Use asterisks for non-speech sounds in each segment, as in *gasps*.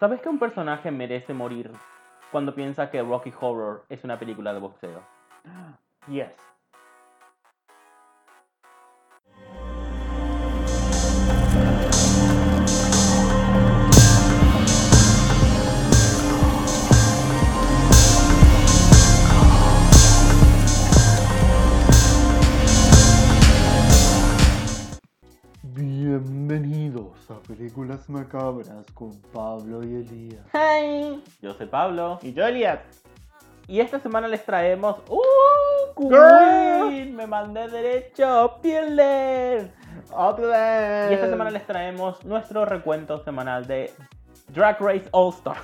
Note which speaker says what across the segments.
Speaker 1: ¿Sabes que un personaje merece morir cuando piensa que Rocky Horror es una película de boxeo? *gasps* Yes.
Speaker 2: Bienvenidos a Películas Macabras con Pablo y Elías.
Speaker 1: Hey, yo soy Pablo
Speaker 3: Y yo, Elías.
Speaker 1: y esta semana les traemos ¡Uh!
Speaker 3: Girl.
Speaker 1: Queen, me mandé derecho, Pierden.
Speaker 3: Otra vez.
Speaker 1: Y esta semana les traemos nuestro recuento semanal de Drag Race All
Speaker 3: *laughs*
Speaker 1: Star.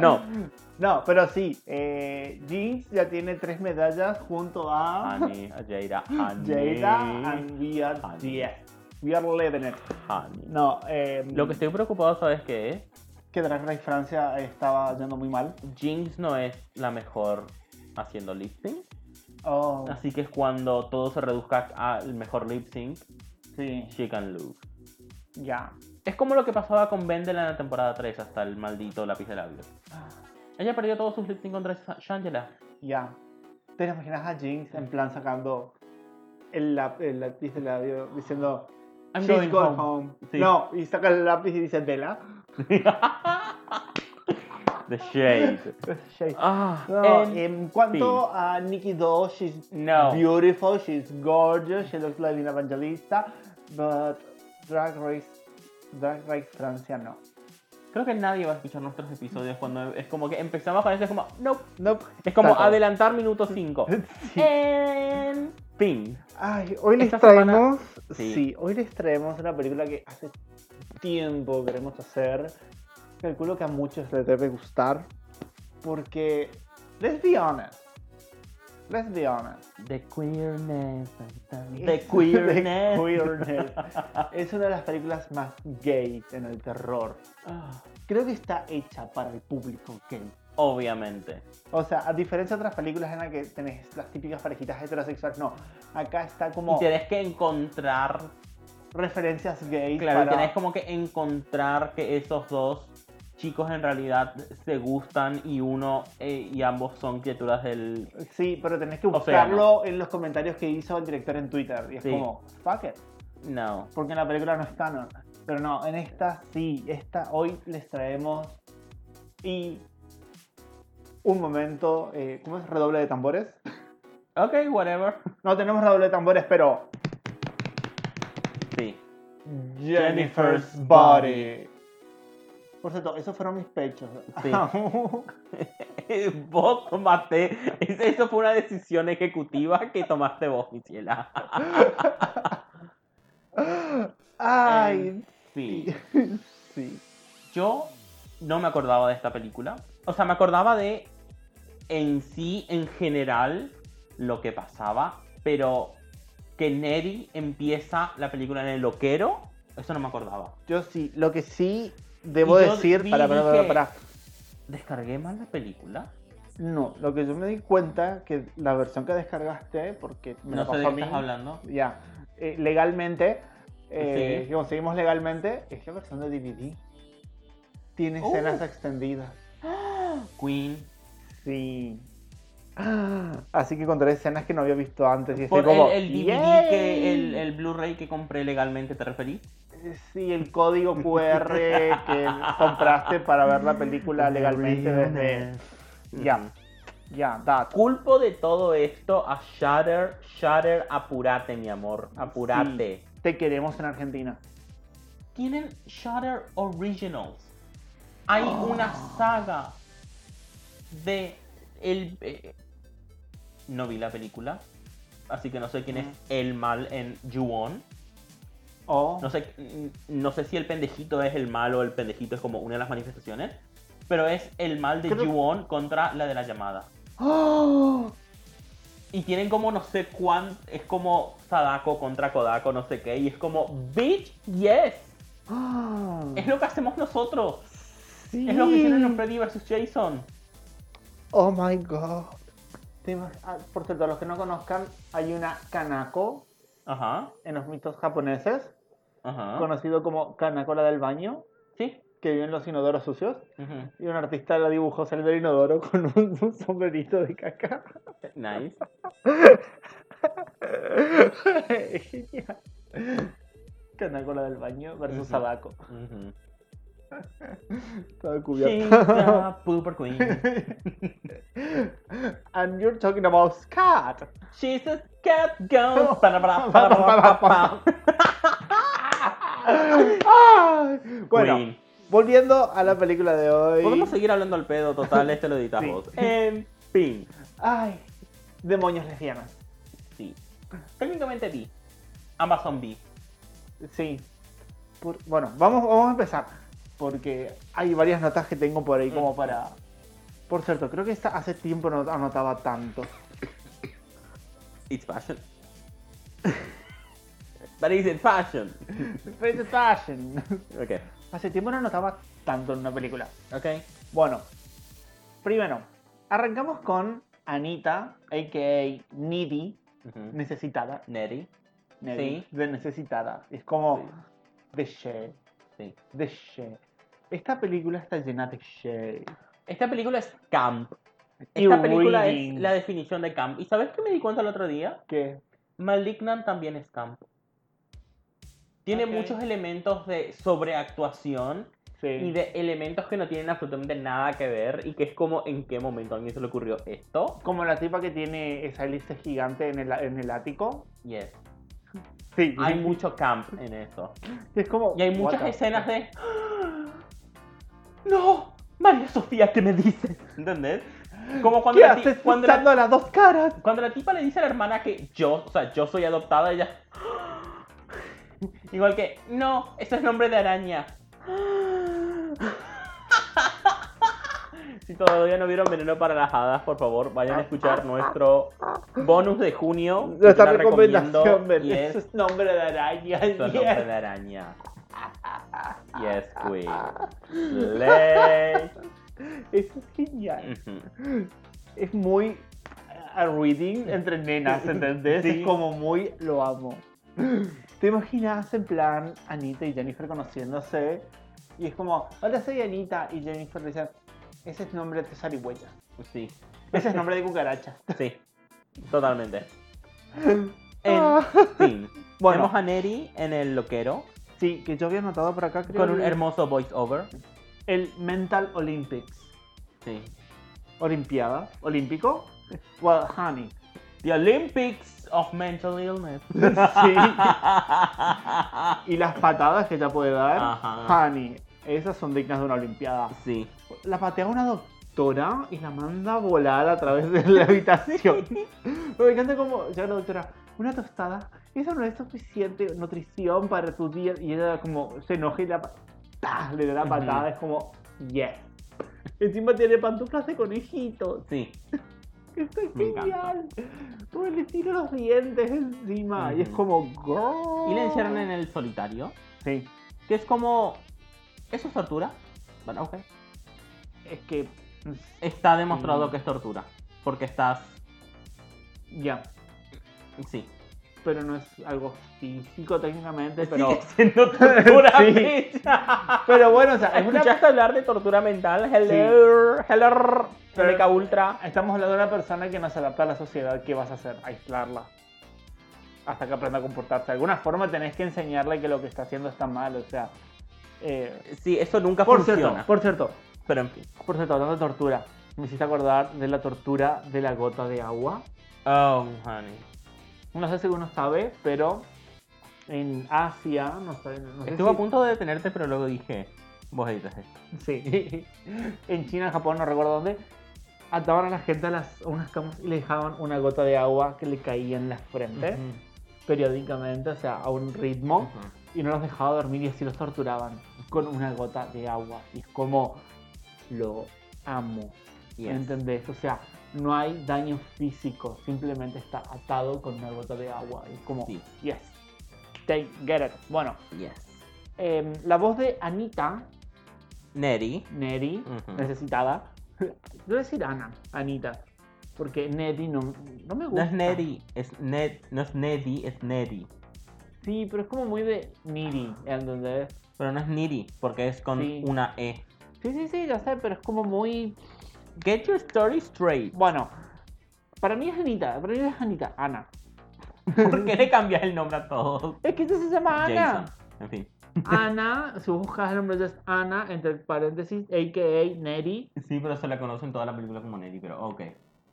Speaker 1: no,
Speaker 3: No, pero sí. Eh, Jinx ya tiene tres medallas junto a
Speaker 1: Honey, Jaira, Honey,
Speaker 3: Jada and we are
Speaker 1: Ani.
Speaker 3: 10. We are living it.
Speaker 1: Honey.
Speaker 3: No, eh,
Speaker 1: Lo que estoy preocupado, ¿sabes qué es?
Speaker 3: que Drag Race Francia estaba yendo muy mal.
Speaker 1: Jinx no es la mejor haciendo lip sync.
Speaker 3: Oh,
Speaker 1: Así que es cuando todo se reduzca al mejor lip sync,
Speaker 3: sí,
Speaker 1: she can lose.
Speaker 3: ya.
Speaker 1: Es como lo que pasaba con Vendela en la temporada 3 hasta el maldito lápiz de labios. Ella perdió todos sus lip sync contra Sh- Shangela.
Speaker 3: Ya. ¿Te la imaginas a Jinx en plan sacando el, lap- el lápiz del labio diciendo
Speaker 1: I'm
Speaker 3: She's
Speaker 1: going
Speaker 3: gone
Speaker 1: home". Sí.
Speaker 3: No, y saca el lápiz y
Speaker 1: *laughs*
Speaker 3: dice Vela.
Speaker 1: The
Speaker 3: *laughs*
Speaker 1: Shade.
Speaker 3: Shade.
Speaker 1: Ah,
Speaker 3: No, eh,
Speaker 1: en-
Speaker 3: en cuanto a Nikki Do, she's
Speaker 1: No.
Speaker 3: beautiful, she's gorgeous, she looks like an evangelista, but Drag Race, Drag Race Francia no.
Speaker 1: Creo que nadie va a escuchar nuestros episodios cuando es como que empezamos con eso, es como, no,
Speaker 3: Nope.
Speaker 1: es como
Speaker 3: Exacto.
Speaker 1: adelantar minuto 5.
Speaker 3: *laughs* Sí.
Speaker 1: En fin.
Speaker 3: Ay, hoy les
Speaker 1: Esta semana-
Speaker 3: traemos,
Speaker 1: Sí.
Speaker 3: sí. hoy les traemos una película que hace tiempo queremos hacer. Calculo que a muchos les debe gustar, porque, let's be honest, let's be honest.
Speaker 1: The queerness. The *laughs*
Speaker 3: *laughs* Es-
Speaker 1: queerness.
Speaker 3: The *laughs* queerness. Es una de las películas más gay en el terror.
Speaker 1: Ah,
Speaker 3: Creo que está hecha para el público gay.
Speaker 1: Obviamente.
Speaker 3: O sea, a diferencia de otras películas en las que tenés las típicas parejitas heterosexuales, no. Acá está como
Speaker 1: Y tenés que encontrar,
Speaker 3: referencias gay.
Speaker 1: claro, y
Speaker 3: para-
Speaker 1: tenés como que encontrar que esos dos chicos en realidad se gustan y uno eh, y ambos son criaturas del...
Speaker 3: Sí, pero tenés que
Speaker 1: sea,
Speaker 3: buscarlo en los comentarios que hizo el director en Twitter. Y es
Speaker 1: Sí.
Speaker 3: como, fuck it.
Speaker 1: No.
Speaker 3: Porque en la película no es canon. Pero no, en esta sí. Esta hoy les traemos. Y. Un momento. eh, ¿Cómo es? ¿Redoble de tambores? *laughs*
Speaker 1: Ok, whatever. *laughs*
Speaker 3: No tenemos redoble de tambores, pero.
Speaker 1: Sí. *laughs*
Speaker 3: Jennifer's Body. Por cierto, esos fueron mis pechos.
Speaker 1: Sí. Vos tomaste, *laughs* es- eso fue una decisión ejecutiva que tomaste vos, mi ciela.
Speaker 3: *laughs* Ay.
Speaker 1: Sí.
Speaker 3: Sí.
Speaker 1: Yo no me acordaba de esta película. O sea, me acordaba de en sí, en general, lo que pasaba, pero que Neri empieza la película en el loquero, eso no me acordaba.
Speaker 3: Yo sí. Lo que sí debo
Speaker 1: Y yo
Speaker 3: decir.
Speaker 1: vi,
Speaker 3: Para, para, para,
Speaker 1: dije-
Speaker 3: para.
Speaker 1: Descargué mal la película.
Speaker 3: No, lo que yo me di cuenta que la versión que descargaste, porque me la
Speaker 1: no sé de
Speaker 3: pasó
Speaker 1: qué
Speaker 3: a mí,
Speaker 1: estás hablando.
Speaker 3: ya, eh, legalmente, eh,
Speaker 1: Sí.
Speaker 3: que conseguimos legalmente, es la versión de DVD. Tiene
Speaker 1: Oh.
Speaker 3: escenas extendidas.
Speaker 1: Queen.
Speaker 3: Sí. *gasps* Así que contaré escenas que no había visto antes y estoy
Speaker 1: Por
Speaker 3: como,
Speaker 1: el, el DVD,
Speaker 3: "Yay".
Speaker 1: que, el, el Blu-ray que compré legalmente, ¿te referís?
Speaker 3: Sí, el código QR
Speaker 1: *laughs*
Speaker 3: que compraste para ver la película legalmente desde... Ya, ya, that.
Speaker 1: Culpo de todo esto a Shutter. Shutter, apurate, mi amor. Apurate.
Speaker 3: Sí, te queremos en Argentina.
Speaker 1: tienen Shutter Originals. Hay una saga de el eh, no vi la película, así que no sé quién es el mal en Ju-on.
Speaker 3: Oh. *gasps*
Speaker 1: No sé no sé si el pendejito es el mal o el pendejito es como una de las manifestaciones, pero es el mal de
Speaker 3: Creo-
Speaker 1: Ju-on contra la de la llamada.
Speaker 3: ¡Oh!
Speaker 1: Y tienen como no sé cuán es como Sadako contra Kodako, no sé qué, y es como bitch, yes. Es lo que hacemos nosotros.
Speaker 3: Sí.
Speaker 1: Es lo que hicieron los Freddy vs. Jason.
Speaker 3: Oh my god. Te imag- ah, Por cierto, a los que no conozcan, hay una Kanako
Speaker 1: Ajá,
Speaker 3: en los mitos japoneses,
Speaker 1: ajá. ¿Ah?
Speaker 3: conocido como Kanako la del baño.
Speaker 1: Sí,
Speaker 3: que vio en los inodoros sucios
Speaker 1: Ujú.
Speaker 3: y un artista la dibujó salir del inodoro con un, *laughs* un sombrerito de *laughs* caca.
Speaker 1: Nice.
Speaker 3: Genial. Canácola del baño versus
Speaker 1: Ujú.
Speaker 3: Sadako.
Speaker 1: Ujú.
Speaker 3: Toda
Speaker 1: She's *laughs*
Speaker 3: cubierta.
Speaker 1: a pooper queen.
Speaker 3: And you're talking about scat.
Speaker 1: She's a cat *laughs* girl. Para, para, para, para, para, *laughs* para.
Speaker 3: Ay, bueno,
Speaker 1: Queen.
Speaker 3: volviendo a la película de hoy.
Speaker 1: Podemos seguir hablando al pedo, total, este lo editas
Speaker 3: Sí.
Speaker 1: vos. En fin,
Speaker 3: Ay, demonios lesbianas.
Speaker 1: sí. Técnicamente vi. Amazon vi.
Speaker 3: Sí. Por- bueno, vamos, vamos a empezar. Porque hay varias notas que tengo por ahí como
Speaker 1: Mm.
Speaker 3: para... Por cierto, creo que esta hace tiempo no anotaba *laughs* tanto.
Speaker 1: It's fashion. *laughs* But is it fashion?
Speaker 3: Fate Fashion.
Speaker 1: Ok.
Speaker 3: Hace tiempo no anotaba tanto en una película.
Speaker 1: Ok.
Speaker 3: Bueno, primero, arrancamos con Anita, a.k.a. Needy,
Speaker 1: Ujú.
Speaker 3: necesitada.
Speaker 1: Neri.
Speaker 3: Needy,
Speaker 1: Sí.
Speaker 3: De necesitada. Es como de shade,
Speaker 1: Sí.
Speaker 3: de shade. Esta película está llena de shade.
Speaker 1: Esta película es camp.
Speaker 3: Y
Speaker 1: Esta película es
Speaker 3: reading.
Speaker 1: la definición de camp. ¿Y sabes qué me di cuenta el otro día?
Speaker 3: ¿Qué?
Speaker 1: Malignant también es camp. Tiene
Speaker 3: Ok.
Speaker 1: muchos elementos de sobreactuación
Speaker 3: Sí.
Speaker 1: y de elementos que no tienen absolutamente nada que ver y que es como en qué momento a alguien se le ocurrió esto.
Speaker 3: Como la tipa que tiene esa hélice gigante en el, en el ático.
Speaker 1: Yes.
Speaker 3: Sí.
Speaker 1: Hay mucho camp en eso.
Speaker 3: Es como...
Speaker 1: Y hay muchas
Speaker 3: what the-
Speaker 1: escenas de... ¡Ah! ¡No! María Sofía, ¿qué me dices? ¿Entendés? Como cuando
Speaker 3: ¿Qué
Speaker 1: la, ti-
Speaker 3: haces
Speaker 1: cuando,
Speaker 3: usando
Speaker 1: la,
Speaker 3: a las dos caras?
Speaker 1: cuando la tipa le dice a la hermana que yo, o sea, yo soy adoptada, ella... Igual que, no, eso es nombre de araña. Si todavía no vieron Veneno para las Hadas, por favor, vayan a escuchar nuestro bonus de junio. que
Speaker 3: Esta
Speaker 1: la recomiendo,
Speaker 3: recomendación,
Speaker 1: y
Speaker 3: ¿verdad?
Speaker 1: es *laughs*
Speaker 3: Ese es nombre de araña.
Speaker 1: Son
Speaker 3: yes.
Speaker 1: nombre de araña. Yes, queen. Slay.
Speaker 3: Eso es genial.
Speaker 1: Ujú.
Speaker 3: Es muy a reading entre nenas,
Speaker 1: *laughs*
Speaker 3: ¿entendés?
Speaker 1: Sí.
Speaker 3: Es como muy lo
Speaker 1: *gasps*
Speaker 3: amo. ¿Te imaginas en plan Anita y Jennifer conociéndose? Y es como, hola, soy Anita. Y Jennifer le dice, ese es nombre de zarigüeya.
Speaker 1: Sí,
Speaker 3: Ese es nombre de
Speaker 1: *laughs*
Speaker 3: cucaracha.
Speaker 1: sí. Totalmente. En
Speaker 3: Ah.
Speaker 1: fin.
Speaker 3: *laughs* Bueno.
Speaker 1: Tenemos a Neri en el loquero
Speaker 3: Sí, que yo había notado por acá, creo.
Speaker 1: con un
Speaker 3: el-
Speaker 1: hermoso voiceover.
Speaker 3: El Mental Olympics.
Speaker 1: Sí.
Speaker 3: Olimpiada. Olímpico. Well, honey.
Speaker 1: The Olympics of Mental Illness. *laughs*
Speaker 3: Sí. y las patadas que ella puede dar.
Speaker 1: Ajá.
Speaker 3: Honey. Esas son dignas de una olimpiada.
Speaker 1: Sí.
Speaker 3: La patea una doctora y la manda a volar a través de
Speaker 1: *laughs*
Speaker 3: la habitación. Pero me encanta como, ya la doctora, una tostada, eso no es suficiente nutrición para tu día. Y ella como se enoja y la, pa- ¡tah! le da la
Speaker 1: Ujú.
Speaker 3: patada, es como, yes. Encima tiene pantuflas de conejitos.
Speaker 1: Sí.
Speaker 3: Esto es
Speaker 1: Me encanta.
Speaker 3: genial. Como le tiro los dientes encima. Y es
Speaker 1: Ujú.
Speaker 3: como, girl.
Speaker 1: Y le encierran en el solitario,
Speaker 3: Sí.
Speaker 1: que es como... ¿Eso es tortura? Bueno, ok.
Speaker 3: Es que,
Speaker 1: Está demostrado
Speaker 3: Mm.
Speaker 1: que es tortura. Porque estás...
Speaker 3: ya.
Speaker 1: Sí.
Speaker 3: Pero no es algo
Speaker 1: *laughs*
Speaker 3: físico técnicamente,
Speaker 1: Pero...
Speaker 3: pero.
Speaker 1: siendo tortura,
Speaker 3: *laughs* Sí.
Speaker 1: bitch.
Speaker 3: Pero bueno, o sea, es una
Speaker 1: ¿Escuchaste hablar de tortura mental? Hello, hello,
Speaker 3: Pero-
Speaker 1: MK Ultra.
Speaker 3: Estamos hablando de una persona que no se adapta a la sociedad. ¿Qué vas a hacer? Aislarla. Hasta que aprenda a comportarse. De alguna forma tenés que enseñarle que lo que está haciendo está mal. O sea. eh,
Speaker 1: Sí, eso nunca
Speaker 3: por
Speaker 1: funciona.
Speaker 3: cierto, por cierto,
Speaker 1: Pero en fin.
Speaker 3: por cierto, hablando de tortura. Me hiciste acordar de la tortura de la gota de agua.
Speaker 1: Oh, honey.
Speaker 3: No sé si uno sabe, pero en Asia, no sé, no sé
Speaker 1: Estuve
Speaker 3: si-
Speaker 1: a punto de detenerte, pero luego dije, vos editas esto.
Speaker 3: Sí. *laughs* en China, en Japón, no recuerdo dónde. Ataban a la gente a, las, a unas camas y le dejaban una gota de agua que le caía en la frente periódicamente, o sea, a un ritmo. Y no los dejaba dormir y así los torturaban con una gota de agua. Y es como, lo amo.
Speaker 1: Yes.
Speaker 3: ¿Entendés? O sea, no hay daño físico, simplemente está atado con una gota de agua. Y es como,
Speaker 1: Sí.
Speaker 3: yes, take, get it. Bueno,
Speaker 1: Yes.
Speaker 3: em, la voz de Anita
Speaker 1: Neri.
Speaker 3: Neri,
Speaker 1: Ujú.
Speaker 3: *laughs* necesitada. Yo voy a decir Ana, Anita, porque Neri no, no me
Speaker 1: No
Speaker 3: gusta.
Speaker 1: es Neri, es Ned, no es Nedi, es Neri.
Speaker 3: Sí, pero es como muy de Niri, ¿entendés?
Speaker 1: Pero no es Niri, porque es con
Speaker 3: Sí.
Speaker 1: una E.
Speaker 3: Sí, sí, sí, ya sé, pero es como muy.
Speaker 1: Get your story straight. *laughs*
Speaker 3: Bueno, para mí es Anita, para mí es Anita, Ana.
Speaker 1: ¿Por qué le cambias el nombre a todos?
Speaker 3: Es que esa se llama Ana.
Speaker 1: Jason. *laughs* En fin.
Speaker 3: Ana, si vos buscas el nombre ella es Ana, entre paréntesis, a.k.a. Neri.
Speaker 1: Sí, pero se la conoce en toda la película como Neri, pero ok.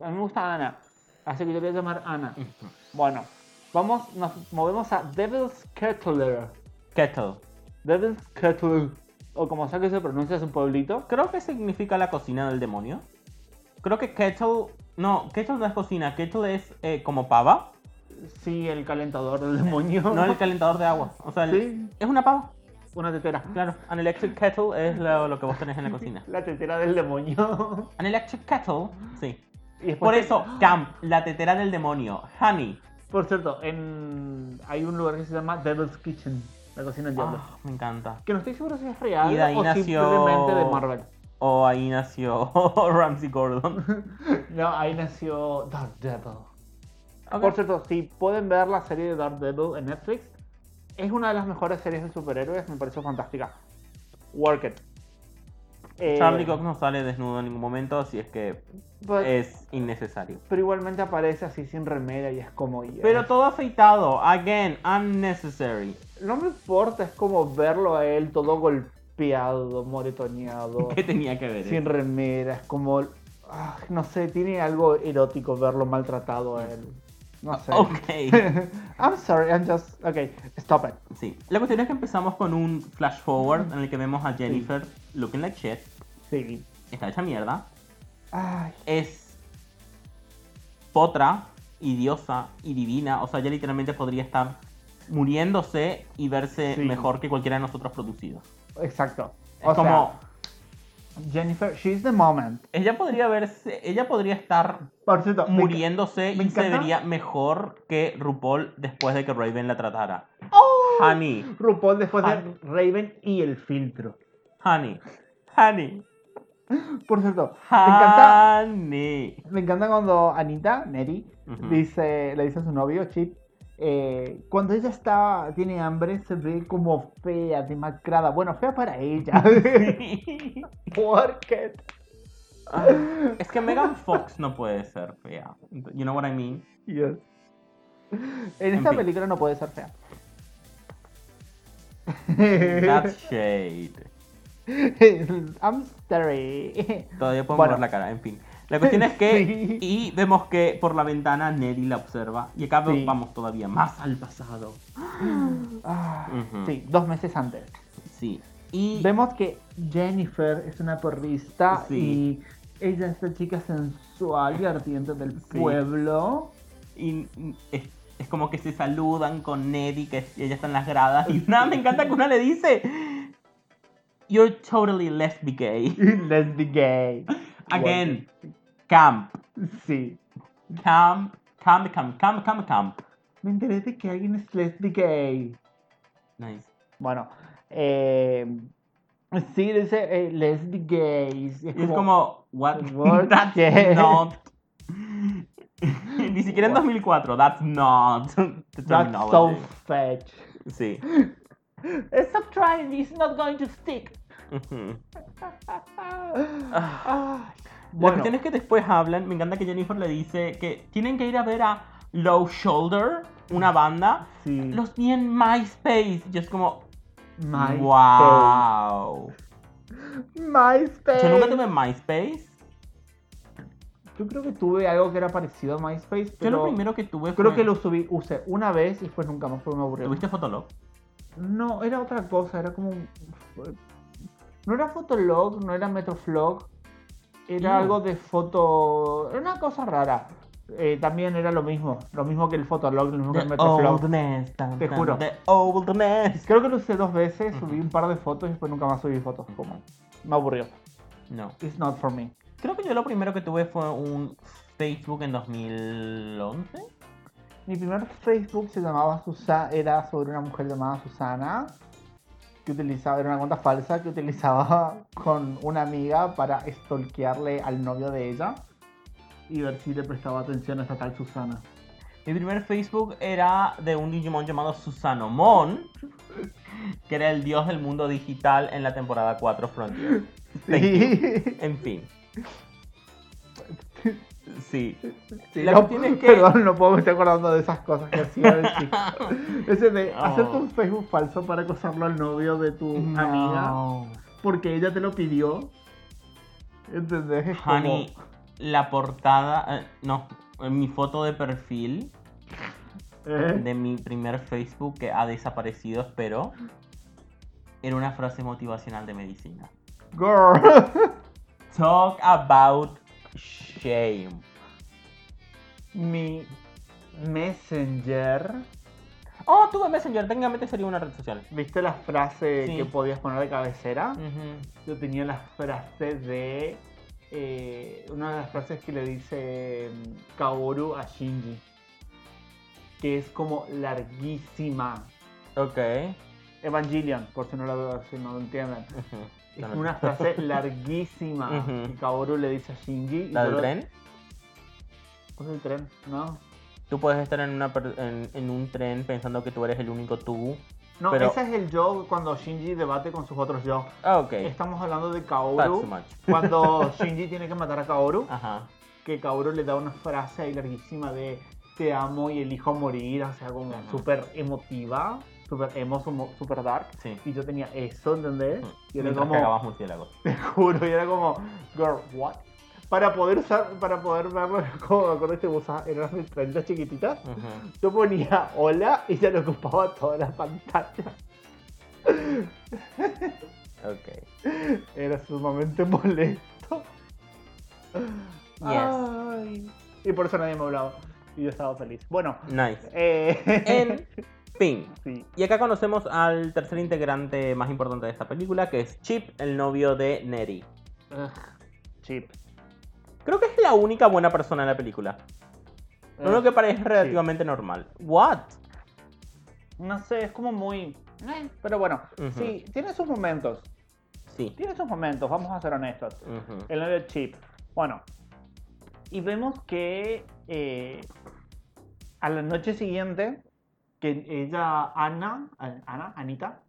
Speaker 3: A mí me gusta Ana, así que yo le voy a llamar Ana. Bueno, vamos, nos movemos a Devil's Kettler.
Speaker 1: Kettle.
Speaker 3: Devil's Kettler, o como sea que se pronuncia, es un pueblito.
Speaker 1: Creo que significa la cocina del demonio. Creo que kettle. No, kettle no es cocina, kettle es eh, como pava.
Speaker 3: Sí, el calentador del demonio.
Speaker 1: No el calentador de agua. O sea, el-
Speaker 3: Sí.
Speaker 1: es una pava.
Speaker 3: *laughs* Una tetera.
Speaker 1: Claro, an electric kettle es lo, lo que vos tenés en la cocina.
Speaker 3: La tetera del demonio.
Speaker 1: An electric kettle, sí.
Speaker 3: Y después
Speaker 1: Por
Speaker 3: te-
Speaker 1: eso, Camp, la tetera del demonio. Honey.
Speaker 3: Por cierto, en... hay un lugar que se llama Devil's Kitchen, la cocina del diablo.
Speaker 1: Ah, me encanta.
Speaker 3: Que no estoy seguro si es real
Speaker 1: Y de ahí
Speaker 3: o
Speaker 1: nació-
Speaker 3: simplemente de Marvel.
Speaker 1: O Oh, ahí nació *laughs* Ramsey Gordon.
Speaker 3: No, ahí nació Daredevil.
Speaker 1: Ok.
Speaker 3: Por cierto, si pueden ver la serie de Daredevil en Netflix, es una de las mejores series de superhéroes, me pareció fantástica. Work it. Eh, pues,
Speaker 1: Charlie Cox no sale desnudo en ningún momento, así es que
Speaker 3: but-
Speaker 1: es innecesario.
Speaker 3: Pero igualmente aparece así sin remera y es como... yes.
Speaker 1: Pero todo afeitado, again, unnecessary.
Speaker 3: no me importa, es como verlo a él todo golpeado, moretoneado.
Speaker 1: *laughs* ¿Qué tenía que ver?
Speaker 3: Oh. sin
Speaker 1: eso?
Speaker 3: remera, es como. ah, no sé, tiene algo erótico verlo maltratado a él. No sé.
Speaker 1: Ok,
Speaker 3: *laughs* I'm sorry, I'm just. Ok, stop it.
Speaker 1: sí. La cuestión es que empezamos con un flash forward en el que vemos a Jennifer looking like shit.
Speaker 3: Sí.
Speaker 1: Está hecha mierda.
Speaker 3: Ay,
Speaker 1: Es potra y diosa y divina. O sea, ella literalmente podría estar muriéndose y verse
Speaker 3: Sí.
Speaker 1: mejor que cualquiera de nosotros producidos.
Speaker 3: exacto.
Speaker 1: Es
Speaker 3: O
Speaker 1: como,
Speaker 3: sea, Jennifer, she's the moment.
Speaker 1: ella podría verse, ella podría estar
Speaker 3: Por cierto, me-
Speaker 1: muriéndose
Speaker 3: me
Speaker 1: y se
Speaker 3: encanta.
Speaker 1: vería mejor que RuPaul después de que Raven la tratara.
Speaker 3: ¡Oh!
Speaker 1: Honey,
Speaker 3: RuPaul después de
Speaker 1: Ah.
Speaker 3: Raven y el filtro.
Speaker 1: honey, honey,
Speaker 3: Por cierto, me encanta.
Speaker 1: Ah. honey.
Speaker 3: Me encanta cuando Anita, Neri,
Speaker 1: Ujú.
Speaker 3: dice, le dice a su novio, Chip, eh, cuando ella está, tiene hambre, se ve como fea, demacrada. Bueno, fea para
Speaker 1: *laughs*
Speaker 3: ella. *laughs* Porque
Speaker 1: *laughs* es que Megan Fox no puede ser fea. You know what I mean?
Speaker 3: Yes.
Speaker 1: En
Speaker 3: En esta
Speaker 1: fin.
Speaker 3: película no puede ser fea. *laughs*
Speaker 1: That's
Speaker 3: *laughs*
Speaker 1: shade.
Speaker 3: I'm sorry. *laughs*
Speaker 1: Todavía podemos
Speaker 3: Bueno.
Speaker 1: ver la cara, en fin. La cuestión es que.
Speaker 3: *laughs* Sí.
Speaker 1: Y vemos que por la ventana Nelly la observa. Y acá
Speaker 3: Sí.
Speaker 1: vamos todavía más al pasado.
Speaker 3: Ah,
Speaker 1: Ujú.
Speaker 3: Sí, dos meses antes.
Speaker 1: Sí. Y.
Speaker 3: Vemos que Jennifer es una porrista
Speaker 1: Sí.
Speaker 3: y ella es la chica sensual y ardiente del
Speaker 1: Sí.
Speaker 3: pueblo.
Speaker 1: y y es, es como que se saludan con Nelly, que es- ella está en las gradas. Y nada, me encanta que una le dice. You're totally lesbian
Speaker 3: *laughs*
Speaker 1: gay.
Speaker 3: Let's be gay.
Speaker 1: Again, camp.
Speaker 3: Sí.
Speaker 1: Camp, camp, camp, camp, camp, camp.
Speaker 3: Me enteré de que alguien es lesbian gay.
Speaker 1: Nice.
Speaker 3: Bueno, eh, sí, dice eh, lesbian gays.
Speaker 1: Y es como, what? *laughs*
Speaker 3: What?
Speaker 1: That's
Speaker 3: Yeah.
Speaker 1: not. Ni siquiera en
Speaker 3: What?
Speaker 1: 2004, that's not. *laughs* The
Speaker 3: That's so
Speaker 1: terminology.
Speaker 3: fetch. *laughs*
Speaker 1: Sí.
Speaker 3: Stop trying, it's not going to stick.
Speaker 1: Ujú.
Speaker 3: Ah,
Speaker 1: La
Speaker 3: bueno,
Speaker 1: cuestión es que después hablan, me encanta que Jennifer le dice que tienen que ir a ver a Low Shoulder, una banda.
Speaker 3: sí.
Speaker 1: Los vi en MySpace. Y yo es como,
Speaker 3: My
Speaker 1: wow.
Speaker 3: MySpace.
Speaker 1: Yo nunca tuve MySpace.
Speaker 3: Yo creo que tuve algo que era parecido a MySpace,
Speaker 1: Yo
Speaker 3: pero
Speaker 1: lo primero que tuve fue...
Speaker 3: creo que lo subí, usé una vez y después nunca más porque me aburrió.
Speaker 1: ¿Tuviste Fotolog?
Speaker 3: No, era otra cosa, era como... un- No era Fotolog, no era Metroflog, era
Speaker 1: Mm.
Speaker 3: algo de foto... Era una cosa rara. Eh, también era lo mismo, lo mismo que el Fotolog, lo mismo que el
Speaker 1: The
Speaker 3: Metroflog.
Speaker 1: oldness. tan,
Speaker 3: Te
Speaker 1: tan,
Speaker 3: juro.
Speaker 1: The oldness.
Speaker 3: Creo que lo usé dos veces, subí un par de fotos y después nunca más subí fotos. Como, me aburrió.
Speaker 1: No.
Speaker 3: It's not for me.
Speaker 1: Creo que yo lo primero que tuve fue un Facebook en 2011.
Speaker 3: Mi primer Facebook se llamaba Susana, era sobre una mujer llamada Susana, que utilizaba, era una cuenta falsa que utilizaba *laughs* con una amiga para stalkearle al novio de ella y ver si le prestaba atención a esta tal Susana.
Speaker 1: Mi primer Facebook era de un Digimon llamado Susanomon. que era el dios del mundo digital en la temporada 4 Frontier. Thank you.
Speaker 3: *laughs* Sí.
Speaker 1: En fin. Sí.
Speaker 3: Sí,
Speaker 1: La
Speaker 3: no,
Speaker 1: cuestión es que-
Speaker 3: Perdón, no puedo me estoy acordando de esas cosas que hacía el
Speaker 1: *laughs*
Speaker 3: chico. Ese de
Speaker 1: Oh.
Speaker 3: hacerte un Facebook falso para acosarlo al novio de tu amiga
Speaker 1: Ah.
Speaker 3: porque ella te lo pidió. ¿Entendés? Es como-
Speaker 1: Honey, la portada. eh, no, en mi foto de perfil
Speaker 3: ¿Eh?
Speaker 1: de mi primer Facebook que ha desaparecido, espero. Era una frase motivacional de medicina.
Speaker 3: Girl.
Speaker 1: Talk about shame.
Speaker 3: Mi Messenger.
Speaker 1: Oh, tuve Messenger, técnicamente sería una red social.
Speaker 3: ¿Viste la frase
Speaker 1: Sí.
Speaker 3: que podías poner de cabecera?
Speaker 1: Ujú.
Speaker 3: Yo tenía la frase de. eh, una de las frases que le dice mm, Kaoru a Shinji. Que es como larguísima.
Speaker 1: Ok.
Speaker 3: Evangelion, por si no lo, si no lo entienden.
Speaker 1: Ujú.
Speaker 3: Es
Speaker 1: No, no.
Speaker 3: una
Speaker 1: *laughs*
Speaker 3: frase larguísima
Speaker 1: Ujú.
Speaker 3: que Kaoru le dice a Shinji. y
Speaker 1: ¿La
Speaker 3: yo
Speaker 1: del
Speaker 3: lo-
Speaker 1: tren?
Speaker 3: ¿Cómo es el tren? No.
Speaker 1: Tú puedes estar en, una per- en, en un tren pensando que tú eres el único tú.
Speaker 3: No,
Speaker 1: Pero-
Speaker 3: ese es el yo cuando Shinji debate con sus otros yo.
Speaker 1: Ah, ok.
Speaker 3: Estamos hablando de
Speaker 1: That's too
Speaker 3: Kaoru.
Speaker 1: much.
Speaker 3: Cuando Shinji tiene que matar a Kaoru.
Speaker 1: Ajá.
Speaker 3: que Kaoru le da una frase ahí larguísima de te amo y elijo morir, o sea, como
Speaker 1: Ajá.
Speaker 3: súper emotiva, súper emo, sumo- súper dark.
Speaker 1: Sí. Mm.
Speaker 3: Y yo tenía eso, ¿entendés? Y era
Speaker 1: Mientras
Speaker 3: como,
Speaker 1: cagabas murciélagos.
Speaker 3: te *laughs* juro, y era como, girl, what? Para poder usar, para poder verlo, *laughs* como me acuerdo que usaba, eran mis plantitas chiquititas,
Speaker 1: Ujú.
Speaker 3: yo ponía hola y ya lo ocupaba toda la pantalla.
Speaker 1: Ok.
Speaker 3: Era sumamente *laughs* molesto. Ay. Y por eso nadie me hablaba. Y yo estaba feliz. Bueno,
Speaker 1: Nice.
Speaker 3: Eh,
Speaker 1: En fin.
Speaker 3: *laughs* Sí.
Speaker 1: Y acá conocemos al tercer integrante más importante de esta película, que es Chip, el novio de Neri.
Speaker 3: Chip.
Speaker 1: Creo que es la única buena persona en la película. Lo único que parece relativamente normal. What?
Speaker 3: No sé, es como muy. eh, Pero bueno,
Speaker 1: Ujú.
Speaker 3: sí, tiene sus momentos.
Speaker 1: Sí.
Speaker 3: Tiene sus momentos, vamos a ser honestos.
Speaker 1: Ujú.
Speaker 3: El novio de Chip. Bueno. Y vemos que eh, a la noche siguiente, que ella, Ana, An- Ana, Anita,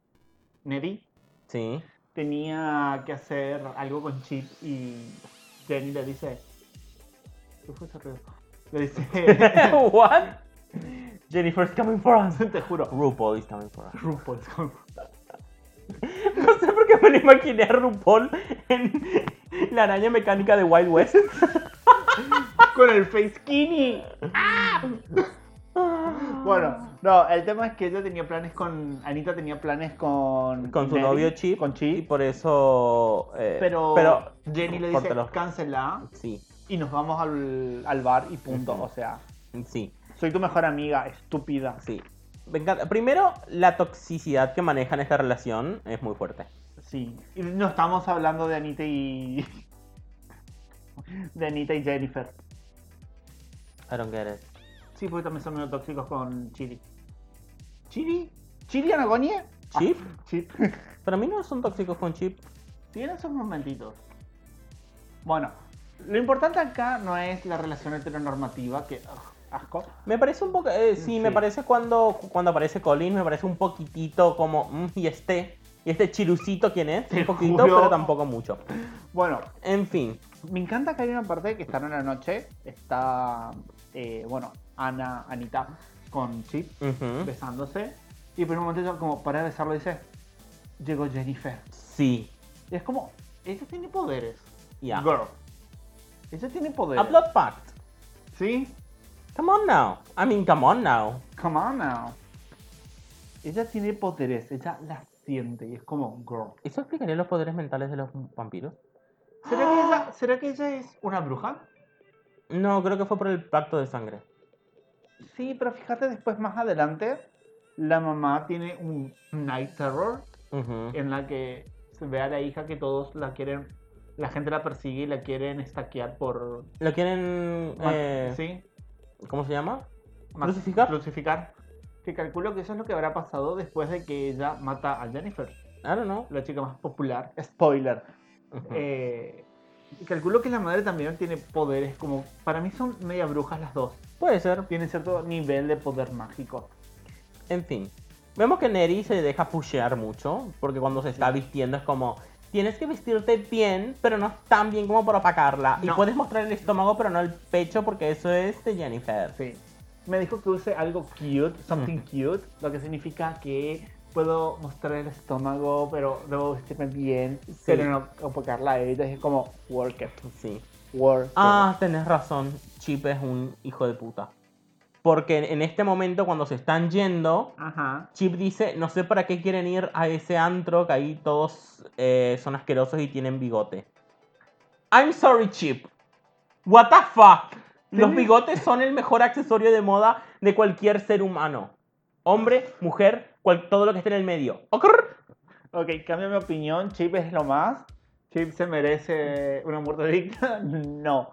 Speaker 3: Neddy,
Speaker 1: *laughs* Sí.
Speaker 3: tenía que hacer algo con Chip y Jenny le dice. ¿Qué fue ese ruido? Le dice. *laughs*
Speaker 1: What? Jennifer's coming for us.
Speaker 3: Te juro.
Speaker 1: RuPaul is coming for us. *laughs*
Speaker 3: RuPaul.
Speaker 1: No sé por qué me lo imaginé a RuPaul en *laughs* la araña mecánica de Wild West. *laughs*
Speaker 3: Con el face skinny.
Speaker 1: Ah.
Speaker 3: Bueno, no, el tema es que ella tenía planes con. Anita tenía planes con.
Speaker 1: Con su
Speaker 3: Nelly,
Speaker 1: novio Chip.
Speaker 3: Con
Speaker 1: Y
Speaker 3: Chip.
Speaker 1: por eso. eh,
Speaker 3: Pero,
Speaker 1: pero. *laughs*
Speaker 3: Jenny le dice,
Speaker 1: córtalo.
Speaker 3: cancela
Speaker 1: Sí,
Speaker 3: y nos vamos al, al bar y punto.
Speaker 1: Ujú.
Speaker 3: O sea,
Speaker 1: sí,
Speaker 3: soy tu mejor amiga, estúpida.
Speaker 1: sí. Me encanta. Primero, la toxicidad que manejan esta relación es muy fuerte.
Speaker 3: Sí. Y no estamos hablando de Anita y. De Anita y Jennifer.
Speaker 1: I don't get it.
Speaker 3: Sí, porque también son medio tóxicos con Chili. ¿Chili? ¿Chili Anagonia?
Speaker 1: Chip,
Speaker 3: Ah, Chip.
Speaker 1: para mí no son tóxicos con Chip.
Speaker 3: Tiene esos momentitos. Bueno, lo importante acá no es la relación heteronormativa, que ugh, asco.
Speaker 1: Me parece un poco. eh, sí, me
Speaker 3: Mm, Sí.
Speaker 1: parece cuando, cuando aparece Colin, me parece un poquitito como. mm, y este. Y este chirucito, ¿quién es?
Speaker 3: Te
Speaker 1: Un poquito,
Speaker 3: juro.
Speaker 1: pero tampoco mucho.
Speaker 3: Bueno,
Speaker 1: En fin.
Speaker 3: me encanta que hay una parte que están en la noche, está, eh, bueno, Ana, Anita con Chip
Speaker 1: ujú.
Speaker 3: besándose, y por un momento ella como para de besarlo dice, llegó Jennifer.
Speaker 1: Sí.
Speaker 3: Y es como, ella tiene poderes.
Speaker 1: Ya.
Speaker 3: Girl. Ella tiene poderes.
Speaker 1: Upload Pact.
Speaker 3: ¿Sí?
Speaker 1: Come on now. I mean, come on now.
Speaker 3: Come on now. Ella tiene poderes, ella las siente y es como, girl.
Speaker 1: ¿Eso explicaría los poderes mentales de los vampiros?
Speaker 3: ¿Será que,
Speaker 1: *gasps*
Speaker 3: ella, será que ella es una bruja?
Speaker 1: No, creo que fue por el pacto de sangre.
Speaker 3: Sí, pero fíjate después más adelante, la mamá tiene un night terror
Speaker 1: Ujú.
Speaker 3: en la que se ve a la hija que todos la quieren, la gente la persigue y la quieren estaquear por...
Speaker 1: Lo quieren.
Speaker 3: ma-
Speaker 1: eh,
Speaker 3: ¿Sí?
Speaker 1: ¿Cómo se llama?
Speaker 3: ma-
Speaker 1: ¿crucificar?
Speaker 3: Crucificar. Que calculo que eso es lo que habrá pasado después de que ella mata a Jennifer,
Speaker 1: I don't know.
Speaker 3: la chica más popular. Spoiler.
Speaker 1: Ujú.
Speaker 3: Eh, calculo que la madre también tiene poderes, como para mí son media brujas las dos.
Speaker 1: Puede ser.
Speaker 3: Tienen cierto nivel de poder mágico.
Speaker 1: En fin. Vemos que Neri se deja pushear mucho, porque cuando se está vistiendo es como, tienes que vestirte bien, pero no tan bien como para opacarla. Y
Speaker 3: No.
Speaker 1: puedes mostrar el estómago, pero no el pecho, porque eso es de Jennifer.
Speaker 3: Sí. Me dijo que use algo cute, something cute, lo que significa que puedo mostrar el estómago, pero debo vestirme bien, pero no opacarla a ella. Es como, work it,
Speaker 1: Sí.
Speaker 3: work it.
Speaker 1: Ah, tenés razón. Chip es un hijo de puta. Porque en este momento, cuando se están yendo,
Speaker 3: Ajá.
Speaker 1: Chip dice, no sé para qué quieren ir a ese antro, que ahí todos eh, son asquerosos y tienen bigote. I'm sorry, Chip. What the fuck? Los
Speaker 3: Sí.
Speaker 1: bigotes son el mejor accesorio de moda de cualquier ser humano. Hombre, mujer, cual- todo lo que esté en el medio. Ocurr.
Speaker 3: Ok, cambio mi opinión. Chip es lo más. Chip se merece una muerte digna. *laughs* No.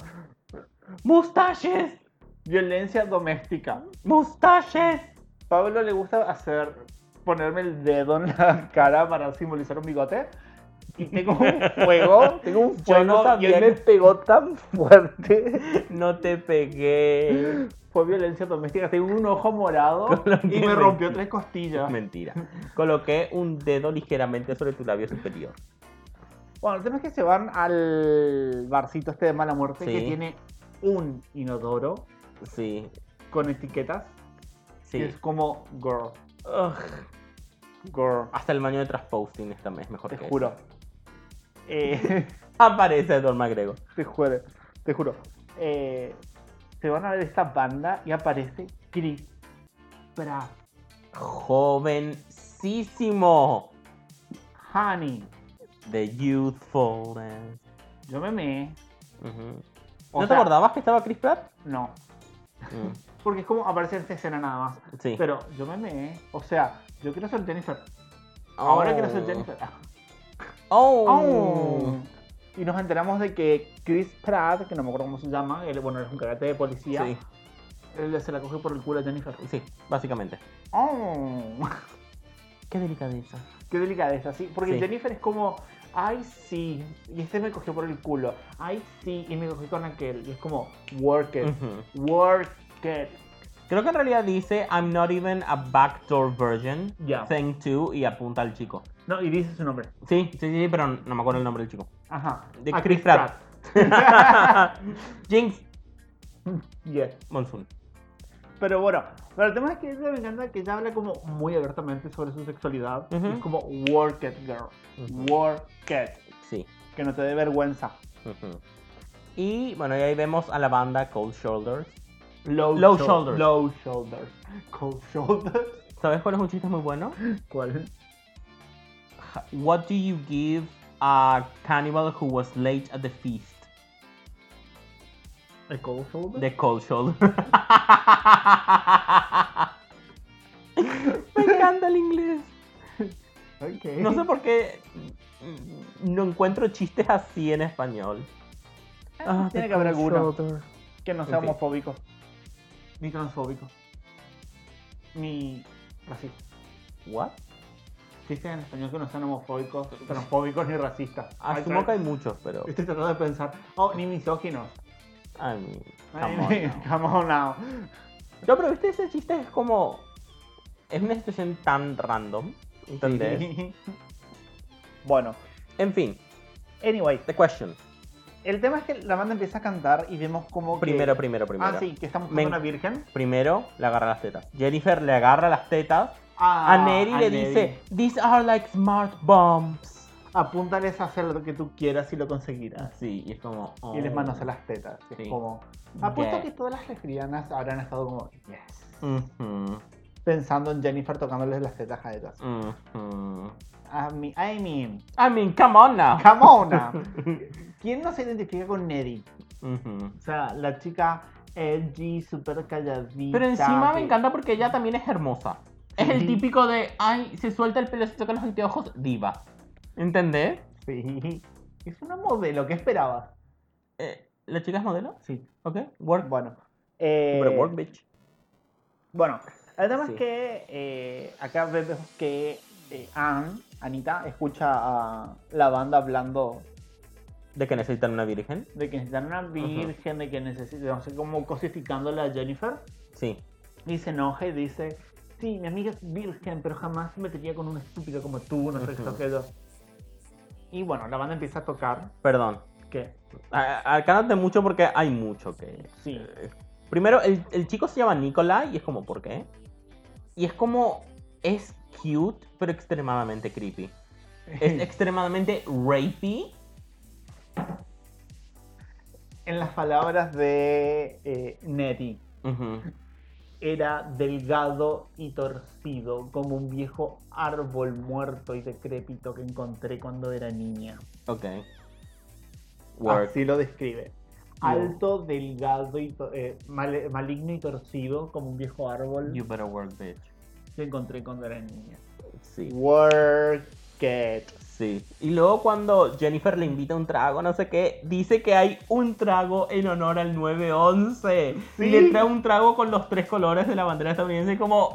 Speaker 1: Mustaches,
Speaker 3: Violencia doméstica.
Speaker 1: mustaches.
Speaker 3: Pablo le gusta hacer ponerme el dedo en la *laughs* cara para simbolizar un bigote. Y tengo un fuego, tengo un
Speaker 1: *laughs* Yo no
Speaker 3: fuego y
Speaker 1: sabía
Speaker 3: él me
Speaker 1: que-
Speaker 3: pegó tan fuerte.
Speaker 1: No te pegué.
Speaker 3: Fue violencia doméstica, tengo un ojo morado
Speaker 1: *laughs* Con lo
Speaker 3: y
Speaker 1: que
Speaker 3: me rompió
Speaker 1: me-
Speaker 3: tres
Speaker 1: *gasps*
Speaker 3: costillas.
Speaker 1: Mentira. Coloqué un dedo ligeramente sobre tu labio superior.
Speaker 3: Bueno, el tema es que se van al barcito este de mala muerte que
Speaker 1: Sí.
Speaker 3: tiene un inodoro
Speaker 1: Sí,
Speaker 3: con etiquetas.
Speaker 1: sí.
Speaker 3: que es como girl,
Speaker 1: Ugh.
Speaker 3: girl,
Speaker 1: Hasta el baño de transposting esta vez, mejor
Speaker 3: te
Speaker 1: que
Speaker 3: juro. Eh, *laughs*
Speaker 1: Aparece Edward McGregor.
Speaker 3: Te juro, te juro. Eh, te van a ver esta banda y aparece Chris Pratt,
Speaker 1: Jovencísimo.
Speaker 3: Honey.
Speaker 1: The Youthfulness.
Speaker 3: Yo me meé.
Speaker 1: Ujú.
Speaker 3: O
Speaker 1: ¿No te
Speaker 3: sea-
Speaker 1: acordabas que estaba Chris Pratt?
Speaker 3: No,
Speaker 1: Mm,
Speaker 3: porque es como aparece en esta escena nada más.
Speaker 1: Sí.
Speaker 3: Pero yo me meé. O sea, yo quiero ser Jennifer. Ahora
Speaker 1: Oh.
Speaker 3: quiero ser Jennifer.
Speaker 1: Oh.
Speaker 3: Oh. Y nos enteramos de que Chris Pratt, que no me acuerdo cómo se llama, él, bueno, es un karate de policía,
Speaker 1: Sí,
Speaker 3: él se la coge por el culo a Jennifer.
Speaker 1: sí, básicamente.
Speaker 3: Oh. *laughs*
Speaker 1: Qué delicadeza.
Speaker 3: Qué delicadeza, sí. Porque
Speaker 1: Sí.
Speaker 3: Jennifer es como, ay, sí. Y este me cogió por el culo. Ay, sí. Y me cogí con aquel. Y es como, work it.
Speaker 1: Ujú.
Speaker 3: Work it.
Speaker 1: Creo que en realidad dice I'm not even a backdoor version.
Speaker 3: Ya.
Speaker 1: Thank you. Y apunta al chico.
Speaker 3: No, y dice su nombre.
Speaker 1: Sí, sí, sí, pero no me acuerdo el nombre del
Speaker 3: *laughs*
Speaker 1: chico.
Speaker 3: Ajá. Ah,
Speaker 1: De
Speaker 3: A
Speaker 1: Chris Pratt.
Speaker 3: *laughs*
Speaker 1: Jinx
Speaker 3: Yes.
Speaker 1: Monsoon.
Speaker 3: Pero bueno, pero el tema es que ella me encanta que ella habla como muy abiertamente sobre su sexualidad.
Speaker 1: Ujú.
Speaker 3: Y Es como, work it, girl.
Speaker 1: Ujú.
Speaker 3: Work it.
Speaker 1: Sí.
Speaker 3: Que no te dé vergüenza.
Speaker 1: Y bueno, y ahí vemos a la banda Cold Shoulders.
Speaker 3: Low,
Speaker 1: Low
Speaker 3: shou-
Speaker 1: shoulders.
Speaker 3: Low shoulders. Cold *laughs* shoulders.
Speaker 1: ¿Sabes cuál es un chiste muy bueno?
Speaker 3: ¿Cuál?
Speaker 1: What do you give a cannibal who was late at the feast?
Speaker 3: ¿El cold shoulders?
Speaker 1: The Cold *laughs* Shoulder. Me encanta el inglés.
Speaker 3: Okay.
Speaker 1: No sé por qué no encuentro chistes así en español. Ah, the
Speaker 3: Tiene que haber
Speaker 1: cold
Speaker 3: alguno
Speaker 1: shoulder.
Speaker 3: que no sea
Speaker 1: Ok.
Speaker 3: homofóbico, ni transfóbico, ni racista.
Speaker 1: What?
Speaker 3: Dicen en español que no sean homofóbicos, transfóbicos ni racistas. Ay,
Speaker 1: Asumo que hay
Speaker 3: sorry.
Speaker 1: muchos, pero.
Speaker 3: Estoy tratando de pensar. Oh, ni misóginos.
Speaker 1: I mean,
Speaker 3: Ay,
Speaker 1: come
Speaker 3: *laughs*
Speaker 1: on now.
Speaker 3: Come on now.
Speaker 1: No, pero viste, ese chiste es como. Es una situación tan random. ¿Entendés?
Speaker 3: *laughs* bueno,
Speaker 1: En fin,
Speaker 3: anyway,
Speaker 1: the question.
Speaker 3: el tema es que la banda empieza a cantar y vemos como.
Speaker 1: Primero,
Speaker 3: que...
Speaker 1: primero, primero.
Speaker 3: Ah, sí, que estamos
Speaker 1: Me-
Speaker 3: con una virgen.
Speaker 1: Primero le agarra las tetas. Jennifer le agarra las tetas.
Speaker 3: Ah,
Speaker 1: a Neri le
Speaker 3: Neri.
Speaker 1: dice: These are like smart bombs.
Speaker 3: Apúntales a hacer lo que tú quieras y lo conseguirás.
Speaker 1: Sí, y es como.
Speaker 3: y les
Speaker 1: oh.
Speaker 3: manosa las tetas. Es
Speaker 1: Sí.
Speaker 3: como. Apuesto
Speaker 1: Yeah.
Speaker 3: que todas las lesbianas habrán estado como. Yes.
Speaker 1: Ujú,
Speaker 3: Pensando en Jennifer tocándoles las tetas a ellas.
Speaker 1: ujú.
Speaker 3: A mí- I mean.
Speaker 1: I mean, come on now.
Speaker 3: Come
Speaker 1: *laughs*
Speaker 3: on now. ¿Quién no se identifica con Neddy?
Speaker 1: Ujú.
Speaker 3: O sea, la chica edgy, súper calladita.
Speaker 1: Pero encima me
Speaker 3: que-
Speaker 1: encanta porque ella también es hermosa. Es el
Speaker 3: Sí.
Speaker 1: típico de, ay, se suelta el pelo, se tocan los anteojos, diva. ¿Entendés?
Speaker 3: Sí. Es una modelo, ¿qué esperabas?
Speaker 1: Eh, ¿La chica es modelo?
Speaker 3: Sí.
Speaker 1: ¿Ok? Work.
Speaker 3: Bueno. eh,
Speaker 1: Super work, bitch.
Speaker 3: Bueno, el tema
Speaker 1: Sí.
Speaker 3: es que eh, acá vemos que eh, Ann, Anita, escucha a la banda hablando
Speaker 1: ¿De que necesitan una virgen?
Speaker 3: de que necesitan una virgen, de que necesitan, no sé, como cosificándola a Jennifer.
Speaker 1: Sí.
Speaker 3: Y se enoja y dice,
Speaker 4: sí, mi amiga es virgen, pero jamás se metería con una estúpida como tú, no sé qué aquello. Y bueno, la banda empieza a tocar.
Speaker 1: Perdón.
Speaker 4: ¿Qué?
Speaker 1: A- Alcánate mucho porque hay mucho que.
Speaker 4: Sí.
Speaker 1: Primero, el, el chico se llama Nikolai y es como, ¿por qué? Y es como. Es cute, pero extremadamente creepy.
Speaker 3: *laughs*
Speaker 1: Es extremadamente rapey.
Speaker 3: En las palabras de eh, Neri,
Speaker 1: Ujú.
Speaker 3: era delgado y torcido, como un viejo árbol muerto y decrépito que encontré cuando era niña.
Speaker 1: Ok. Work.
Speaker 3: Así lo describe.
Speaker 1: Wow.
Speaker 3: Alto, delgado y to- eh, mal- maligno y torcido, como un viejo árbol
Speaker 1: You better work, bitch.
Speaker 3: que encontré cuando era niña.
Speaker 1: Sí.
Speaker 3: Work it.
Speaker 1: Sí. Y luego cuando Jennifer le invita un trago, no sé qué, dice que hay un trago en honor al 9-11. Y
Speaker 3: Sí.
Speaker 1: le trae un trago con los tres colores de la bandera estadounidense y como...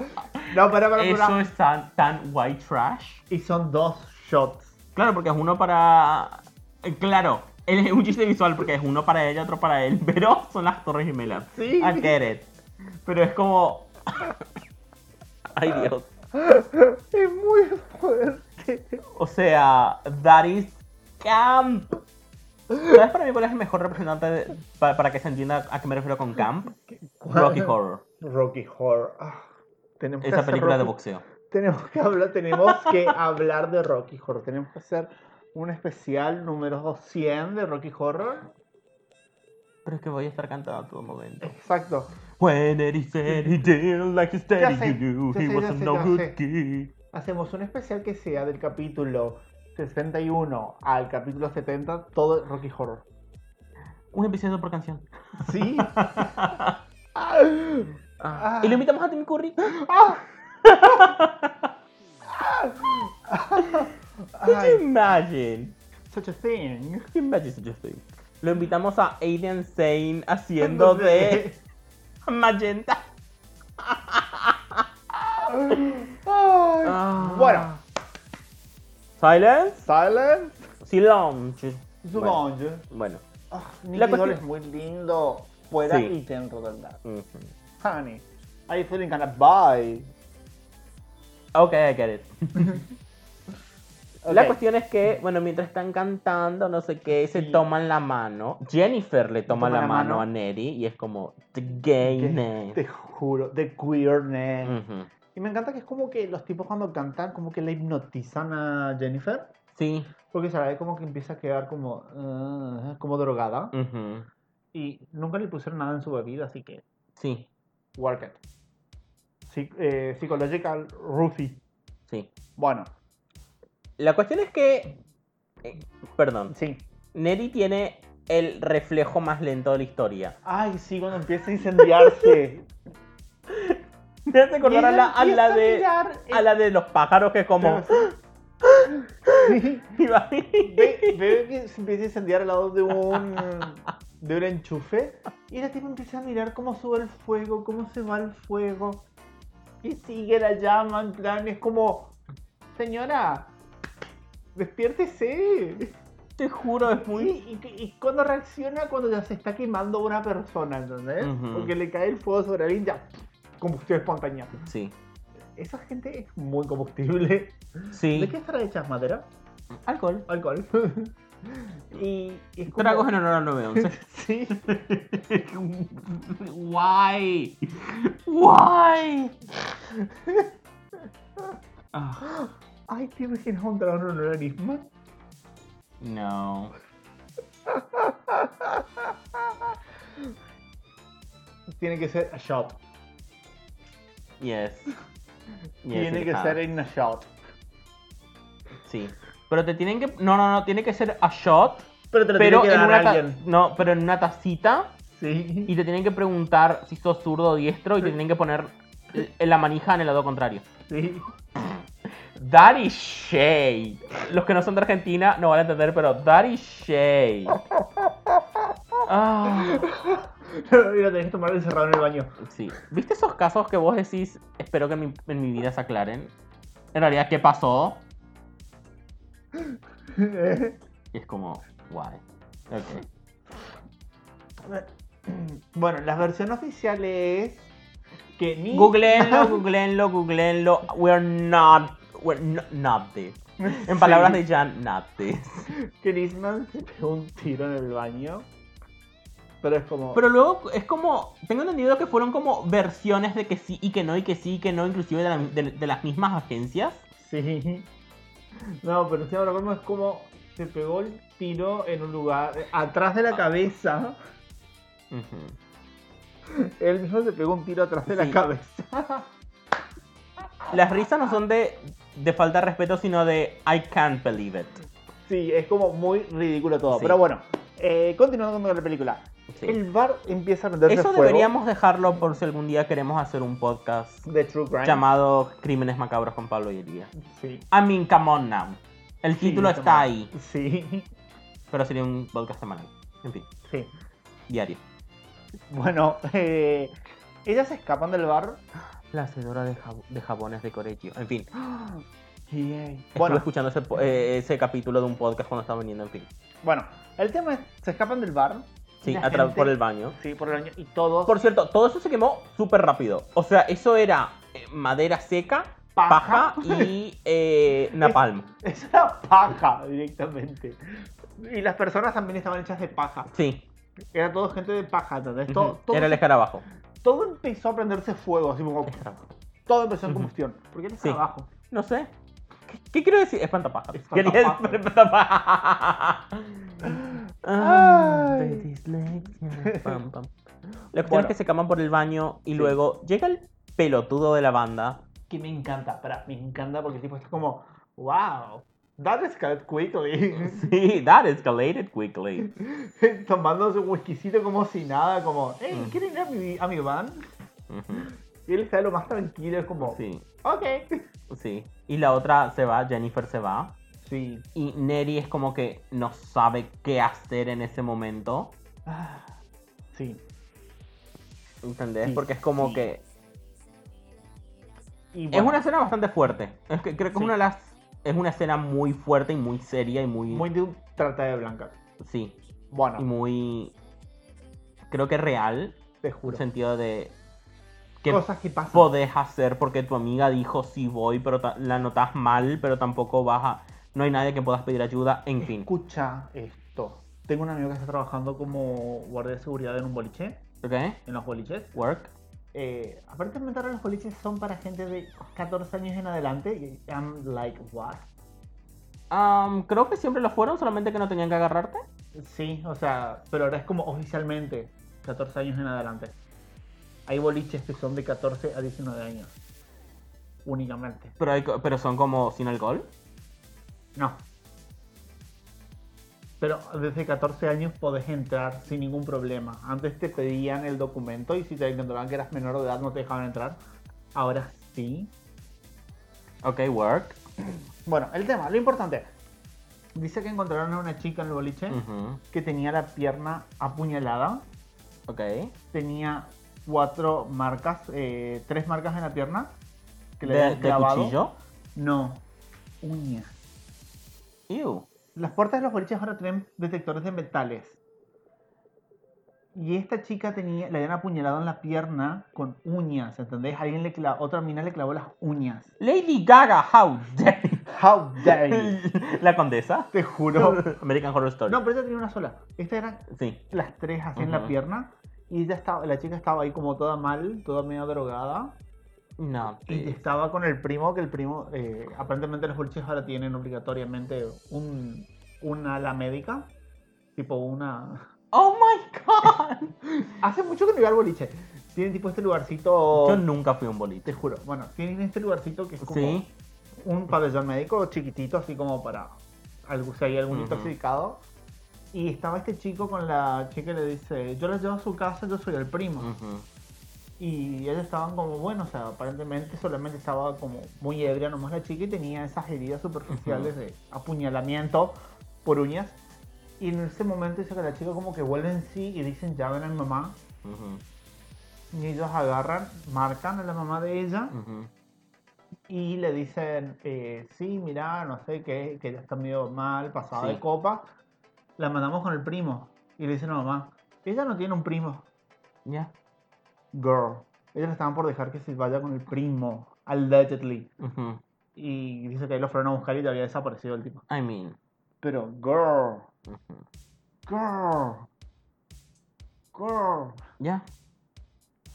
Speaker 3: No, para, para,
Speaker 1: Eso
Speaker 3: para.
Speaker 1: es tan, tan white trash.
Speaker 3: Y son dos shots.
Speaker 1: Claro, porque es uno para... eh, Claro, él es un chiste visual porque es uno para ella, otro para él. *laughs* Pero son las torres gemelas.
Speaker 3: Sí.
Speaker 1: I get it. Pero es como... Ay Dios.
Speaker 3: Es muy fuerte.
Speaker 1: O sea, that is camp. ¿Sabes para mí cuál es el mejor representante de- pa- para que se entienda a qué me refiero con camp? Rocky Horror,
Speaker 3: Rocky Horror. Ah, tenemos que
Speaker 1: esa
Speaker 3: hacer
Speaker 1: película de
Speaker 3: Rocky-
Speaker 1: boxeo.
Speaker 3: Tenemos que hablar, tenemos que hablar de Rocky Horror. Tenemos que hacer un especial número 200 de Rocky Horror.
Speaker 1: Pero es que voy a estar cantando a todo momento.
Speaker 3: Exacto.
Speaker 1: When Eddie said he did like he said
Speaker 3: Ya sé,
Speaker 1: he do,
Speaker 3: ya
Speaker 1: he
Speaker 3: sé, ya
Speaker 1: was
Speaker 3: sé,
Speaker 1: no
Speaker 3: ya
Speaker 1: good
Speaker 3: sé.
Speaker 1: kid.
Speaker 3: Hacemos un especial que sea del capítulo 61 al capítulo 70, todo Rocky Horror.
Speaker 1: Un episodio por canción. *laughs*
Speaker 3: Sí. Ah.
Speaker 1: Y lo invitamos a Tim Curry. Could you
Speaker 3: Ay,
Speaker 1: imagine?
Speaker 3: such a thing.
Speaker 1: Could you imagine such a thing? Lo invitamos a Aiden Zane
Speaker 3: *laughs*
Speaker 1: haciendo de Magenta.
Speaker 3: Ay.
Speaker 1: Ah.
Speaker 3: Bueno,
Speaker 1: Silence.
Speaker 3: Silence,
Speaker 1: Silence. Bueno,
Speaker 3: Zulange.
Speaker 1: bueno.
Speaker 3: Ah,
Speaker 1: La
Speaker 3: Nicky
Speaker 1: cuestión-
Speaker 3: Doll es muy lindo fuera
Speaker 1: Sí.
Speaker 3: y dentro del bar.
Speaker 1: ujú.
Speaker 3: Honey, are you feeling kinda bi?
Speaker 1: Ok, I get it. La
Speaker 3: Ok.
Speaker 1: cuestión es que, bueno, mientras están cantando, no sé qué, se
Speaker 3: Sí.
Speaker 1: toman la mano. Jennifer le toma, la, mano, a Neri y es como, the gayness.
Speaker 3: Te juro, the queerness.
Speaker 1: Ujú.
Speaker 3: Y me encanta que es como que los tipos cuando cantan como que le hipnotizan a Jennifer.
Speaker 1: Sí.
Speaker 3: Porque se la ve como que empieza a quedar como, ah, como drogada.
Speaker 1: Mm. ujú.
Speaker 3: Y nunca le pusieron nada en su bebida, así que
Speaker 1: Sí,
Speaker 3: work it. Psi- eh, psychological Ruthie.
Speaker 1: sí.
Speaker 3: Bueno,
Speaker 1: La cuestión es que, eh, perdón,
Speaker 3: sí.
Speaker 1: Neri tiene el reflejo más lento de la
Speaker 3: *laughs*
Speaker 1: historia.
Speaker 3: Ay, sí, cuando empieza
Speaker 1: *laughs*
Speaker 3: a incendiarse.
Speaker 1: Me hace acordar a la, a la de, a la de los pájaros que es
Speaker 3: *laughs*
Speaker 1: como... *laughs*
Speaker 3: Sí,
Speaker 1: y va-
Speaker 3: ve, ve que se empieza a incendiar al lado de un, de un enchufe y la tipa empieza a mirar cómo sube el fuego, cómo se va el fuego y sigue la llama, en plan, es como, señora, despiértese.
Speaker 1: "Ah, Te juro, es
Speaker 3: Sí,
Speaker 1: muy...
Speaker 3: y, que- y cuando reacciona cuando ya se está quemando una persona, ¿entendés?
Speaker 1: Ujú.
Speaker 3: Porque le cae el fuego sobre alguien ya, combustión espontánea.
Speaker 1: Sí.
Speaker 3: Esa gente es muy combustible. ¿De
Speaker 1: Sí.
Speaker 3: qué estará hecha madera?
Speaker 1: Alcohol.
Speaker 3: *laughs* alcohol. y es como-
Speaker 1: Tragos en honor al 911.
Speaker 3: *laughs* Sí.
Speaker 1: *laughs* Why? Why? Ah,
Speaker 3: Ay, ¿te imaginas un dragón en un organismo?
Speaker 1: no.
Speaker 3: Tiene que ser a shot.
Speaker 1: Yes. Yes,
Speaker 3: Tiene
Speaker 1: it
Speaker 3: que
Speaker 1: has.
Speaker 3: ser en a shot.
Speaker 1: Sí. Pero te tienen que. No, no, no. Tiene que ser a shot.
Speaker 3: Pero te lo
Speaker 1: Pero
Speaker 3: tiene
Speaker 1: en,
Speaker 3: que
Speaker 1: una
Speaker 3: dar
Speaker 1: ta-
Speaker 3: alguien.
Speaker 1: no, pero en una tacita.
Speaker 3: Sí.
Speaker 1: Y te tienen que preguntar si sos zurdo o diestro. Y te tienen que poner l- la manija en el lado contrario.
Speaker 3: sí. *laughs*
Speaker 1: That is shade. Los que no son de Argentina no van a entender, pero that is shade. Ah.
Speaker 3: y lo tenés que tomar encerrado en el baño.
Speaker 1: Sí. ¿Viste esos casos que vos decís, espero que en mi, en mi vida se aclaren? En realidad, ¿qué pasó? Y es como, guay. Ok.
Speaker 3: bueno, la versión oficial es
Speaker 4: que ni...
Speaker 3: *laughs*
Speaker 1: Googleenlo, googleenlo, googleenlo. We're not. We're no- not this. En palabras de Jan, not this.
Speaker 3: Chrisman se *laughs* pegó un tiro en el baño. Pero es como.
Speaker 1: Pero luego es como. Tengo entendido que fueron como versiones de que sí y que no, y que sí y que no, inclusive de, la- de- de las mismas agencias.
Speaker 4: Sí. No, pero si ahora vemos es como se pegó el tiro en un lugar, eh, atrás
Speaker 1: Ah.
Speaker 4: de la cabeza.
Speaker 3: Él mismo se pegó un tiro atrás de la
Speaker 1: Sí.
Speaker 3: cabeza.
Speaker 1: Las risas no son de, de falta de respeto, sino de I can't believe it.
Speaker 3: Sí, es como muy ridículo todo.
Speaker 1: Sí.
Speaker 3: Pero bueno, eh, continuando con la película.
Speaker 1: Sí.
Speaker 3: El bar empieza a prenderse
Speaker 1: Eso
Speaker 3: fuego
Speaker 1: deberíamos dejarlo por si algún día queremos hacer un podcast
Speaker 3: de True Crime.
Speaker 1: llamado Crímenes Macabros con Pablo y Elías.
Speaker 3: Sí.
Speaker 1: I mean, come on now. El
Speaker 4: Sí,
Speaker 1: título
Speaker 4: come
Speaker 1: está
Speaker 4: on.
Speaker 1: ahí,
Speaker 3: Sí.
Speaker 1: pero sería un podcast semanal. En fin,
Speaker 3: Sí.
Speaker 1: diario.
Speaker 3: Bueno, eh, ellas escapan del bar.
Speaker 1: La hacedora de, jab- de jabones de Corello. En fin, estuve
Speaker 3: Bueno,
Speaker 1: escuchando ese, po- eh, ese capítulo de un podcast cuando estaba viniendo, en fin.
Speaker 3: bueno, el tema es, se escapan del bar.
Speaker 1: Sí,
Speaker 3: La
Speaker 1: a
Speaker 3: gente-
Speaker 1: través por el baño.
Speaker 3: Sí, por el año. Y todos.
Speaker 1: Por cierto, todo eso se quemó súper rápido. O sea, eso era eh, madera seca, paja,
Speaker 3: Paja. *laughs*
Speaker 1: y eh, napalm.
Speaker 3: Es una paja directamente. Y las personas también estaban hechas de paja.
Speaker 1: Sí,
Speaker 3: Era todo gente de paja, ¿entendés?
Speaker 1: ujú,
Speaker 3: Todo, todo,
Speaker 1: era el escarabajo.
Speaker 3: todo empezó a prenderse fuego, así como
Speaker 1: Escarabajo.
Speaker 3: todo empezó en
Speaker 1: Ujú.
Speaker 3: combustión. Porque él
Speaker 1: Sí.
Speaker 3: está abajo.
Speaker 1: No sé. ¿Qué, qué quiero decir? Espantapaja.
Speaker 3: Espantapájaros.
Speaker 1: Quería decir espantapaja.
Speaker 3: *laughs* Ay. *laughs*
Speaker 1: La cuestión
Speaker 3: Bueno.
Speaker 1: es que se caman por el baño y luego llega el pelotudo de la banda. *laughs*
Speaker 4: Que me encanta, para, me encanta porque el tipo está como...
Speaker 3: Como, wow, that escaled quickly.
Speaker 1: Sí, that escalated quickly.
Speaker 4: *laughs*
Speaker 3: *laughs* Tomándose un whiskycito como si nada, como, hey,
Speaker 1: Mm.
Speaker 3: ¿quieren ir a mi, a mi van?
Speaker 1: Ujú,
Speaker 3: Y él está de lo más tranquilo, es como,
Speaker 1: Sí,
Speaker 3: ok.
Speaker 1: sí. Y la otra se va, Jennifer se va.
Speaker 3: Sí.
Speaker 1: Y Neri es como que no sabe qué hacer en ese momento.
Speaker 3: Ah, Sí.
Speaker 1: ¿Entendés?
Speaker 3: Sí,
Speaker 1: Porque es como
Speaker 3: sí.
Speaker 1: que
Speaker 3: Y
Speaker 1: Es
Speaker 3: bueno,
Speaker 1: una escena bastante fuerte. Es que creo que es
Speaker 3: Sí.
Speaker 1: una de las. Es una escena muy fuerte y muy seria y muy.
Speaker 3: muy Ah. de un trata de blancas.
Speaker 1: Sí.
Speaker 3: Bueno,
Speaker 1: Y muy. Creo que real.
Speaker 3: te
Speaker 1: En el
Speaker 3: juro.
Speaker 1: sentido de. Que
Speaker 3: Cosas que pasan.
Speaker 1: podés hacer porque tu amiga dijo sí voy, pero ta- la notas mal, pero tampoco vas a. No hay nadie que puedas pedir ayuda, en fin.
Speaker 3: Escucha esto. Tengo un amigo que está trabajando como guardia de seguridad en un boliche,
Speaker 1: ¿Ok?
Speaker 3: en los boliches.
Speaker 1: Work.
Speaker 3: Eh, aparentemente ahora los boliches son para gente de 14 años en adelante. Y I'm like, what?
Speaker 1: Am, creo que siempre lo fueron, solamente que no tenían que agarrarte.
Speaker 3: Sí, o sea, pero ahora es como oficialmente 14 años en adelante. Hay boliches que son de 14 a 19 años. Únicamente.
Speaker 1: Pero, hay co- pero son como sin alcohol.
Speaker 3: No. Pero desde 14 años podés entrar sin ningún problema. Antes te pedían el documento y si te encontraban que eras menor de edad no te dejaban entrar. Ahora sí.
Speaker 1: Ok, work.
Speaker 3: Bueno, el tema, lo importante. Dice que encontraron a una chica en el boliche
Speaker 1: Ujú,
Speaker 3: que tenía la pierna apuñalada.
Speaker 1: Ok.
Speaker 3: Tenía cuatro marcas, eh, tres marcas en la pierna. Que le
Speaker 1: De-
Speaker 3: habían
Speaker 1: de
Speaker 3: clavado.
Speaker 1: cuchillo.
Speaker 3: No, uñas.
Speaker 1: Ew.
Speaker 3: Las puertas de los boliches ahora tienen detectores de metales. Y esta chica tenía, le habían apuñalado en la pierna con uñas, ¿entendés? Alguien le clavó, otra mina le clavó las uñas.
Speaker 1: Lady Gaga, how dare you.
Speaker 3: How dare you?
Speaker 1: *laughs* La condesa.
Speaker 3: Te *laughs* juro.
Speaker 2: *laughs*
Speaker 1: American Horror Story.
Speaker 3: No, pero ella tenía una sola. Estas eran
Speaker 1: Sí.
Speaker 3: las tres así en la
Speaker 1: Ujú.
Speaker 3: pierna. Y ella estaba, la chica estaba ahí como toda mal, toda medio drogada.
Speaker 1: No.
Speaker 3: Y
Speaker 1: eh,
Speaker 3: estaba con el primo, que el primo, eh, aparentemente los boliches ahora tienen obligatoriamente un, un ala médica. Tipo una, *laughs*
Speaker 1: Oh my god.
Speaker 3: Hace mucho que no iba al boliche. Tienen tipo este
Speaker 1: Yo
Speaker 3: lugarcito.
Speaker 1: nunca fui a un
Speaker 3: Te
Speaker 1: boliche.
Speaker 3: juro. Bueno, tienen este lugarcito que es como
Speaker 1: Sí.
Speaker 3: un pabellón médico chiquitito, así como para algo, si hay algún
Speaker 1: Ujú.
Speaker 3: intoxicado. Y estaba este chico con la chica y le dice, yo la llevo a su casa, yo soy el primo.
Speaker 1: Ujú.
Speaker 3: Y ellos estaban como, bueno, o sea, aparentemente solamente estaba como muy ebria nomás la chica y tenía esas heridas superficiales de apuñalamiento por uñas. Y en ese momento dice que la chica como que vuelve en sí y dicen, ya ven a mi mamá,
Speaker 1: Ujú.
Speaker 3: Y ellos agarran, marcan a la mamá de ella
Speaker 1: Ujú.
Speaker 3: y le dicen, eh, sí, mirá, no sé qué, que ella está medio mal, pasada
Speaker 1: Sí.
Speaker 3: de copa. La mandamos con el primo. Y le dicen a mamá, ella no tiene un primo.
Speaker 1: Ya.
Speaker 3: Girl. ellos le estaban por dejar que se vaya con el primo, allegedly.
Speaker 1: Ujú.
Speaker 3: Y dice que ahí lo fueron a buscar y ya había desaparecido el tipo.
Speaker 1: I mean.
Speaker 3: Pero, girl,
Speaker 1: ujú.
Speaker 3: girl, girl.
Speaker 1: Ya.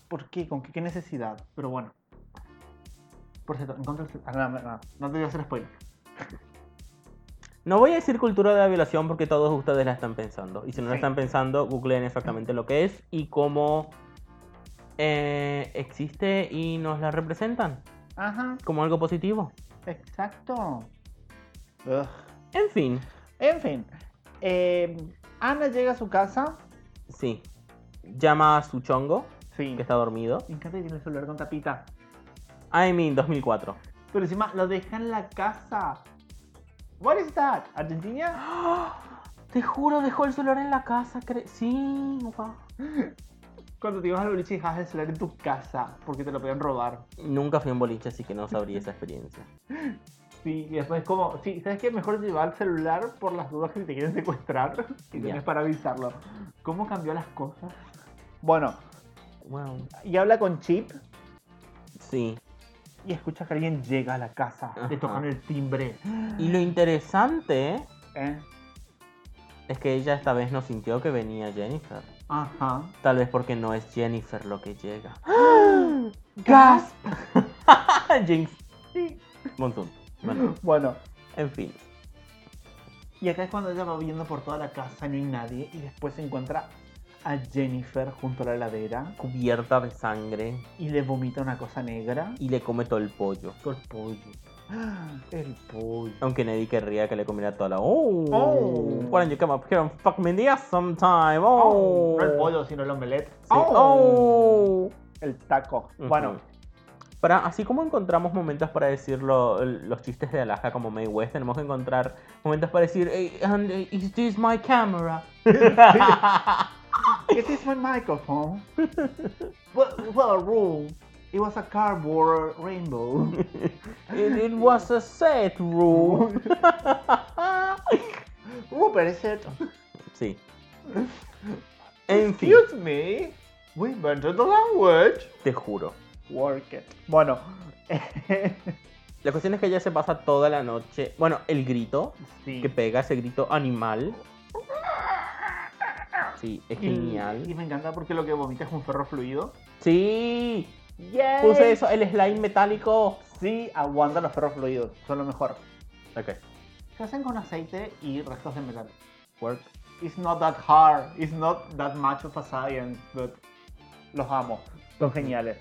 Speaker 3: ¿Por qué? ¿Con qué, qué necesidad? Pero bueno. Por cierto, encontré el... ah, no, no, no, no te voy a hacer spoiler.
Speaker 1: No voy a decir cultura de la violación porque todos ustedes la están pensando. Y si no la
Speaker 3: Sí.
Speaker 1: están pensando, googleen exactamente lo que es y cómo eh, existe y nos la representan
Speaker 3: Ajá,
Speaker 1: como algo positivo.
Speaker 3: exacto. Ugh.
Speaker 1: En fin,
Speaker 3: En fin, eh, Ana llega a su casa.
Speaker 1: sí. Llama a su chongo,
Speaker 3: Sí.
Speaker 1: que está dormido.
Speaker 3: Me encanta que tiene el celular con tapita.
Speaker 1: I mean, 2004.
Speaker 3: Pero encima lo deja en la casa. What is that? ¿Argentina?
Speaker 1: *gasps* Te juro, dejó el celular en la casa. cre- Sí, guau.
Speaker 3: Cuando te ibas al boliche dejas el celular en tu casa porque te lo podían robar.
Speaker 1: Nunca fui en boliche, así que no sabría esa experiencia.
Speaker 3: Sí, y después es como, sí, ¿sabes qué? Mejor llevar el celular por las dudas que te quieren secuestrar y
Speaker 1: Ya.
Speaker 3: tienes para avisarlo. ¿Cómo cambió las cosas? Bueno,
Speaker 1: Wow.
Speaker 3: y habla con Chip
Speaker 1: Sí.
Speaker 3: y escucha que alguien llega a la casa.
Speaker 1: Ajá.
Speaker 3: Le tocan el timbre.
Speaker 1: Y lo interesante
Speaker 3: ¿Eh?
Speaker 1: es que ella esta vez no sintió que venía Jennifer.
Speaker 3: Ajá.
Speaker 1: Tal vez porque no es Jennifer lo que llega.
Speaker 3: ¡Gas! *laughs*
Speaker 1: Jinx.
Speaker 3: Sí.
Speaker 1: Monsoon. Bueno,
Speaker 3: Bueno,
Speaker 1: en fin.
Speaker 3: Y acá es cuando ella va viendo por toda la casa, no hay nadie, y después se encuentra a Jennifer junto a la heladera
Speaker 1: Cubierta de sangre
Speaker 3: y le vomita una cosa negra.
Speaker 1: y le come todo el pollo.
Speaker 3: El pollo. ¡Ah! El pollo.
Speaker 1: Aunque Neddy querría que le comiera toda la. Oh,
Speaker 3: Oh.
Speaker 1: Why don't you come up here and fuck me in the ass sometime?
Speaker 3: Oh,
Speaker 1: Oh.
Speaker 3: No el pollo, sino el omelette.
Speaker 1: Sí. Oh.
Speaker 5: El taco.
Speaker 1: Ujú.
Speaker 5: Bueno,
Speaker 1: Para, así como encontramos momentos para decir lo- los chistes de Alaska como May West, tenemos que encontrar momentos para decir, "Hey, and, eh, is this my camera? *laughs*
Speaker 3: It is my
Speaker 1: *laughs*
Speaker 3: microphone. well, well, room. It was a cardboard
Speaker 1: *laughs*
Speaker 3: rainbow.
Speaker 1: It, it was a set room.
Speaker 3: Rupert, is it?
Speaker 1: *laughs* sí. En fin,
Speaker 3: Excuse me. We invented the language.
Speaker 1: te juro.
Speaker 3: Work it. Bueno. *laughs*
Speaker 1: La cuestión es que ella se pasa toda la noche. Bueno, el grito
Speaker 3: sí.
Speaker 1: que pega, ese grito animal. Sí, es
Speaker 3: Y- Y,
Speaker 1: genial.
Speaker 3: me encanta porque lo que vomita es un ferro fluido.
Speaker 1: Sí,
Speaker 5: ¡yay!
Speaker 1: puse eso, el slime metálico.
Speaker 3: Sí, aguanta los ferros fluidos, son lo mejor.
Speaker 1: Ok,
Speaker 3: Se hacen con aceite y restos de metal.
Speaker 1: work.
Speaker 3: It's not that hard, it's not that much of a science, but los amo.
Speaker 5: Son geniales.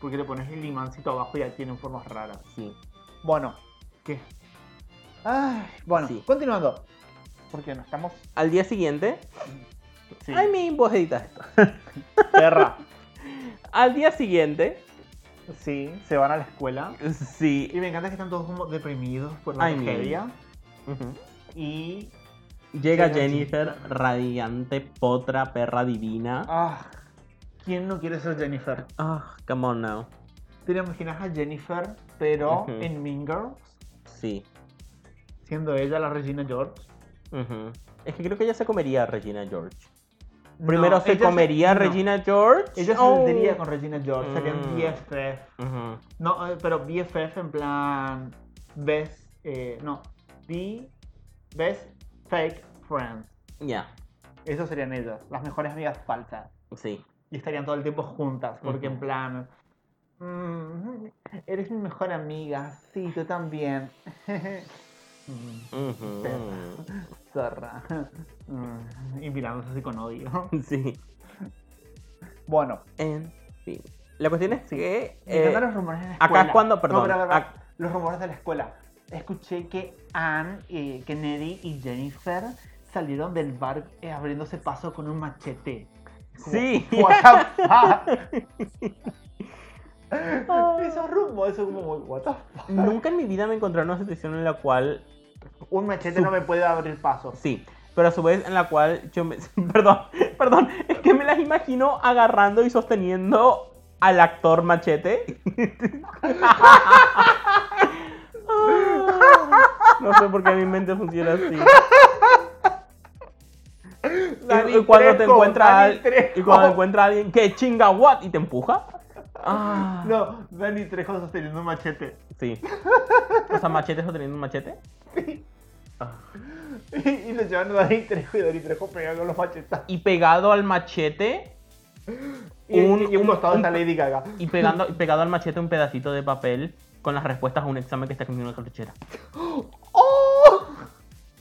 Speaker 3: Porque le pones el limancito abajo y ya tienen formas raras.
Speaker 1: Sí.
Speaker 3: Bueno, ¿qué? Ay, bueno,
Speaker 1: Sí.
Speaker 3: continuando. Porque no estamos.
Speaker 1: Al día siguiente,
Speaker 3: Sí.
Speaker 1: I mean, vos editas esto.
Speaker 3: *laughs* perra.
Speaker 1: Al día siguiente,
Speaker 3: Sí, se van a la escuela. Y
Speaker 1: sí.
Speaker 3: me encanta que están todos como deprimidos por
Speaker 1: I
Speaker 3: la
Speaker 1: mean.
Speaker 3: tragedia.
Speaker 1: Ujú.
Speaker 3: Y.
Speaker 1: Llega
Speaker 3: Llega
Speaker 1: Jennifer,
Speaker 3: Jennifer.
Speaker 1: radiante, potra, perra divina.
Speaker 3: Ah, ¿quién no quiere ser Jennifer?
Speaker 1: Ah, come on now.
Speaker 3: ¿Te la imaginas a Jennifer, pero
Speaker 1: Ujú.
Speaker 3: en Mean Girls?
Speaker 1: Sí.
Speaker 3: Siendo ella la Regina George.
Speaker 1: Ujú. Es que creo que ella se comería a Regina George.
Speaker 3: No,
Speaker 1: Primero se
Speaker 3: ella se-
Speaker 1: comería a
Speaker 3: no.
Speaker 1: Regina George.
Speaker 3: Ella
Speaker 1: Oh.
Speaker 3: saldría con Regina George,
Speaker 1: Mm.
Speaker 3: serían BFF.
Speaker 1: Ujú.
Speaker 3: No, eh, pero BFF en plan. Best. eh, no, The Best Fake Friends.
Speaker 1: Ya,
Speaker 3: Eso serían ellas, las mejores amigas falsas.
Speaker 1: sí.
Speaker 3: Y estarían todo el tiempo juntas, porque
Speaker 1: Ujú.
Speaker 3: en plan. "Mm, eres mi mejor amiga, sí, tú también. *laughs* Mm.
Speaker 1: Ujú.
Speaker 3: Zorra. Mm, Y mirándose así con odio.
Speaker 1: Sí.
Speaker 3: Bueno,
Speaker 1: En fin. La cuestión es
Speaker 3: Sí.
Speaker 1: que.
Speaker 3: me
Speaker 1: eh,
Speaker 3: encantan los rumores de la
Speaker 1: acá
Speaker 3: escuela.
Speaker 1: es cuando-
Speaker 3: No,
Speaker 1: perdón,
Speaker 3: pero, pero, pero,
Speaker 1: ac-
Speaker 3: los rumores de la escuela. Escuché que Anne, eh, que Neddy y Jennifer salieron del bar eh, abriéndose paso con un machete. Como,
Speaker 1: sí.
Speaker 3: What the fuck? Esos rumores son como, what the
Speaker 1: *laughs*
Speaker 3: fuck?
Speaker 1: Nunca en mi vida me encontré en una situación en la cual
Speaker 3: Un machete no me puede abrir paso.
Speaker 1: Sí, pero a su vez en la cual yo me... *laughs* Perdón, perdón, es que me las imagino agarrando y sosteniendo al actor machete.
Speaker 3: *laughs*
Speaker 1: Ah, no sé por qué mi mente funciona así. Y, y cuando te encuentra
Speaker 3: encuentras
Speaker 1: al- y cuando encuentra a alguien que chinga what y te empuja. Ah,
Speaker 3: No, Dani Trejo sosteniendo un machete.
Speaker 1: sí. O sea, machete sosteniendo un machete. Ah.
Speaker 3: Y, y lo llevan a Dani Trejo y Dani Trejo pegando los machetas.
Speaker 1: Y pegado al machete
Speaker 3: Y,
Speaker 1: Un-
Speaker 3: y, y un
Speaker 1: un-
Speaker 3: costado
Speaker 1: un-
Speaker 3: está Lady Gaga.
Speaker 1: y pegando y pegado al machete un pedacito de papel con las respuestas a un examen que está escribiendo en una
Speaker 3: *gasps*
Speaker 1: cartuchera.
Speaker 3: ¡Oh!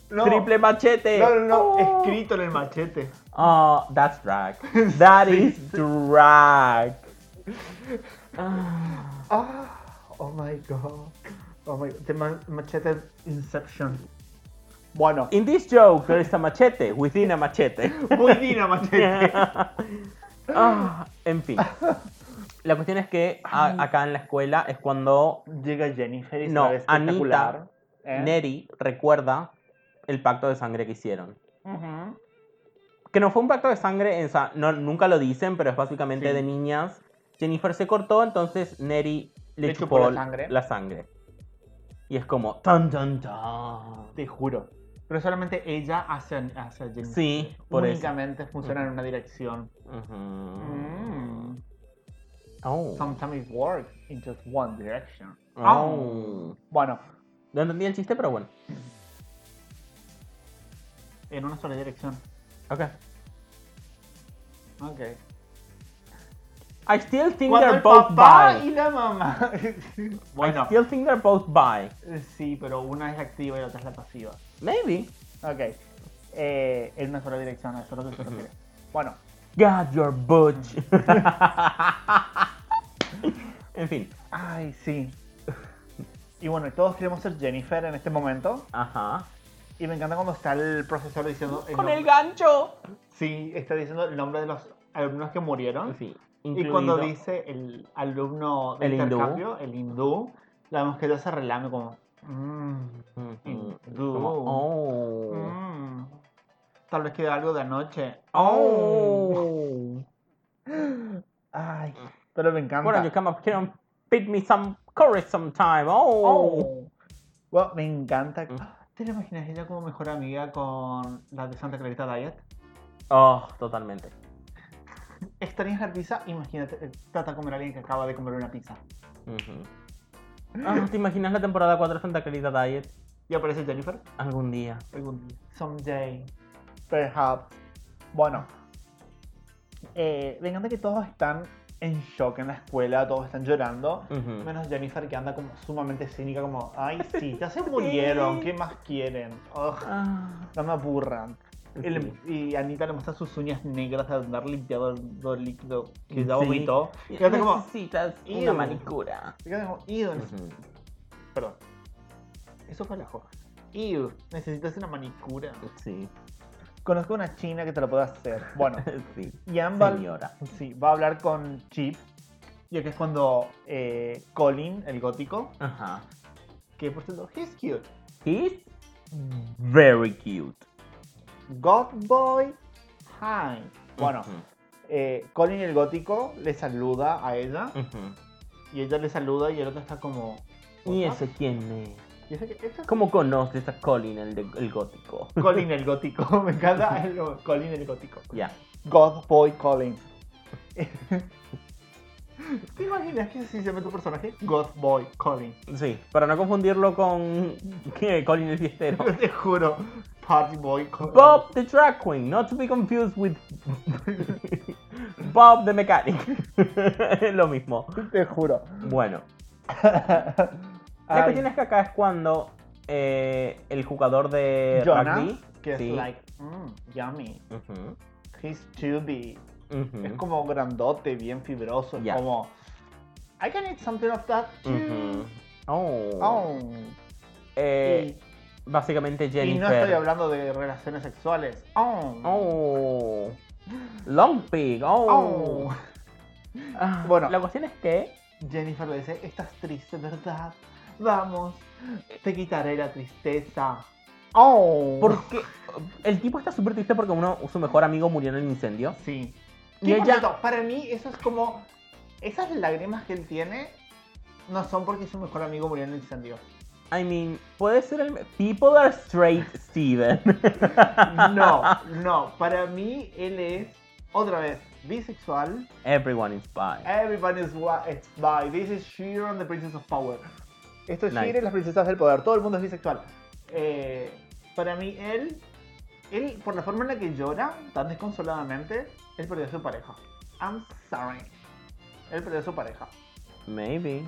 Speaker 3: No,
Speaker 1: Triple machete.
Speaker 3: No, no, no,
Speaker 1: Oh.
Speaker 3: escrito en el machete.
Speaker 1: Oh, that's drag. That is drag. Ah,
Speaker 3: Ah, oh my god. Oh my god. The man- machete Inception. Bueno,
Speaker 1: In this joke, there is a machete within a
Speaker 3: *laughs*
Speaker 1: machete.
Speaker 3: muy
Speaker 4: *laughs*
Speaker 3: dina machete.
Speaker 1: Ah, en fin. La cuestión es que a- acá en la escuela es cuando
Speaker 3: Llega Jennifer y
Speaker 1: No,
Speaker 3: se ve espectacular. ¿eh?
Speaker 1: Neri recuerda el pacto de sangre que hicieron.
Speaker 3: Ujú.
Speaker 1: Que no fue un pacto de sangre, o sea, no- nunca lo dicen, pero es básicamente
Speaker 3: Sí.
Speaker 1: de niñas. Jennifer se cortó, entonces Neri le,
Speaker 3: Le
Speaker 1: chupó,
Speaker 3: chupó la sangre.
Speaker 1: la sangre. Y es como... Tan, tan, tan.
Speaker 3: Te juro.
Speaker 4: Pero solamente ella hace, hace a Jennifer.
Speaker 1: Sí, por eso.
Speaker 4: Únicamente funciona en una dirección.
Speaker 1: Ujú.
Speaker 4: Mm.
Speaker 1: Oh.
Speaker 4: Sometimes it works in just one direction.
Speaker 1: Oh.
Speaker 4: Bueno,
Speaker 1: No entendí el chiste, pero bueno.
Speaker 4: en una sola dirección.
Speaker 1: Ok.
Speaker 4: Ok.
Speaker 1: I still think
Speaker 4: Cuando
Speaker 1: they're
Speaker 4: el
Speaker 1: both
Speaker 4: papá
Speaker 1: bi.
Speaker 4: y la mamá. *laughs*
Speaker 1: I
Speaker 4: bueno,
Speaker 1: still think they're both bi.
Speaker 4: sí, pero una es activa y la otra es la pasiva.
Speaker 1: Maybe.
Speaker 4: Ok. Eh, en una sola dirección, a eso es lo que se refiere. Bueno,
Speaker 1: God, your butch. en fin.
Speaker 4: ay, sí. Y bueno, todos queremos ser Jennifer en este momento.
Speaker 1: Ajá.
Speaker 4: Y me encanta cuando está el profesor diciendo.
Speaker 1: Con el
Speaker 4: nombre-
Speaker 1: gancho.
Speaker 4: Sí, está diciendo el nombre de los alumnos que murieron.
Speaker 1: Sí.
Speaker 4: Y cuando dice el alumno de
Speaker 1: El hindú.
Speaker 4: intercambio, el hindú, la mujer ya se relame como. "Mm,
Speaker 1: Ujú.
Speaker 4: hindú.
Speaker 1: Como, oh.
Speaker 4: mm, Tal vez queda algo de anoche.
Speaker 1: Oh.
Speaker 4: Ay, pero me encanta.
Speaker 1: Why don't you come up here and feed me some curry sometime? Oh.
Speaker 4: Oh. Bueno, me encanta.
Speaker 1: Mm.
Speaker 4: ¿Te la imaginas ella como mejor amiga con la de Santa Clarita Diet?
Speaker 1: Oh, totalmente.
Speaker 4: Estaría en la pizza, imagínate, eh, trata de comer a alguien que acaba de comer una pizza.
Speaker 1: Ujú. Ah, ¿Te imaginas la temporada 4 de Santa Clarita Diet?
Speaker 4: Y aparece Jennifer
Speaker 1: Algún día.
Speaker 4: algún día. Someday.
Speaker 3: Perhaps. Bueno. Eh, me encanta que todos están en shock en la escuela, todos están llorando.
Speaker 1: Ujú.
Speaker 3: Menos Jennifer que anda como sumamente cínica, como,
Speaker 1: *laughs*
Speaker 3: ay sí, ya se murieron, ¿qué más quieren? Ugh,
Speaker 1: Ah,
Speaker 3: no me aburran. Y le-
Speaker 1: sí.
Speaker 3: y Anita le muestra sus uñas negras de andar limpiado el, todo el líquido que ya
Speaker 1: Sí.
Speaker 3: vomitó. Y ella
Speaker 1: *laughs*
Speaker 3: está como,
Speaker 1: Necesitas una
Speaker 3: Ew.
Speaker 1: manicura.
Speaker 3: y ella como, "Ew,
Speaker 1: Ujú.
Speaker 3: perdón. Eso fue ajo. Ew, necesitas una manicura.
Speaker 1: Sí,
Speaker 3: Conozco una china que te lo puede hacer.
Speaker 1: *laughs*
Speaker 3: Bueno,
Speaker 1: sí.
Speaker 3: y Ambal
Speaker 1: Señora.
Speaker 3: Sí, va a hablar con Chip. Y aquí es cuando eh, Colin, el gótico,
Speaker 1: Ajá.
Speaker 3: que por cierto, he's cute.
Speaker 1: He's Mm. very cute.
Speaker 3: God boy, hi. Bueno,
Speaker 1: Ujú,
Speaker 3: eh, Colin, el gótico, le saluda a ella.
Speaker 1: ujú.
Speaker 3: Y ella le saluda y el otro está como...
Speaker 1: ¿Y ese quién es?
Speaker 3: ¿Y ese qué? Ese es
Speaker 1: ¿Cómo conoces a Colin, el, de- el gótico?
Speaker 3: Colin, el gótico. *laughs* Me encanta el- Colin, el gótico.
Speaker 1: Ya.
Speaker 3: God boy Colin. *laughs* ¿Te imaginas que así se llama tu personaje? God boy Colin.
Speaker 1: Sí, para no confundirlo con *laughs* ¿qué? Colin el fiestero.
Speaker 3: Te juro. Party boy Colin.
Speaker 1: Bob the drag queen, not to be confused with *laughs* Bob the mechanic. *laughs* Lo mismo.
Speaker 3: Te *laughs* juro.
Speaker 1: Bueno, la
Speaker 3: Ay.
Speaker 1: cuestión es que acá es cuando eh, el jugador de eh,
Speaker 3: Jonah,
Speaker 1: rugby,
Speaker 3: que
Speaker 1: sí,
Speaker 3: es like, mm, yummy,
Speaker 1: ujú,
Speaker 3: he's chubby,
Speaker 1: ujú,
Speaker 3: es como grandote, bien fibroso, es
Speaker 1: Yeah.
Speaker 3: como, I can eat something of that too.
Speaker 1: ujú. Oh.
Speaker 3: Oh.
Speaker 1: Eh, básicamente
Speaker 3: Y, y
Speaker 1: Jennifer.
Speaker 3: no estoy hablando de relaciones sexuales. Oh.
Speaker 1: Oh. Long pig. Oh.
Speaker 3: Oh.
Speaker 1: Ah,
Speaker 3: Bueno.
Speaker 1: la cuestión es que
Speaker 4: Jennifer le dice, estás triste, ¿verdad? Vamos, te quitaré la tristeza.
Speaker 3: Oh.
Speaker 1: Porque el tipo está súper triste porque uno, su mejor amigo murió en el incendio.
Speaker 4: Sí.
Speaker 1: Y
Speaker 4: Y
Speaker 1: ella.
Speaker 4: para mí eso es como,
Speaker 1: *laughs*
Speaker 4: esas lágrimas que él tiene no son porque su mejor amigo murió en el incendio.
Speaker 1: I mean, puede ser el... People are straight, Steven.
Speaker 3: *laughs* No, no. Para mí, él es, otra vez, bisexual.
Speaker 1: Everyone is bi.
Speaker 3: Everybody is wa- is bi. This is She-Ra and the Princess of Power. Esto es
Speaker 1: Nice.
Speaker 3: She-Ra y las princesas del poder. Todo el mundo es bisexual. Eh, para mí, él, él, por la forma en la que llora, tan desconsoladamente, él perdió a su pareja. I'm sorry. Él perdió a su pareja.
Speaker 1: Maybe.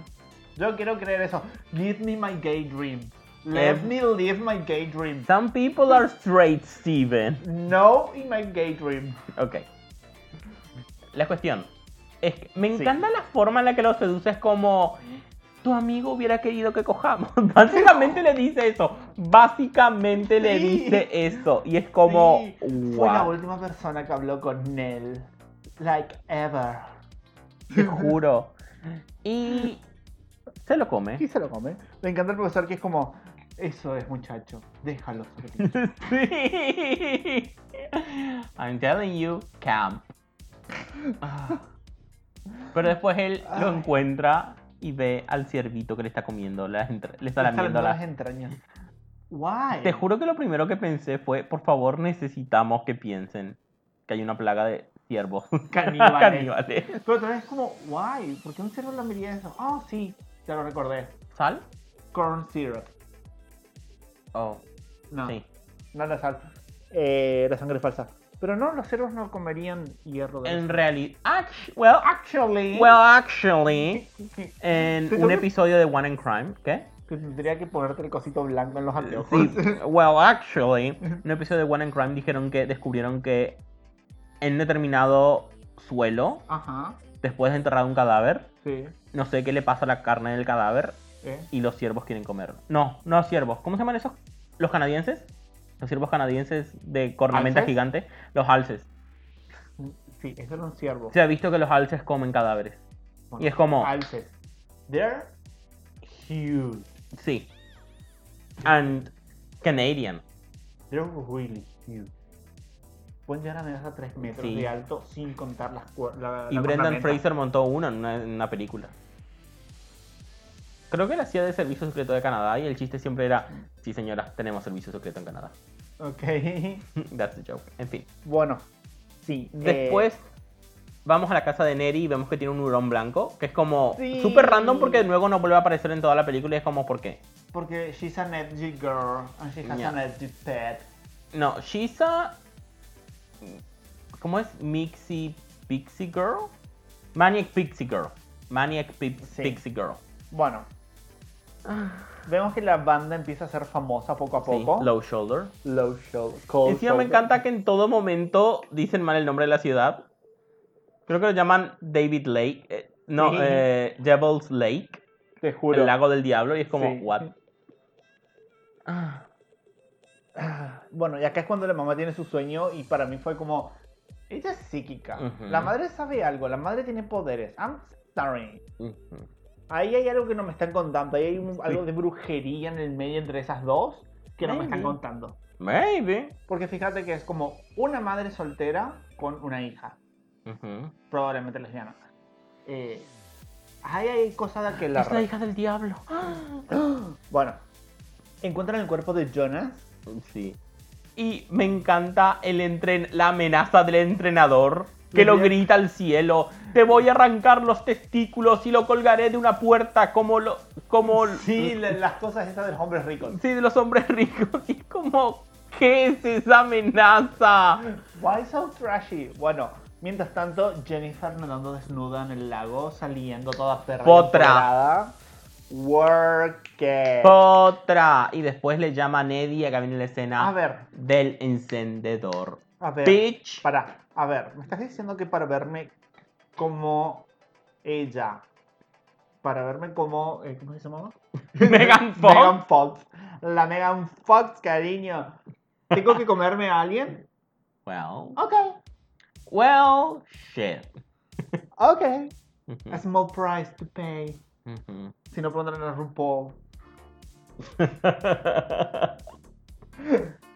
Speaker 3: Yo quiero creer eso. Give me my gay dream. Let
Speaker 1: Ev-
Speaker 3: me live my gay dream.
Speaker 1: Some people are straight, Steven.
Speaker 3: No in my gay dream.
Speaker 1: Ok. La cuestión es que me encanta la forma en la que lo seduces como tu amigo hubiera querido que cojamos. *laughs* Básicamente le dice eso. Básicamente le
Speaker 3: Sí.
Speaker 1: dice eso. Y es como.
Speaker 3: Sí, Fue la
Speaker 1: Wow,
Speaker 3: última persona que habló con él. Like ever.
Speaker 1: te juro. Y se lo come.
Speaker 3: Y se lo come. Me encanta el profesor que es como, eso es muchacho, déjalo.
Speaker 1: *laughs*
Speaker 3: sufrir".
Speaker 1: Sí. *laughs* I'm telling you, camp. Ah. Pero después él lo
Speaker 3: Ay.
Speaker 1: encuentra y ve al ciervito que le está comiendo, las entra- le está
Speaker 3: Le salen
Speaker 1: lamiendo
Speaker 3: las
Speaker 1: las...
Speaker 3: entrañas. Why?
Speaker 1: Te juro que lo primero que pensé fue, por favor, necesitamos que piensen que hay una plaga de ciervos
Speaker 3: *laughs*
Speaker 1: *laughs*
Speaker 3: Caníbales.
Speaker 1: caníbales.
Speaker 3: Pero otra vez es como, why? ¿Por qué un cerdo lamiría eso? Ah, sí, ya lo recordé.
Speaker 1: ¿Sal?
Speaker 3: Corn syrup.
Speaker 1: Oh,
Speaker 3: No,
Speaker 1: sí.
Speaker 3: no la sal. Eh, la sangre es falsa. Pero no, los cerdos no comerían hierro de
Speaker 1: En
Speaker 3: la-
Speaker 1: realidad... act- Well, act-
Speaker 3: Actually,
Speaker 1: well, actually,
Speaker 3: que
Speaker 1: en
Speaker 3: Sí,
Speaker 1: un
Speaker 3: sí.
Speaker 1: episodio de One in Crime, ¿qué?
Speaker 3: tendría que ponerte el cosito blanco en los anteojos.
Speaker 1: Sí, well, actually, en un episodio de One and Crime dijeron que descubrieron que en determinado suelo,
Speaker 3: Ajá,
Speaker 1: después de enterrar un cadáver,
Speaker 3: sí.
Speaker 1: no sé qué le pasa a la carne del cadáver
Speaker 3: eh.
Speaker 1: y los ciervos quieren comer. No, no los ciervos. ¿Cómo se llaman esos? ¿Los canadienses? Los ciervos canadienses de cornamenta
Speaker 3: ¿Alces?
Speaker 1: gigante. Los alces.
Speaker 3: Sí, eso era un ciervo.
Speaker 1: Se ha visto que los alces comen cadáveres. Y es como,
Speaker 3: Alces. They're huge.
Speaker 1: sí. And Canadian.
Speaker 3: They're really huge. Pueden llegar a medir hasta 3 metros
Speaker 1: Sí.
Speaker 3: de alto sin contar las cuer- la,
Speaker 1: Y
Speaker 3: la
Speaker 1: Brendan
Speaker 3: cornamenta.
Speaker 1: Fraser montó uno en una, en una película. Creo que él hacía de Servicio Secreto de Canadá y el chiste siempre era, sí señora, tenemos Servicio Secreto en Canadá. *laughs*
Speaker 3: Ok. *laughs*
Speaker 1: That's the joke. En fin.
Speaker 3: Bueno. Sí. eh,
Speaker 1: Después vamos a la casa de Neri y vemos que tiene un hurón blanco, que es como
Speaker 3: Sí.
Speaker 1: súper random porque de nuevo no vuelve a aparecer en toda la película y es como, ¿por qué?
Speaker 3: porque she's an edgy girl and she has
Speaker 1: Yeah.
Speaker 3: an edgy pet.
Speaker 1: No, she's a... ¿Cómo es? Mixie Pixie Girl? Maniac Pixie Girl. Maniac Pi-
Speaker 3: Sí.
Speaker 1: Pixie Girl. *sighs*
Speaker 3: Bueno. Vemos que la banda empieza a ser famosa poco a
Speaker 1: Sí,
Speaker 3: poco.
Speaker 1: low shoulder.
Speaker 3: Low Shoulder. Cold
Speaker 1: Encima me
Speaker 3: Shoulder.
Speaker 1: encanta que en todo momento dicen mal el nombre de la ciudad. Creo que lo llaman David Lake. eh, no,
Speaker 3: Sí.
Speaker 1: eh, Devil's Lake.
Speaker 3: Te juro.
Speaker 1: El lago del diablo. Y es como,
Speaker 3: Sí.
Speaker 1: what? Ah,
Speaker 3: Ah, Bueno, y acá es cuando la mamá tiene su sueño y para mí fue como, ella es psíquica.
Speaker 1: Ujú.
Speaker 3: La madre sabe algo, la madre tiene poderes. I'm sorry.
Speaker 1: ujú.
Speaker 3: Ahí hay algo que no me están contando, ahí hay un- algo de brujería en el medio entre esas dos que no me están
Speaker 1: Maybe.
Speaker 3: contando.
Speaker 1: Maybe.
Speaker 3: Porque fíjate que es como una madre soltera con una hija,
Speaker 1: Ujú.
Speaker 3: probablemente lesbiana. Eh, ahí hay cosas de que la...
Speaker 1: Es la hija del diablo.
Speaker 3: Bueno, encuentran el cuerpo de Jonas.
Speaker 1: Sí. Y me encanta el entren la amenaza del entrenador que lo
Speaker 3: Bien.
Speaker 1: grita al cielo. Te voy a arrancar los testículos y lo colgaré de una puerta como lo como
Speaker 3: Sí, la- las cosas esas de los hombres ricos.
Speaker 1: Sí, de los hombres ricos. *laughs* Y es como, ¿qué es esa amenaza?
Speaker 3: Why so trashy? Bueno, mientras tanto, Jennifer nadando desnuda en el lago, saliendo toda perra. y
Speaker 1: Potra.
Speaker 3: empoderada. Work it.
Speaker 1: Otra. Y después le llama a Neddy y acá viene la escena
Speaker 3: A ver,
Speaker 1: del encendedor.
Speaker 3: a ver.
Speaker 1: Bitch.
Speaker 3: Para, a ver, me estás diciendo que para verme como ella, para verme como. eh, ¿Cómo se llamaba?
Speaker 1: *laughs* Megan Fox.
Speaker 3: *laughs* Megan Fox. La Megan Fox, cariño. ¿Tengo que comerme a alguien?
Speaker 1: Well.
Speaker 3: Ok,
Speaker 1: Well,
Speaker 3: *laughs*
Speaker 1: shit.
Speaker 3: ok. A
Speaker 1: Ujú,
Speaker 3: small price to pay.
Speaker 1: ujú.
Speaker 3: Si no pondrán a RuPaul.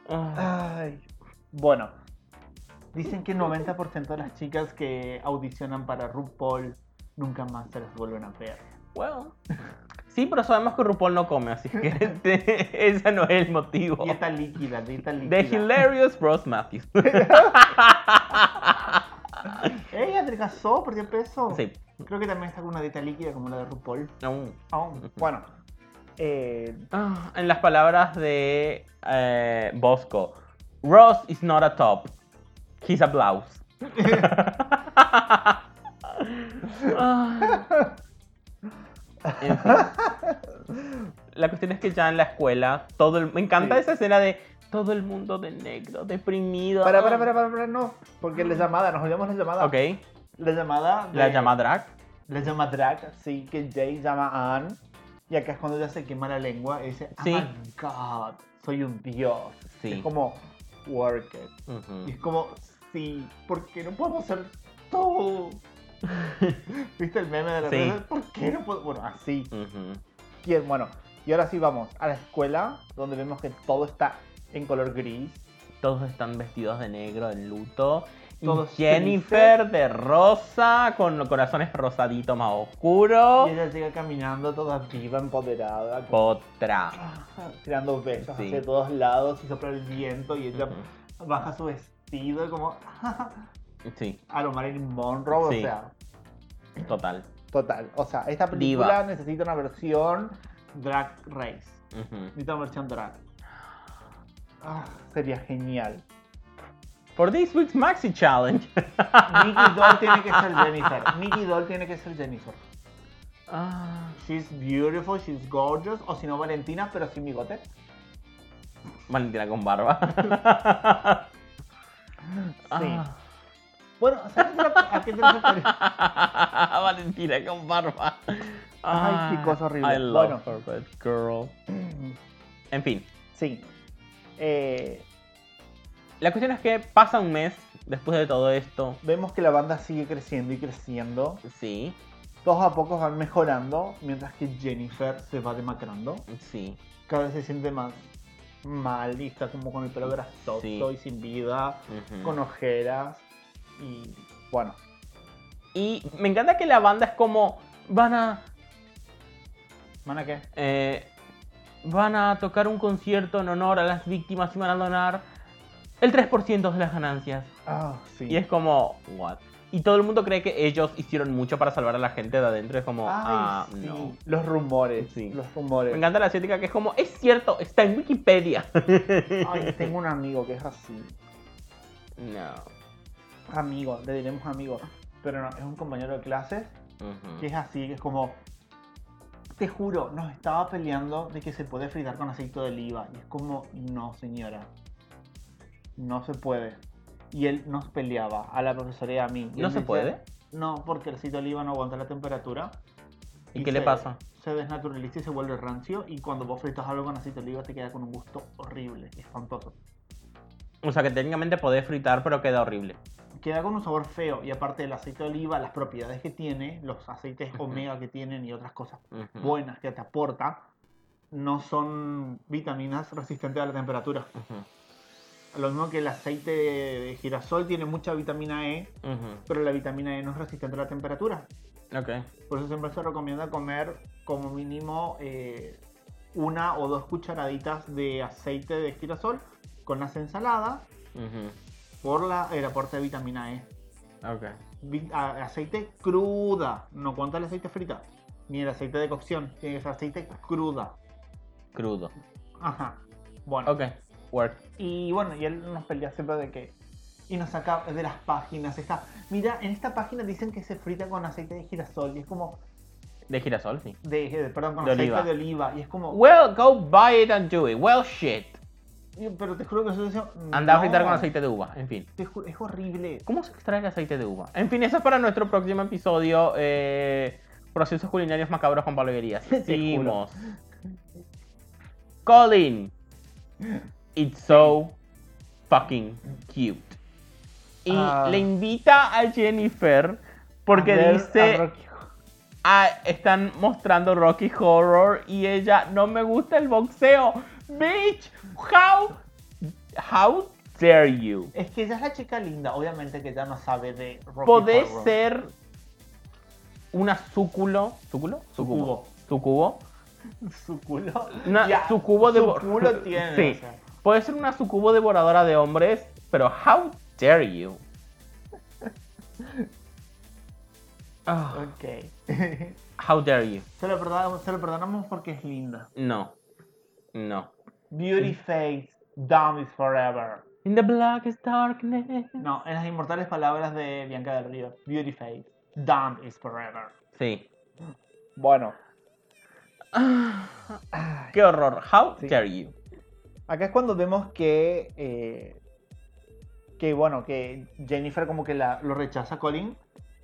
Speaker 1: Ah,
Speaker 3: Ay. Bueno, dicen que el 90% de las chicas que audicionan para RuPaul nunca más se las vuelven a ver.
Speaker 1: well. Sí, pero sabemos que RuPaul no come, así
Speaker 3: *laughs*
Speaker 1: que *laughs* este- ese no es el
Speaker 3: Oh.
Speaker 1: motivo.
Speaker 4: Dieta líquida, dieta líquida.
Speaker 1: The Hilarious Bros
Speaker 3: *laughs*
Speaker 1: Matthews.
Speaker 4: Ella adelgazó, perdió peso.
Speaker 1: sí.
Speaker 4: Creo que también está con una dieta líquida como la de RuPaul.
Speaker 1: No.
Speaker 4: Oh, bueno, eh,
Speaker 1: Ah, En las palabras de eh, Bosco, Ross is not a top, he's a
Speaker 3: *laughs*
Speaker 1: blouse. Ah. En fin. La cuestión es que ya en la escuela, todo el- me encanta
Speaker 3: Sí.
Speaker 1: esa escena de todo el mundo de negro, deprimido.
Speaker 3: Para, para, para, para, para, no. Porque la llamada, nos olvidamos la llamada.
Speaker 1: Ok,
Speaker 3: La llamada. de-
Speaker 1: la llama drag.
Speaker 3: La llama drag, sí, que Jay llama a Anne. Y acá es cuando ya se quema la lengua y dice,
Speaker 1: Sí.
Speaker 3: oh my god, soy un dios.
Speaker 1: Sí.
Speaker 3: Es como, work it.
Speaker 1: Ujú.
Speaker 3: Y es como, sí, porque no podemos hacer
Speaker 1: *laughs*
Speaker 3: todo.
Speaker 4: ¿viste el meme de la
Speaker 1: Sí.
Speaker 4: ¿Por qué no puedo? Bueno, así.
Speaker 1: Ujú.
Speaker 3: Bien, bueno, y ahora sí vamos a la escuela, donde vemos que todo está en color gris.
Speaker 1: Todos están vestidos de negro, en luto. Y
Speaker 3: Todos
Speaker 1: Jennifer de rosa, con los corazones rosaditos más oscuros.
Speaker 3: Y ella llega caminando toda viva, empoderada,
Speaker 1: *laughs*
Speaker 3: con-
Speaker 1: Otra.
Speaker 3: tirando besos
Speaker 1: Sí.
Speaker 3: hacia todos lados y sopla el viento y ella
Speaker 1: Ujú.
Speaker 3: baja su vestido y como
Speaker 1: Sí,
Speaker 3: a lo Marilyn Monroe,
Speaker 1: Sí.
Speaker 3: o sea,
Speaker 1: total.
Speaker 3: total. O sea, esta
Speaker 1: Diva.
Speaker 3: película necesita una versión drag race,
Speaker 1: Ujú.
Speaker 3: necesita una versión drag. Ah, sería
Speaker 1: *laughs*
Speaker 3: genial.
Speaker 1: For this week's Maxi
Speaker 3: *laughs*
Speaker 1: Challenge.
Speaker 3: Nicky Doll tiene que ser Jennifer. Nicky Doll tiene que ser Jennifer.
Speaker 1: Ah,
Speaker 3: She's beautiful, she's gorgeous. O si no, Valentina, pero sin bigote.
Speaker 1: Valentina con barba.
Speaker 3: *laughs*
Speaker 1: Ah.
Speaker 3: Bueno, ¿sabes qué te- a qué te refieres?
Speaker 1: Ah. *laughs* Valentina con barba.
Speaker 3: Ay, qué
Speaker 1: Ah,
Speaker 3: cosa horrible.
Speaker 1: I love
Speaker 3: Bueno. Mm.
Speaker 1: her, that girl. En fin.
Speaker 3: Sí. Eh,
Speaker 1: La cuestión es que pasa un mes después de todo esto.
Speaker 3: vemos que la banda sigue creciendo y creciendo.
Speaker 1: Sí,
Speaker 3: Todos a pocos van mejorando, mientras que Jennifer se va demacrando.
Speaker 1: sí.
Speaker 3: Cada vez se siente más mal y está como con el pelo grasoso
Speaker 1: Sí.
Speaker 3: y sin vida,
Speaker 1: ujú.
Speaker 3: con ojeras. Y bueno,
Speaker 1: Y me encanta que la banda es como. Van a.
Speaker 3: ¿mana qué?
Speaker 1: eh, van a tocar un concierto en honor a las víctimas y van a donar el 3% de las ganancias.
Speaker 3: Ah, sí.
Speaker 1: Y es como. What? Y todo el mundo cree que ellos hicieron mucho para salvar a la gente de adentro. Es como.
Speaker 3: Ay,
Speaker 1: ah,
Speaker 3: sí.
Speaker 1: no.
Speaker 3: Los rumores.
Speaker 1: Sí.
Speaker 3: Los
Speaker 1: Me
Speaker 3: rumores.
Speaker 1: encanta la asiática que es como. Es cierto, está en Wikipedia.
Speaker 3: Ay, tengo un amigo que es así.
Speaker 1: *laughs* no.
Speaker 3: Amigo, le diremos amigo. Pero no, es un compañero de clases
Speaker 1: Ujú.
Speaker 3: que es así, que es como. Te juro, nos estaba peleando de que se puede fritar con aceite de oliva. Y es como, no, señora. No se puede. Y él nos peleaba a la profesora y a mí. Y
Speaker 1: ¿No
Speaker 3: él
Speaker 1: se
Speaker 3: decía,
Speaker 1: puede?
Speaker 3: No, porque el aceite de oliva no aguanta la temperatura.
Speaker 1: ¿Y qué le
Speaker 3: se-
Speaker 1: pasa?
Speaker 3: Se desnaturaliza y se vuelve rancio. Y cuando vos fritas algo con aceite de oliva te queda con un gusto horrible, espantoso.
Speaker 1: O sea que técnicamente podés fritar, pero queda horrible.
Speaker 3: queda con un sabor feo y aparte el aceite de oliva, las propiedades que tiene, los aceites
Speaker 1: Ujú.
Speaker 3: omega que tienen y otras cosas
Speaker 1: Ujú.
Speaker 3: buenas que te aporta, no son vitaminas resistentes a la temperatura.
Speaker 1: Ujú.
Speaker 3: Lo mismo que el aceite de girasol tiene mucha vitamina E,
Speaker 1: Ujú.
Speaker 3: pero la vitamina E no es resistente a la temperatura.
Speaker 1: Ok.
Speaker 3: Por eso siempre se recomienda comer como mínimo eh, una o dos cucharaditas de aceite de girasol con las ensaladas
Speaker 1: Ujú.
Speaker 3: por la, el aporte de vitamina E.
Speaker 1: Ok.
Speaker 3: vi- a- aceite cruda, no cuenta el aceite frita, ni el aceite de cocción, tiene que ser aceite cruda.
Speaker 1: Crudo.
Speaker 3: Ajá. Bueno,
Speaker 1: Ok. Work.
Speaker 3: y bueno, y él nos pelea siempre de que. Y nos saca de las páginas. Está, mira, en esta página dicen que se frita con aceite de girasol. Y es como.
Speaker 1: De girasol, sí.
Speaker 3: De, de- perdón, con
Speaker 1: De
Speaker 3: aceite
Speaker 1: oliva.
Speaker 3: de oliva. Y es como.
Speaker 1: Well, go buy it and do it. Well, shit.
Speaker 3: "Yo, Pero te juro que eso es.
Speaker 1: Anda a fritar con aceite de uva. En fin.
Speaker 3: Es horrible.
Speaker 1: ¿Cómo se extrae el aceite de uva? En fin, eso es para nuestro próximo episodio. eh, procesos culinarios macabros con Pablo
Speaker 3: *laughs*
Speaker 1: Higuerías. Seguimos. Colin. It's so fucking cute. Y
Speaker 3: Ah.
Speaker 1: le invita a Jennifer porque
Speaker 3: A ver,
Speaker 1: dice...
Speaker 3: a Rocky.
Speaker 1: Ah, están mostrando Rocky Horror y ella no me gusta el boxeo. Bitch, how how dare you?
Speaker 3: Es que ella es la chica linda, obviamente que ya no sabe de Rocky
Speaker 1: Podés
Speaker 3: Horror.
Speaker 1: ser una súculo, súculo,
Speaker 3: Sucubo.
Speaker 1: sucubo,
Speaker 3: Su culo.
Speaker 1: Una
Speaker 3: Ya,
Speaker 1: sucubo de
Speaker 3: su
Speaker 1: bor- *laughs*
Speaker 3: culo tiene,
Speaker 1: Sí.
Speaker 3: o sea.
Speaker 1: Puede ser una sucubo devoradora de hombres, pero how dare you. Ah,
Speaker 3: Ok.
Speaker 1: how dare you.
Speaker 3: se, lo perdonamos, se lo perdonamos porque es linda.
Speaker 1: No. No.
Speaker 3: Beauty Face, Dumb is Forever.
Speaker 1: In the blackest darkness.
Speaker 3: No, en las inmortales palabras de Bianca del Río. Beauty Face, Dumb is Forever.
Speaker 1: Sí.
Speaker 2: Bueno,
Speaker 1: Qué horror. How
Speaker 2: Sí.
Speaker 1: dare you.
Speaker 2: acá es cuando vemos que. eh,
Speaker 3: Que bueno, que Jennifer como que la- lo rechaza a Colin,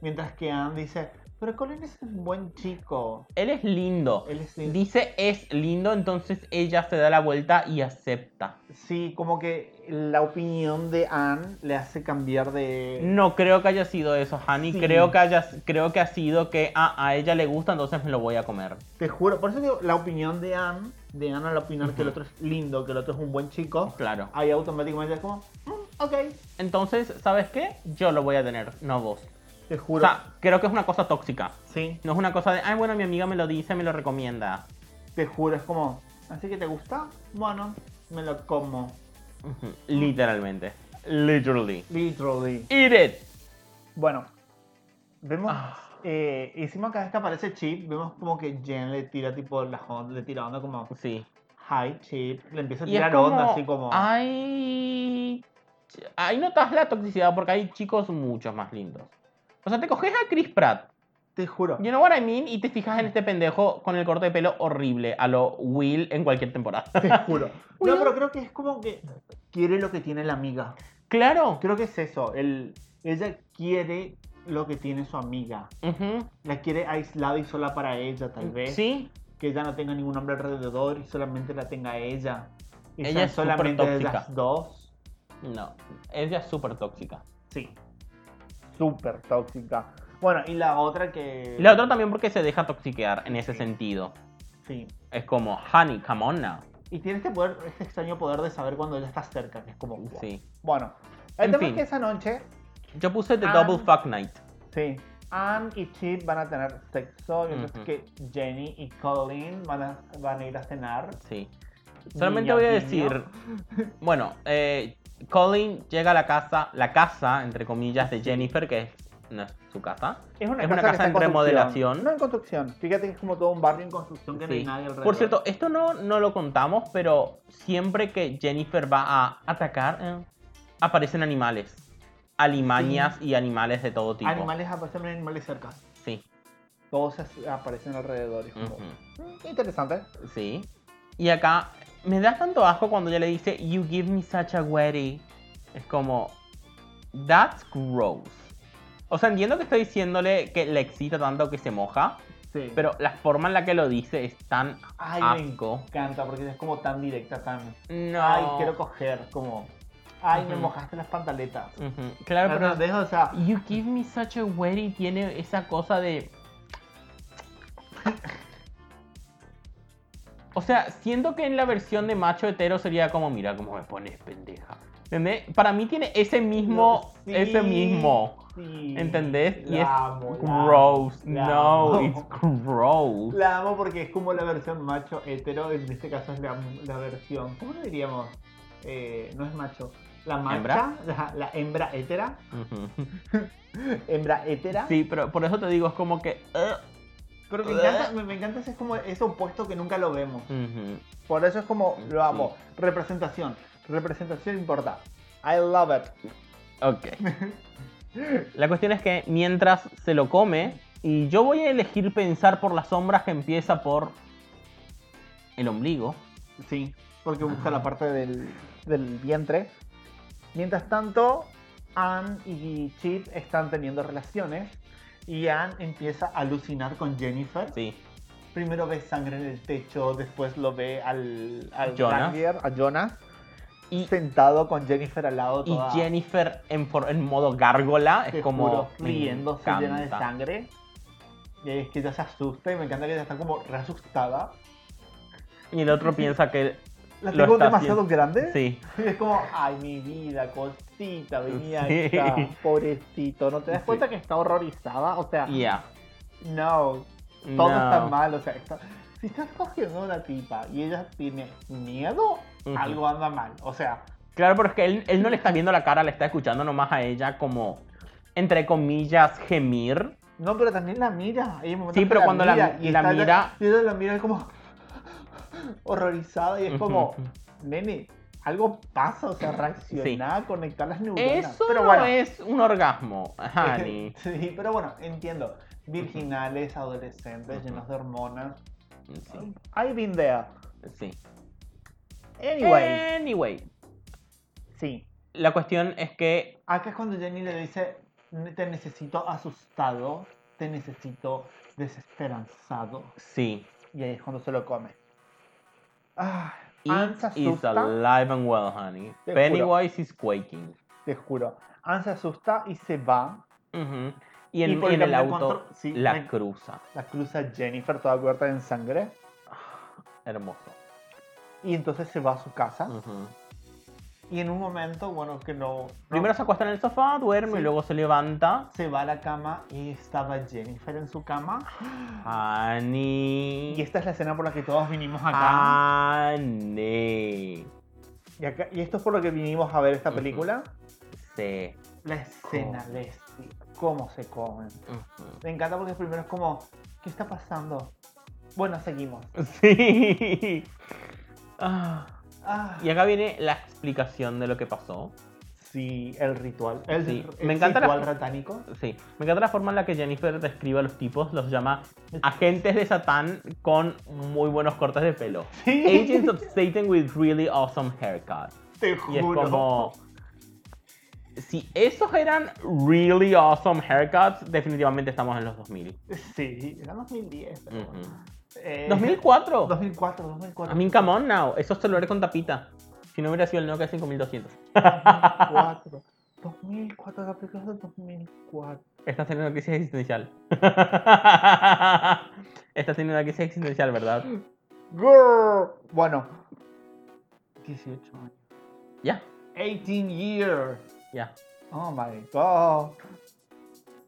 Speaker 3: mientras que Anne dice, pero Colin es un buen chico.
Speaker 1: Él es lindo.
Speaker 3: Él es
Speaker 1: Dice es lindo, entonces ella se da la vuelta y acepta.
Speaker 3: Sí, como que la opinión de Anne le hace cambiar de...
Speaker 1: No creo que haya sido eso, Hani.
Speaker 3: Sí.
Speaker 1: Creo que haya, creo que ha sido que ah, a ella le gusta, entonces me lo voy a comer.
Speaker 3: Te juro, por eso digo, la opinión de Anne, de Anne al opinar que el
Speaker 1: Ujú.
Speaker 3: otro es lindo, que el otro es un buen chico,
Speaker 1: Claro.
Speaker 3: ahí automáticamente es como, "Mm, ok,
Speaker 1: Entonces, ¿sabes qué? Yo lo voy a tener, no vos.
Speaker 3: te
Speaker 1: O
Speaker 3: juro.
Speaker 1: sea, creo que es una cosa tóxica.
Speaker 3: sí,
Speaker 1: No es una cosa de, ay, bueno, mi amiga me lo dice, me lo recomienda.
Speaker 3: te juro, es como, así que te gusta, bueno, me lo como,
Speaker 1: Ujú, Literalmente. Literally.
Speaker 3: literally.
Speaker 1: Eat it.
Speaker 3: Bueno, vemos,
Speaker 1: Ah.
Speaker 3: eh, encima cada vez que aparece Chip, vemos como que Jen le tira tipo la onda, le tira onda como,
Speaker 1: Sí.
Speaker 3: hi Chip, le empieza a
Speaker 1: Y es
Speaker 3: tirar
Speaker 1: como, Ah.
Speaker 3: onda así como...
Speaker 1: Ay. Ahí notas la toxicidad porque hay chicos muchos más lindos. O sea, te coges a Chris Pratt,
Speaker 3: Te juro.
Speaker 1: you know what I mean, y te fijas en este pendejo con el corte de pelo horrible a lo Will en cualquier temporada.
Speaker 3: Te juro. No,
Speaker 1: Will.
Speaker 3: pero creo que es como que quiere lo que tiene la amiga.
Speaker 1: claro.
Speaker 3: Creo que es eso. El, ella quiere lo que tiene su amiga.
Speaker 1: Ujú.
Speaker 3: La quiere aislada y sola para ella, tal vez.
Speaker 1: Sí.
Speaker 3: Que ella no tenga ningún hombre alrededor y solamente la tenga ella. Y
Speaker 1: Ella
Speaker 3: sean
Speaker 1: es súper
Speaker 3: solamente de
Speaker 1: tóxica.
Speaker 3: las dos.
Speaker 1: No. Ella es súper tóxica.
Speaker 3: Sí.
Speaker 2: súper tóxica.
Speaker 3: Bueno, y la otra que.
Speaker 1: Y la otra también porque se deja toxiquear en ese sentido.
Speaker 3: Sí.
Speaker 1: Es como, honey, come on now.
Speaker 3: Y tiene este poder, este extraño poder de saber cuando ella está cerca, que es como. wow.
Speaker 1: Sí.
Speaker 2: Bueno,
Speaker 1: En
Speaker 2: el tema
Speaker 1: fin.
Speaker 2: es que esa noche
Speaker 1: Yo puse The
Speaker 2: Ah.
Speaker 1: Double Fuck Night.
Speaker 2: Sí.
Speaker 3: Anne y Chip van a tener sexo, mientras
Speaker 1: Ujú.
Speaker 3: que Jenny y Colin van a, van a ir a cenar.
Speaker 1: Sí. Solamente
Speaker 3: Niño,
Speaker 1: voy a
Speaker 3: niño.
Speaker 1: decir, bueno, eh, Colin llega a la casa, la casa, entre comillas, de Jennifer, que es, no es su casa.
Speaker 2: es una
Speaker 1: Es
Speaker 2: casa,
Speaker 1: una
Speaker 2: que
Speaker 1: casa
Speaker 2: está
Speaker 1: en
Speaker 2: construcción.
Speaker 1: remodelación.
Speaker 2: No en construcción. Fíjate que es como todo un barrio en construcción.
Speaker 3: Aunque no hay
Speaker 1: Sí.
Speaker 3: nadie alrededor.
Speaker 1: Por cierto, esto no, no lo contamos, pero siempre que Jennifer va a atacar, eh, aparecen animales. Alimañas y animales de todo tipo.
Speaker 3: animales aparecen animales cerca.
Speaker 1: Sí.
Speaker 2: Todos as- aparecen alrededor. y es como,
Speaker 1: ujú,
Speaker 2: "Mm, Interesante.
Speaker 1: Sí. Y acá, me da tanto asco cuando ella le dice, You give me such a wetty. Es como, That's gross. O sea, entiendo que estoy diciéndole que le excita tanto que se moja,
Speaker 3: Sí. Pero
Speaker 1: pero la forma en la que lo dice es tan
Speaker 3: Ay,
Speaker 1: Ah.
Speaker 3: me
Speaker 1: asco.
Speaker 3: encanta porque es como tan directa, tan.
Speaker 1: No.
Speaker 3: Ay, quiero coger. Como. Ay, me
Speaker 1: Ujú.
Speaker 3: mojaste las pantaletas.
Speaker 1: Ujú, Claro, pero
Speaker 3: No, no, dejo, o sea,
Speaker 1: You give me such a wetty tiene esa cosa de. O sea, siento que en la versión de macho hetero sería como, mira cómo me pones pendeja. ¿Entendés? Para mí tiene ese mismo.
Speaker 3: Sí.
Speaker 1: Ese mismo.
Speaker 3: sí.
Speaker 1: ¿Entendés? Y
Speaker 3: La
Speaker 1: es
Speaker 3: amo, la
Speaker 1: Gross.
Speaker 3: la
Speaker 1: no,
Speaker 3: amo. *laughs*
Speaker 1: it's gross.
Speaker 3: La amo porque es como la versión macho hetero, en este caso es la, la versión, ¿cómo le diríamos? Eh, no es macho. La macha,
Speaker 1: ¿Hembra?
Speaker 3: La, la hembra hétera,
Speaker 1: Ujú.
Speaker 3: hembra hétera.
Speaker 1: Sí, pero por eso te digo, es como que. eh,
Speaker 3: Pero me encanta, me, me encanta ese, es como ese opuesto que nunca lo vemos.
Speaker 1: ujú.
Speaker 3: Por eso es como
Speaker 1: Mm,
Speaker 3: lo amo. Representación. Representación importa. I love it.
Speaker 1: Ok. *laughs* La cuestión es que mientras se lo come, y yo voy a elegir pensar por las sombras que empieza por el ombligo.
Speaker 3: Sí, porque busca la parte del...
Speaker 2: Del vientre.
Speaker 3: Mientras tanto, Anne y Chip están teniendo relaciones y Anne empieza a alucinar con Jennifer.
Speaker 1: Sí.
Speaker 3: Primero ve sangre en el techo, después lo ve al, al
Speaker 1: Jonah.
Speaker 3: Ranger, a Jonah,
Speaker 1: Y,
Speaker 3: sentado con Jennifer al lado
Speaker 1: y
Speaker 3: toda,
Speaker 1: Jennifer en, for- en modo gárgola
Speaker 3: te
Speaker 1: es como.
Speaker 3: juro,
Speaker 1: me
Speaker 3: riéndose llena de
Speaker 1: encanta.
Speaker 3: sangre. Y es que ella se asusta y me encanta que ella está como re asustada.
Speaker 1: Y el otro piensa
Speaker 3: *laughs*
Speaker 1: que.
Speaker 3: La
Speaker 1: Lo
Speaker 3: tengo
Speaker 1: está
Speaker 3: demasiado
Speaker 1: haciendo.
Speaker 3: grande.
Speaker 1: Sí.
Speaker 3: Y es como, ay, mi vida, cosita, venía
Speaker 1: Sí.
Speaker 3: acá, pobrecito. ¿No te das
Speaker 1: Sí.
Speaker 3: cuenta que está horrorizada? O sea,
Speaker 1: Yeah.
Speaker 3: no. Todo
Speaker 1: No.
Speaker 3: está mal, o sea, está- si estás cogiendo a una tipa y ella tiene miedo,
Speaker 1: Ujú.
Speaker 3: algo anda mal. O sea,
Speaker 1: Claro, pero es que él, él no le está viendo la cara, le está escuchando nomás a ella como, entre comillas, gemir.
Speaker 3: no, pero también la mira. Hay momentos
Speaker 1: Sí,
Speaker 3: que
Speaker 1: pero cuando la-
Speaker 3: y
Speaker 1: la
Speaker 3: está-
Speaker 1: mira-
Speaker 3: y ella la mira como *laughs* horrorizada y es como, nene, algo pasa, o sea, reaccionar, conectar las neuronas.
Speaker 1: Eso
Speaker 3: pero
Speaker 1: no
Speaker 3: bueno,
Speaker 1: es un orgasmo,
Speaker 3: *laughs*
Speaker 1: honey.
Speaker 3: sí, pero bueno, entiendo. Virginales, adolescentes,
Speaker 1: Ujú.
Speaker 3: llenos de hormonas.
Speaker 1: Sí,
Speaker 6: I've been there.
Speaker 1: sí.
Speaker 3: Eh.
Speaker 6: Anyway,
Speaker 1: Anyway.
Speaker 6: sí.
Speaker 1: La cuestión es que
Speaker 3: Acá es cuando Jenny le dice, te necesito asustado, te necesito desesperanzado.
Speaker 1: sí.
Speaker 3: Y ahí es cuando se lo come. Ah, Anne se
Speaker 1: It is
Speaker 3: asusta.
Speaker 1: alive and well, honey.
Speaker 3: Te juro.
Speaker 1: Pennywise is quaking.
Speaker 3: te juro. Anne se asusta y se va.
Speaker 1: Ujú. Y
Speaker 3: Y
Speaker 1: en,
Speaker 3: por
Speaker 1: en
Speaker 3: el
Speaker 1: el
Speaker 3: camino
Speaker 1: auto
Speaker 3: encontró- sí,
Speaker 1: la
Speaker 3: me-
Speaker 1: cruza.
Speaker 3: La cruza Jennifer toda cubierta en sangre.
Speaker 1: Hermoso.
Speaker 3: Y entonces se va a su casa.
Speaker 1: Ujú.
Speaker 3: Y en un momento, bueno, que no... no-
Speaker 1: Primero se acuesta en el sofá, duerme
Speaker 3: Sí.
Speaker 1: y luego se levanta.
Speaker 3: se va a la cama y estaba Jennifer en su cama.
Speaker 1: Honey.
Speaker 3: Y esta es la escena por la que todos vinimos acá.
Speaker 1: Ah. Honey.
Speaker 3: Y, acá- y esto es por lo que vinimos a ver esta película.
Speaker 1: Sí.
Speaker 3: La escena
Speaker 1: Come.
Speaker 3: bestia. Cómo se comen.
Speaker 1: Ujú.
Speaker 3: Me encanta porque primero es como, ¿qué está pasando? Bueno, seguimos.
Speaker 1: Sí. Ah.
Speaker 3: Ah,
Speaker 1: Y acá viene la explicación de lo que pasó.
Speaker 3: sí, el ritual. El,
Speaker 1: Sí,
Speaker 3: el
Speaker 1: me encanta la-
Speaker 3: ritual satánico.
Speaker 1: Sí, me encanta la forma en la que Jennifer describe a los tipos, los llama agentes de Satán con muy buenos cortes de pelo. Agents of Satan with really awesome haircut.
Speaker 3: Te
Speaker 1: Y es como. Si esos eran really awesome haircuts, definitivamente estamos en los 2000.
Speaker 3: Sí, era 2010. pero
Speaker 1: Ujú.
Speaker 3: bueno. Eh,
Speaker 1: 2004.
Speaker 3: 2004, 2004.
Speaker 1: I mean, come on now. Esos celulares con tapita. Si no hubiera sido el Nokia 5200.
Speaker 3: 2004. 2004, la película es de 2004.
Speaker 1: Estás teniendo una crisis existencial. *laughs* Estás teniendo una crisis existencial, ¿verdad?
Speaker 3: Girl. Bueno, 18 años.
Speaker 1: Ya,
Speaker 3: 18 years.
Speaker 1: ya.
Speaker 3: Oh my god.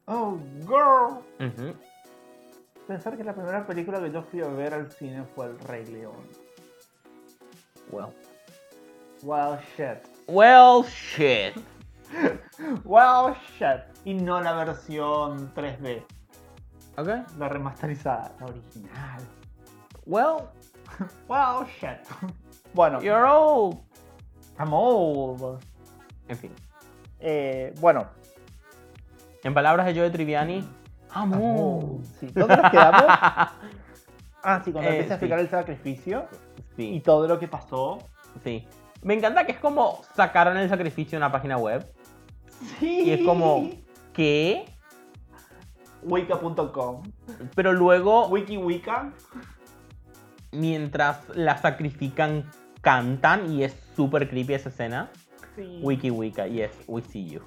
Speaker 3: Oh, girl.
Speaker 1: Ujú.
Speaker 3: Pensar que la primera película que yo fui a ver al cine fue El Rey León.
Speaker 1: Well.
Speaker 3: Wow, shit.
Speaker 1: Well, shit.
Speaker 3: Wow, shit. Y no la versión 3D,
Speaker 1: Ok.
Speaker 3: la remasterizada, la original.
Speaker 1: Well,
Speaker 3: Wow, shit. Bueno,
Speaker 1: you're old.
Speaker 3: I'm old.
Speaker 1: En fin.
Speaker 6: Eh, bueno,
Speaker 1: En palabras de Joe Triviani, I'm old.
Speaker 6: sí. ¿dónde nos
Speaker 3: *laughs*
Speaker 6: quedamos? Ah, sí,
Speaker 3: Cuando
Speaker 1: Eh,
Speaker 3: empieza a
Speaker 1: sí.
Speaker 3: explicar el sacrificio y
Speaker 1: Sí,
Speaker 3: todo lo que pasó.
Speaker 1: sí. Me encanta que es como sacaron el sacrificio de una página web.
Speaker 3: Sí.
Speaker 1: Y es como, ¿qué?
Speaker 3: Wicca.com.
Speaker 1: Pero luego
Speaker 3: Wiki Wicca.
Speaker 1: mientras la sacrifican, cantan y es súper creepy esa escena.
Speaker 3: Sí.
Speaker 1: Wiki Wicca, yes, we see you.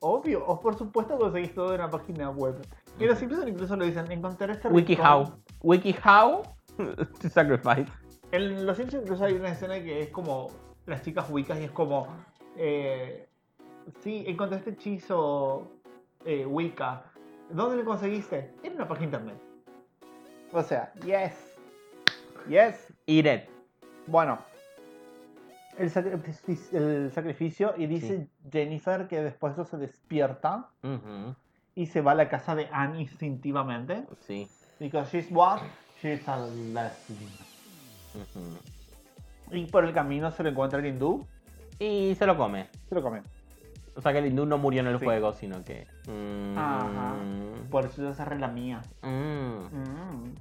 Speaker 3: Obvio, o por supuesto conseguís todo en una página web. Y los Simpsons incluso lo dicen, encontrar este
Speaker 1: Wiki
Speaker 3: rincón.
Speaker 1: how. Wiki how *laughs* to sacrifice.
Speaker 3: En Los Simpsons incluso hay una escena que es como las chicas wicas y es como, eh, sí, encontré este hechizo eh, wicca. ¿Dónde lo conseguiste? En una página internet.
Speaker 6: o sea, yes. Yes.
Speaker 1: Eat it.
Speaker 6: Bueno. El, sacrifici- el sacrificio y dice
Speaker 3: Dice Jennifer que después eso se despierta
Speaker 1: Ujú,
Speaker 3: y se va a la casa de Anne instintivamente.
Speaker 1: Sí.
Speaker 3: Because she's what? She's a lesbian.
Speaker 1: ujú.
Speaker 3: Y por el camino se lo encuentra el hindú.
Speaker 1: Y se lo come.
Speaker 6: se lo comen.
Speaker 1: O sea que el hindú no murió en el
Speaker 3: Sí.
Speaker 1: juego, sino que. Mm,
Speaker 3: Ajá. Por eso yo cerré la mía.
Speaker 1: mm.
Speaker 3: Mm.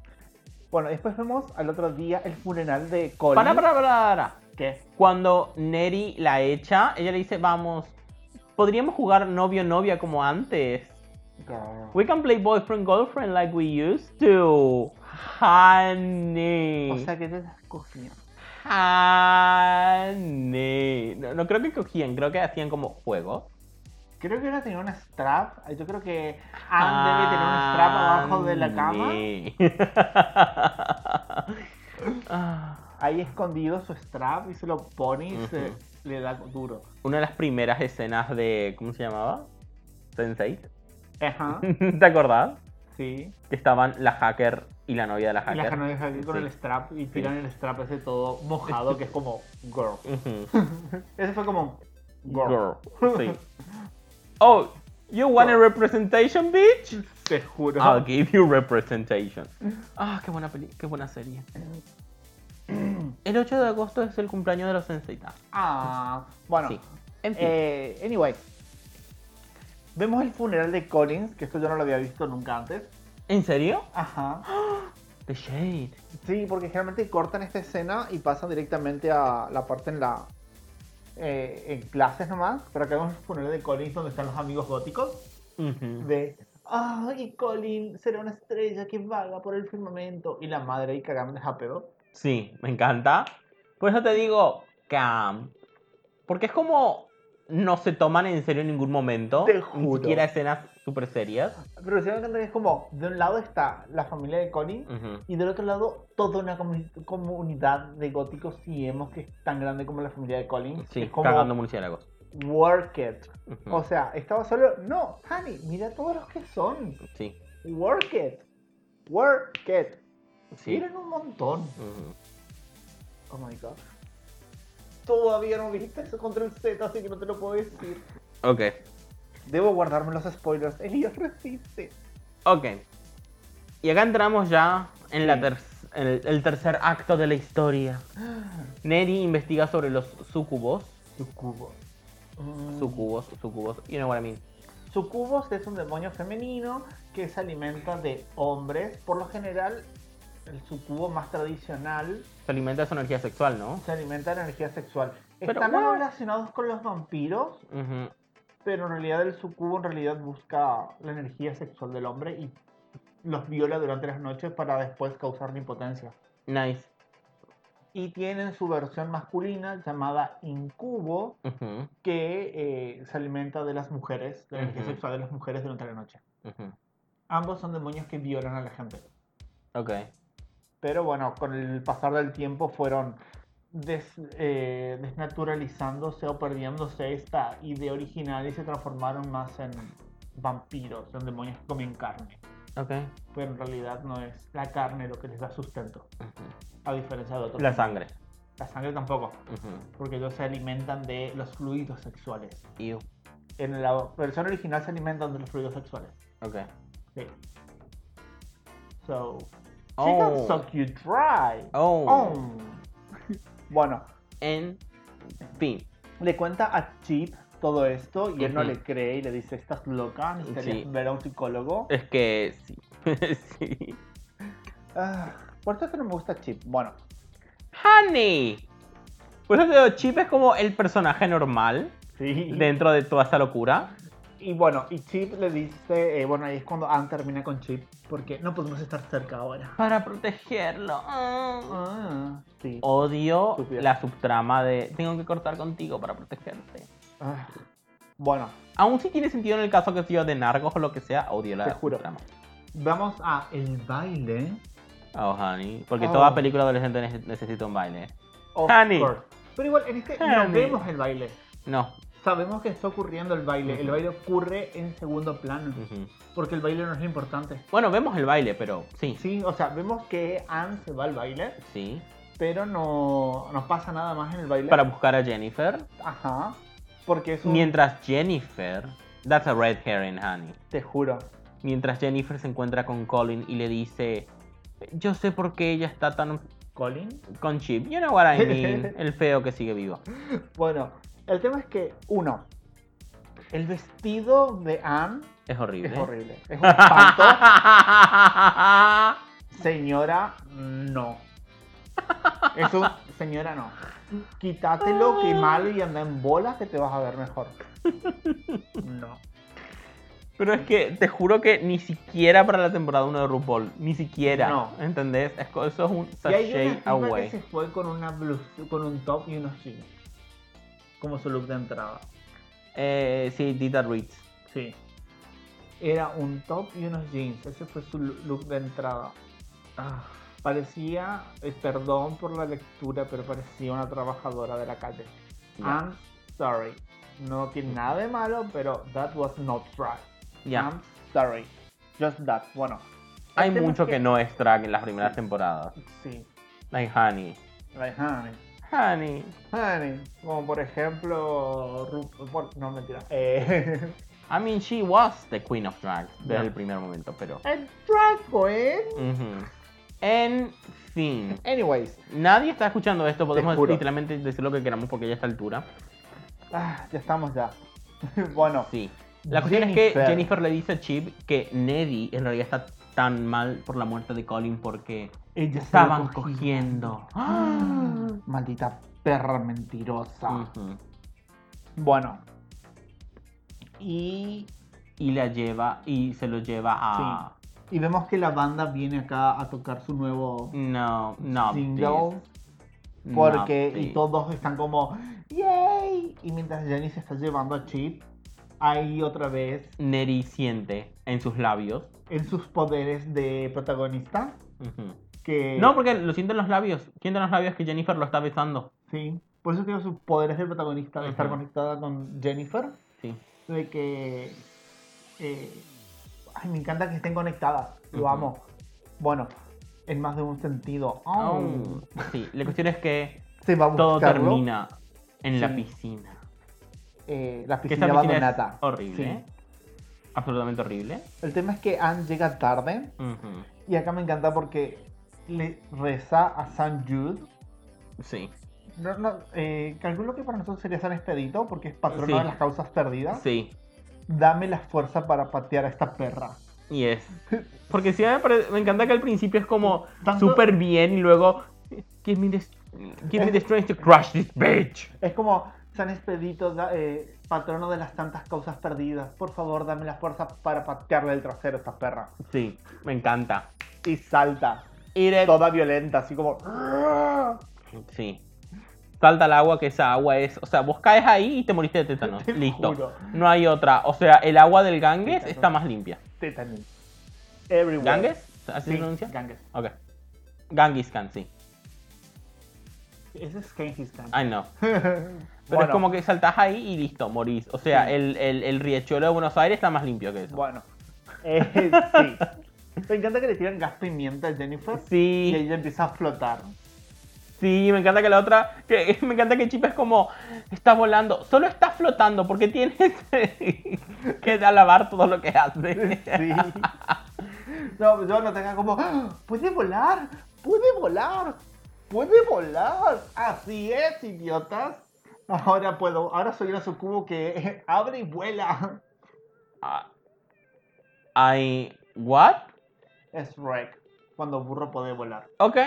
Speaker 6: Bueno, después vemos al otro día el funeral de Colin.
Speaker 1: Para, para, para, para.
Speaker 3: ¿Qué?
Speaker 1: Cuando Neri la echa, ella le dice, vamos, podríamos jugar novio-novia como antes.
Speaker 3: Girl.
Speaker 1: We can play boyfriend girlfriend like we used to. Honey.
Speaker 3: O sea que te las cogían.
Speaker 1: honey. No, no creo que cogían, creo que hacían como juegos.
Speaker 3: Creo que ahora tenía un strap. Yo creo que
Speaker 1: Ah,
Speaker 3: Anne debe tener un strap abajo de la cama.
Speaker 1: Honey. *laughs* Ah,
Speaker 3: Ahí escondido su strap y se lo pone y se
Speaker 1: Ujú.
Speaker 3: le da duro.
Speaker 1: Una de las primeras escenas de. ¿Cómo se llamaba? Sensei.
Speaker 3: Ajá.
Speaker 1: *laughs* ¿Te acordás?
Speaker 3: Sí.
Speaker 1: que estaban la hacker y la novia de la
Speaker 3: Y la
Speaker 1: hacker.
Speaker 3: dejan aquí con
Speaker 1: Ah, Sí.
Speaker 3: el strap y tiran el strap ese todo mojado que es como girl.
Speaker 1: Ujú.
Speaker 3: Ese fue como girl.
Speaker 1: Girl. Sí. Oh, you want a representation, bitch?
Speaker 3: Te juro.
Speaker 1: I'll give you representation. Ah, qué buena peli, qué buena serie. El 8 de agosto es el cumpleaños de los Senseita.
Speaker 3: Ah, bueno.
Speaker 1: Sí. En fin.
Speaker 3: Eh, anyway. Vemos el funeral de Collins, que esto yo no lo había visto nunca antes.
Speaker 1: ¿En serio?
Speaker 3: Ajá.
Speaker 1: The Shade.
Speaker 3: Sí, porque generalmente cortan esta escena y pasan directamente a la parte en la. eh, en clases nomás. Pero acá vemos el funeral de Collins donde están los amigos góticos.
Speaker 1: Ujú.
Speaker 3: De. ¡Ay, Colin será una estrella que vaga por el firmamento! Y la madre ahí cagándoles a pedo.
Speaker 1: Sí, me encanta. Por eso te digo, Cam. Porque es como no se toman en serio en ningún momento.
Speaker 3: Te
Speaker 1: Ni
Speaker 3: juro.
Speaker 1: siquiera escenas super serias.
Speaker 3: Pero si me encanta que es como: de un lado está la familia de Colin.
Speaker 1: Ujú.
Speaker 3: Y del otro lado, toda una comu- comunidad de góticos y emos que es tan grande como la familia de Collins.
Speaker 1: Sí,
Speaker 3: es como
Speaker 1: cagando Mm. murciélagos.
Speaker 3: work it.
Speaker 1: Ujú.
Speaker 3: O sea, estaba solo. No, Tani, mira todos los que son.
Speaker 1: Sí,
Speaker 3: Work it. Work it.
Speaker 1: sí.
Speaker 3: Eran un montón.
Speaker 1: Ujú.
Speaker 3: Oh my god. Todavía no viste eso contra el Z, así que no te lo puedo decir.
Speaker 1: Ok,
Speaker 3: Debo guardarme los spoilers. Elías resiste.
Speaker 1: ok. Y acá entramos ya en la
Speaker 3: Sí.
Speaker 1: ter- el, el tercer acto de la
Speaker 3: *gasps*
Speaker 1: historia. Neri investiga sobre los sucubos.
Speaker 3: Sucubos.
Speaker 1: Mm. Sucubos, sucubos. You know what I mean.
Speaker 3: Sucubos es un demonio femenino que se alimenta de hombres. Por lo general, el sucubo más tradicional
Speaker 1: Se alimenta de su energía sexual, ¿no?
Speaker 3: se alimenta de energía sexual.
Speaker 1: Pero,
Speaker 3: Están
Speaker 1: bueno.
Speaker 3: relacionados con los vampiros,
Speaker 1: Ujú.
Speaker 3: pero en realidad el sucubo en realidad busca la energía sexual del hombre y los viola durante las noches para después causar la impotencia.
Speaker 1: Nice.
Speaker 3: Y tienen su versión masculina llamada incubo,
Speaker 1: Ujú,
Speaker 3: que eh, se alimenta de las mujeres, de la energía
Speaker 1: Ujú.
Speaker 3: sexual de las mujeres durante la noche.
Speaker 1: ujú.
Speaker 3: Ambos son demonios que violan a la gente.
Speaker 1: Ok.
Speaker 3: Pero bueno, con el pasar del tiempo fueron des- eh, desnaturalizándose o perdiéndose esta idea original y se transformaron más en vampiros, en demonios que comen carne.
Speaker 1: Ok.
Speaker 3: Pero en realidad no es la carne lo que les da sustento,
Speaker 1: Ujú.
Speaker 3: a diferencia de otros.
Speaker 1: La sangre.
Speaker 3: La sangre tampoco,
Speaker 1: Ujú.
Speaker 3: porque ellos se alimentan de los fluidos sexuales.
Speaker 1: Ew.
Speaker 3: En la versión original se alimentan de los fluidos sexuales.
Speaker 1: Ok.
Speaker 3: Sí. So, she can
Speaker 1: Oh.
Speaker 3: suck you dry.
Speaker 1: Oh.
Speaker 3: Oh. *laughs* Bueno,
Speaker 1: En fin.
Speaker 3: le cuenta a Chip todo esto y él no
Speaker 1: Ujú.
Speaker 3: le cree y le dice, estás loca, necesitarías
Speaker 1: Sí. Eh.
Speaker 3: ver a un psicólogo.
Speaker 1: Es que sí. *laughs* sí.
Speaker 3: Ah, por eso es que no me gusta Chip. Bueno,
Speaker 1: Honey. Por eso te digo, Chip es como el personaje normal
Speaker 3: *laughs* sí.
Speaker 1: dentro de toda esta locura.
Speaker 3: Y bueno, y Chip le dice, eh, bueno, ahí es cuando Anne termina con Chip, porque no podemos estar cerca ahora.
Speaker 1: Para protegerlo. Ah.
Speaker 3: Ah, sí.
Speaker 1: Odio
Speaker 3: Estúpida.
Speaker 1: la subtrama de tengo que cortar contigo para protegerte.
Speaker 3: Ah. Bueno,
Speaker 1: Aún si tiene sentido en el caso que sea de narcos o lo que sea, odio la
Speaker 3: Te juro.
Speaker 1: subtrama.
Speaker 3: vamos a el baile.
Speaker 1: Oh, honey. Porque
Speaker 3: Oh.
Speaker 1: toda película adolescente nece- necesita un baile.
Speaker 3: Of
Speaker 1: Honey.
Speaker 3: course. Pero igual, en este
Speaker 1: Honey.
Speaker 3: no vemos el baile.
Speaker 1: No.
Speaker 3: Sabemos que está ocurriendo el baile. El baile ocurre en segundo plano.
Speaker 1: Ujú.
Speaker 3: Porque el baile no es lo importante.
Speaker 1: Bueno, vemos el baile, pero sí.
Speaker 3: Sí, o sea, vemos que Anne se va al baile,
Speaker 1: Sí.
Speaker 3: pero no, no pasa nada más en el baile.
Speaker 1: Para buscar a Jennifer.
Speaker 3: Ajá. Porque es un...
Speaker 1: Mientras Jennifer. That's a red herring, honey.
Speaker 3: Te juro.
Speaker 1: Mientras Jennifer se encuentra con Colin y le dice. Yo sé por qué ella está tan
Speaker 3: Colin.
Speaker 1: con Chip. You know what I
Speaker 3: *laughs*
Speaker 1: mean. El feo que sigue vivo.
Speaker 3: Bueno, el tema es que, uno, el vestido de Anne
Speaker 1: Es horrible.
Speaker 3: es horrible. Es un espanto. Señora, no. Eso, señora, no. Quítatelo, que malo y anda en bolas que te vas a ver mejor. No.
Speaker 1: *laughs* Pero es que te juro que ni siquiera para la temporada 1 de RuPaul, ni siquiera.
Speaker 3: No.
Speaker 1: ¿Entendés? Es co- eso es un
Speaker 3: Y hay
Speaker 1: sashay
Speaker 3: una tipa que se
Speaker 1: away.
Speaker 3: fue con una blusa, con un top y unos jeans. Como su look de entrada.
Speaker 1: Eh, sí, Tita Reeds.
Speaker 3: Sí. Era un top y unos jeans. Ese fue su look de entrada. Ah, parecía, eh, perdón por la lectura, pero parecía una trabajadora de la calle.
Speaker 1: Ya.
Speaker 3: I'm sorry. No tiene nada de malo, pero that was not right.
Speaker 1: Ya.
Speaker 3: I'm sorry. Just That. Bueno,
Speaker 1: Hay
Speaker 3: el tema
Speaker 1: mucho
Speaker 3: es
Speaker 1: que Este no es drag en las primeras temporadas.
Speaker 3: Sí,
Speaker 1: Like Honey.
Speaker 3: like, honey.
Speaker 1: Honey.
Speaker 3: honey. Como por ejemplo. Ru- por- no, mentira. Eh, *laughs*
Speaker 1: I mean, she was the queen of drag desde
Speaker 3: Yeah.
Speaker 1: el primer momento, pero...
Speaker 3: el ¿eh? drag queen.
Speaker 1: Ujú. En fin.
Speaker 3: Anyways,
Speaker 1: Nadie está escuchando esto, podemos
Speaker 3: juro.
Speaker 1: literalmente decir lo que queramos porque ya está a esta altura.
Speaker 3: ah, ya estamos ya. *laughs* bueno,
Speaker 1: Sí. La cuestión es que
Speaker 3: Jennifer.
Speaker 1: Jennifer le dice a Chip que Neddy en realidad está tan mal por la muerte de Colin porque
Speaker 3: ella se
Speaker 1: estaban
Speaker 3: lo cogió.
Speaker 1: cogiendo.
Speaker 3: Ah,
Speaker 1: *gasps*
Speaker 3: Maldita perra mentirosa.
Speaker 1: Ujú.
Speaker 3: Bueno,
Speaker 1: Y, y la lleva y se lo lleva a
Speaker 3: y vemos que la banda viene acá a tocar su nuevo
Speaker 1: no no
Speaker 3: single.
Speaker 1: this,
Speaker 3: Porque
Speaker 1: not
Speaker 3: y
Speaker 1: this.
Speaker 3: todos están como ¡Yay! Y mientras Jenny se está llevando a Chip, ahí otra vez
Speaker 1: Neddy siente en sus labios.
Speaker 3: en sus poderes de protagonista
Speaker 1: Ujú.
Speaker 3: que
Speaker 1: Eh, No, porque lo siente en los labios. Siente en los labios que Jennifer lo está besando.
Speaker 3: sí, por eso tiene sus poderes de protagonista de estar
Speaker 1: Ujú.
Speaker 3: conectada con Jennifer,
Speaker 1: Sí.
Speaker 3: de que eh, ay, me encanta que estén conectadas, lo
Speaker 1: Ujú.
Speaker 3: amo. Bueno, en más de un sentido. Oh.
Speaker 1: Oh. Sí. La cuestión es
Speaker 3: *laughs*
Speaker 1: que
Speaker 3: Se va a
Speaker 1: todo
Speaker 3: buscarlo.
Speaker 1: termina en la
Speaker 3: Sí.
Speaker 1: piscina.
Speaker 3: Eh, la
Speaker 1: Que esa
Speaker 3: piscina
Speaker 1: piscina
Speaker 3: abandonada.
Speaker 1: es horrible.
Speaker 3: Sí.
Speaker 1: ¿eh? Absolutamente horrible.
Speaker 3: El tema es que Anne llega tarde
Speaker 1: Ujú.
Speaker 3: Y acá me encanta porque le reza a San Jude.
Speaker 1: Sí.
Speaker 3: No, no, eh, calculo que para nosotros sería San Expedito porque es patrono
Speaker 1: Sí.
Speaker 3: de las causas perdidas.
Speaker 1: Sí.
Speaker 3: Dame la fuerza para patear a esta perra.
Speaker 1: Y
Speaker 3: *laughs*
Speaker 1: es. Porque sí, me, pare- me encanta que al principio es como
Speaker 3: Tanto-
Speaker 1: súper bien y luego. Give me, the, give me the strength to crush this bitch.
Speaker 3: Es como San Expedito, da- eh, patrono de las tantas causas perdidas. Por favor, dame la fuerza para patearle el trasero a esta perra.
Speaker 1: Sí, me encanta.
Speaker 3: Y salta,
Speaker 1: Eat it.
Speaker 3: toda violenta, así como. ¡ah!
Speaker 1: Sí. Salta al agua, que esa agua es. O sea, vos caes ahí y te moriste de tétano.
Speaker 3: *laughs* Te
Speaker 1: Listo.
Speaker 3: juro.
Speaker 1: No hay otra. O sea, el agua del Ganges
Speaker 3: Tétano.
Speaker 1: está más limpia.
Speaker 3: Tetanus. Everywhere.
Speaker 1: ¿Ganges? ¿Así se
Speaker 3: Sí,
Speaker 1: pronuncia?
Speaker 3: Ganges.
Speaker 1: Ok. Ganges Khan, sí.
Speaker 3: Ese es Genghis Khan.
Speaker 1: I know. Pero es
Speaker 3: *laughs* Bueno.
Speaker 1: como que saltás ahí y listo, morís. O sea,
Speaker 3: Sí.
Speaker 1: el, el, el riachuelo de Buenos Aires está más limpio que eso.
Speaker 3: Bueno, eh, sí. Me encanta que le tiran gas pimienta a Jennifer y
Speaker 1: Sí,
Speaker 3: ella empieza a flotar.
Speaker 1: sí, me encanta que la otra, que *laughs* me encanta que Chip es como, está volando, solo está flotando porque tienes *laughs* que alabar todo lo que hace.
Speaker 3: *laughs* Sí. No, pues yo no tenga como, "¡Ah! puede volar, puede volar, puede volar. Así es, idiotas. Ahora puedo, ahora soy una sucubo que *laughs* abre y vuela.
Speaker 1: Ah, I, what?
Speaker 3: Es Rek, cuando burro puede volar.
Speaker 1: Ok,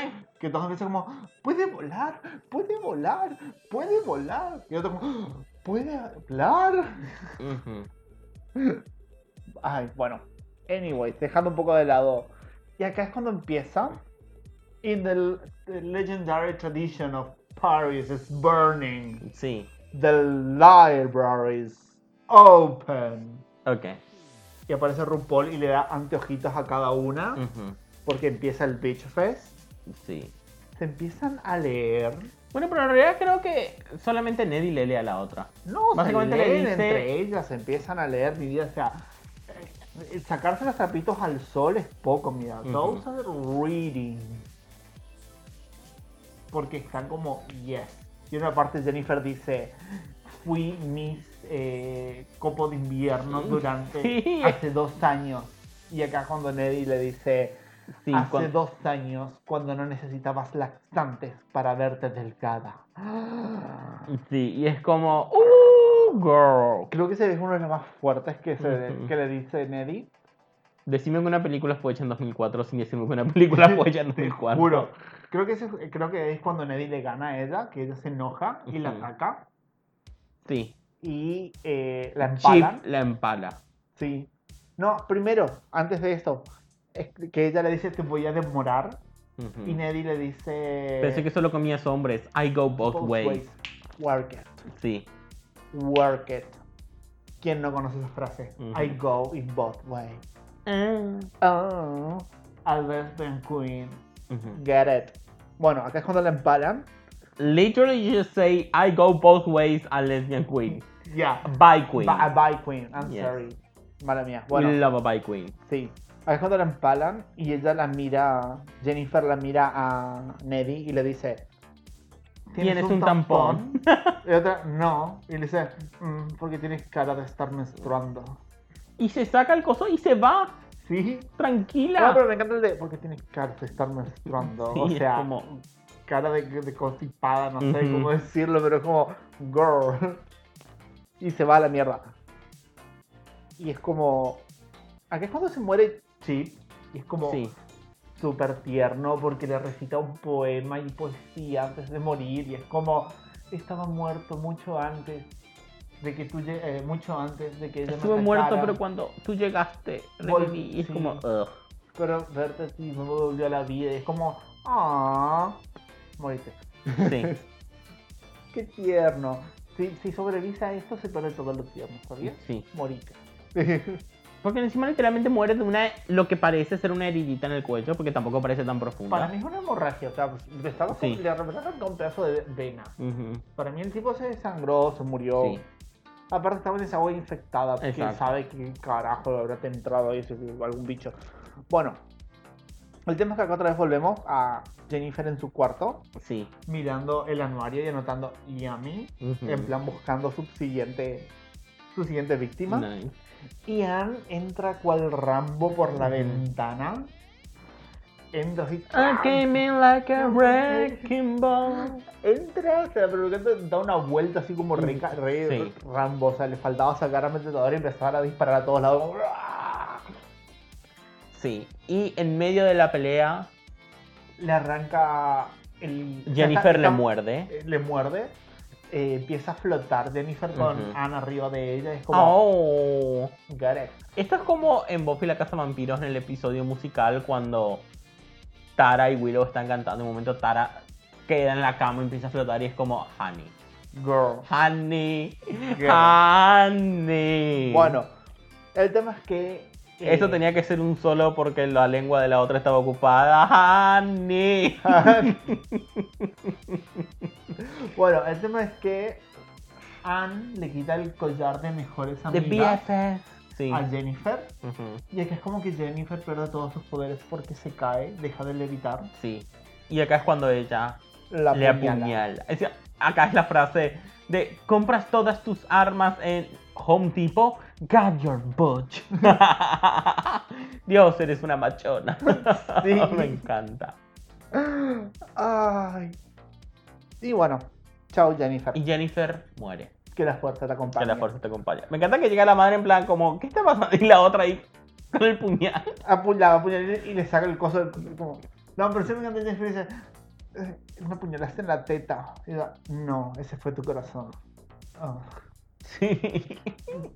Speaker 3: Que todos empiezan como, puede volar, puede volar, puede volar. Y otro como, "Ah, puede hablar.
Speaker 1: Ujú.
Speaker 3: Ay, bueno. Anyways, dejando un poco de lado. Y acá es cuando empieza. In the, the legendary tradition of Paris is burning.
Speaker 1: sí,
Speaker 3: The libraries open.
Speaker 1: ok,
Speaker 3: Y aparece RuPaul y le da anteojitos a cada una.
Speaker 1: Ujú.
Speaker 3: Porque empieza el Bitch Fest.
Speaker 1: sí.
Speaker 3: Se empiezan a leer.
Speaker 1: Bueno, pero en realidad creo que solamente Neddy le lee a la otra.
Speaker 3: No, se
Speaker 1: Básicamente le
Speaker 3: leen
Speaker 1: dice-
Speaker 3: entre ellas. Se empiezan a leer, mi vida. O sea, eh, sacarse los trapitos al sol es poco, mira.
Speaker 1: Ujú.
Speaker 3: Those are reading. porque están como yes. Y en una parte Jennifer dice, fui Miss eh, Copo de Invierno durante
Speaker 1: Sí.
Speaker 3: hace dos años. Y acá cuando Neddy le dice,
Speaker 1: Sí,
Speaker 3: hace
Speaker 1: cuan-
Speaker 3: dos años cuando no necesitabas lactantes para verte delgada.
Speaker 1: Sí, y es como, uh, girl.
Speaker 3: Creo que ese es uno de los más fuertes que, se,
Speaker 1: Ujú.
Speaker 3: que le dice Neddy.
Speaker 1: Decime que una película fue hecha en 2004 sin decirme que una *laughs* película fue hecha en
Speaker 3: Te
Speaker 1: 2004.
Speaker 3: juro. Creo que, ese- creo que es cuando Neddy le gana a ella, que ella se enoja y la
Speaker 1: Ujú.
Speaker 3: ataca
Speaker 1: Sí.
Speaker 3: y eh, la
Speaker 1: Chip
Speaker 3: empalan.
Speaker 1: la empala.
Speaker 3: Sí. No, primero, antes de esto, es que ella le dice te voy a demorar
Speaker 1: Ujú.
Speaker 3: y Neddy le dice...
Speaker 1: Mm. Pensé que solo comías hombres. I go both,
Speaker 3: "Both
Speaker 1: ways.
Speaker 3: ways. Work it.
Speaker 1: Sí.
Speaker 3: Work it. ¿Quién no conoce esa frase?
Speaker 1: Ujú.
Speaker 3: I go in both ways. Oh, Albert Ben Queen.
Speaker 1: Ujú.
Speaker 3: Get it. Bueno, acá es cuando la empalan.
Speaker 1: Literally you just say I go both ways a lesbian queen.
Speaker 3: Ya.
Speaker 1: Bye queen.
Speaker 3: Ba- Bye Queen. I'm
Speaker 1: Yes.
Speaker 3: sorry. Mala mía. Bueno,
Speaker 1: We love a bye queen.
Speaker 3: sí. Ahí es cuando la empalan y ella la mira, Jennifer la mira a Neddy y le dice,
Speaker 1: Tienes un tampón.
Speaker 3: Y otra, no. Y le dice, "Mm, porque tienes cara de estar menstruando.
Speaker 1: *laughs* Y se saca el coso y se va.
Speaker 3: Sí.
Speaker 1: Tranquila.
Speaker 3: No, pero me encanta el de, porque tienes cara de estar menstruando.
Speaker 1: Sí,
Speaker 3: o
Speaker 1: es
Speaker 3: sea,
Speaker 1: como-
Speaker 3: cara de, de constipada, no sé
Speaker 1: Ujú.
Speaker 3: cómo decirlo, pero es como, girl. Y se va a la mierda. Y es como, acá es cuando se muere Chip. Y es como,
Speaker 1: Sí.
Speaker 3: súper tierno porque le recita un poema y poesía antes de morir y es como estaba muerto mucho antes de que tú lleg- eh, mucho antes de que ella me
Speaker 1: Estuve muerto,
Speaker 3: atacara.
Speaker 1: pero cuando tú llegaste,
Speaker 3: Volví,
Speaker 1: reviví. Y es
Speaker 3: sí.
Speaker 1: como,
Speaker 3: *laughs*
Speaker 1: ugh.
Speaker 3: pero verte a ti me volvió a la vida y es como ah moriste
Speaker 2: *laughs*
Speaker 1: Sí.
Speaker 3: qué tierno si, si sobrevives a esto se pierde todo lo tierno ¿sabías?
Speaker 1: sí.
Speaker 3: moriste
Speaker 1: Porque encima literalmente muere de una lo que parece ser una heridita en el cuello, porque tampoco parece tan profunda.
Speaker 3: para mí es una hemorragia o sea pues, le estaba
Speaker 1: Sí.
Speaker 3: le arrancaron con un pedazo de vena
Speaker 1: Ujú,
Speaker 3: para mí el tipo se desangró se murió
Speaker 1: Sí.
Speaker 3: Aparte estaba en esa agua infectada, que
Speaker 1: Exacto.
Speaker 3: sabe qué carajo le habrá entrado ahí, si- algún bicho. Bueno, el tema es que acá otra vez volvemos a Jennifer en su cuarto,
Speaker 1: Sí.
Speaker 3: mirando el anuario y anotando Yami,
Speaker 1: Ujú.
Speaker 3: en plan buscando su siguiente, su siguiente víctima.
Speaker 1: Nice.
Speaker 3: Y Ann entra cual Rambo por la
Speaker 1: Ujú.
Speaker 3: ventana. Entra así,
Speaker 1: I came in like a wrecking ball.
Speaker 3: entra, se la peluqueta da una vuelta así como re, ca- re-
Speaker 1: Sí.
Speaker 3: Rambo, o sea, le faltaba sacar a metedor y empezar a disparar a todos lados. como, ¡ah!
Speaker 1: Sí. Y en medio de la pelea,
Speaker 3: Le arranca el...
Speaker 1: Jennifer le
Speaker 3: está-
Speaker 1: muerde.
Speaker 3: eh, Le muerde, eh, empieza a flotar Jennifer con
Speaker 1: Ujú.
Speaker 3: Anne arriba de ella, es como...
Speaker 1: Oh.
Speaker 3: "Got it".
Speaker 1: Esto es como en Buffy la Casa de Vampiros en el episodio musical cuando Tara y Willow están cantando. En un momento Tara queda en la cama y empieza a flotar y es como Honey.
Speaker 3: Girl.
Speaker 1: Honey.
Speaker 3: Girl.
Speaker 1: Ah, Honey.
Speaker 3: Bueno, el tema es que... eh,
Speaker 1: Esto Mm. tenía que ser un solo porque la lengua de la otra estaba ocupada. Honey.
Speaker 3: *laughs* bueno, el tema es que Anne le quita el collar de mejores
Speaker 1: De
Speaker 3: amigas
Speaker 1: BFF. Sí.
Speaker 3: a Jennifer.
Speaker 1: Ujú,
Speaker 3: Y es que es como que Jennifer pierde todos sus poderes porque se cae, deja de levitar.
Speaker 1: Sí. Y acá es cuando ella
Speaker 3: La
Speaker 1: le apuñala. Es decir, acá es la frase de compras todas tus armas en Home Depot, got your butch. *laughs* Dios, eres una machona.
Speaker 3: *laughs* Sí.
Speaker 1: *laughs* Me encanta.
Speaker 3: *gasps* Ay. Y bueno, chao Jennifer.
Speaker 1: Y Jennifer muere.
Speaker 3: Que la fuerza te
Speaker 1: Que
Speaker 3: acompañe.
Speaker 1: la fuerza te acompaña. Me encanta que llega la madre en plan como, ¿qué está pasando? *laughs* Y la otra ahí con el puñal. *laughs*
Speaker 3: Apu- la apuñala y le saca el coso del- como... No, pero sí me encanta Jennifer y dice... "Eh, Me apuñalaste en la teta. Y yo, no, ese fue tu corazón. Ah, *laughs*
Speaker 1: Sí.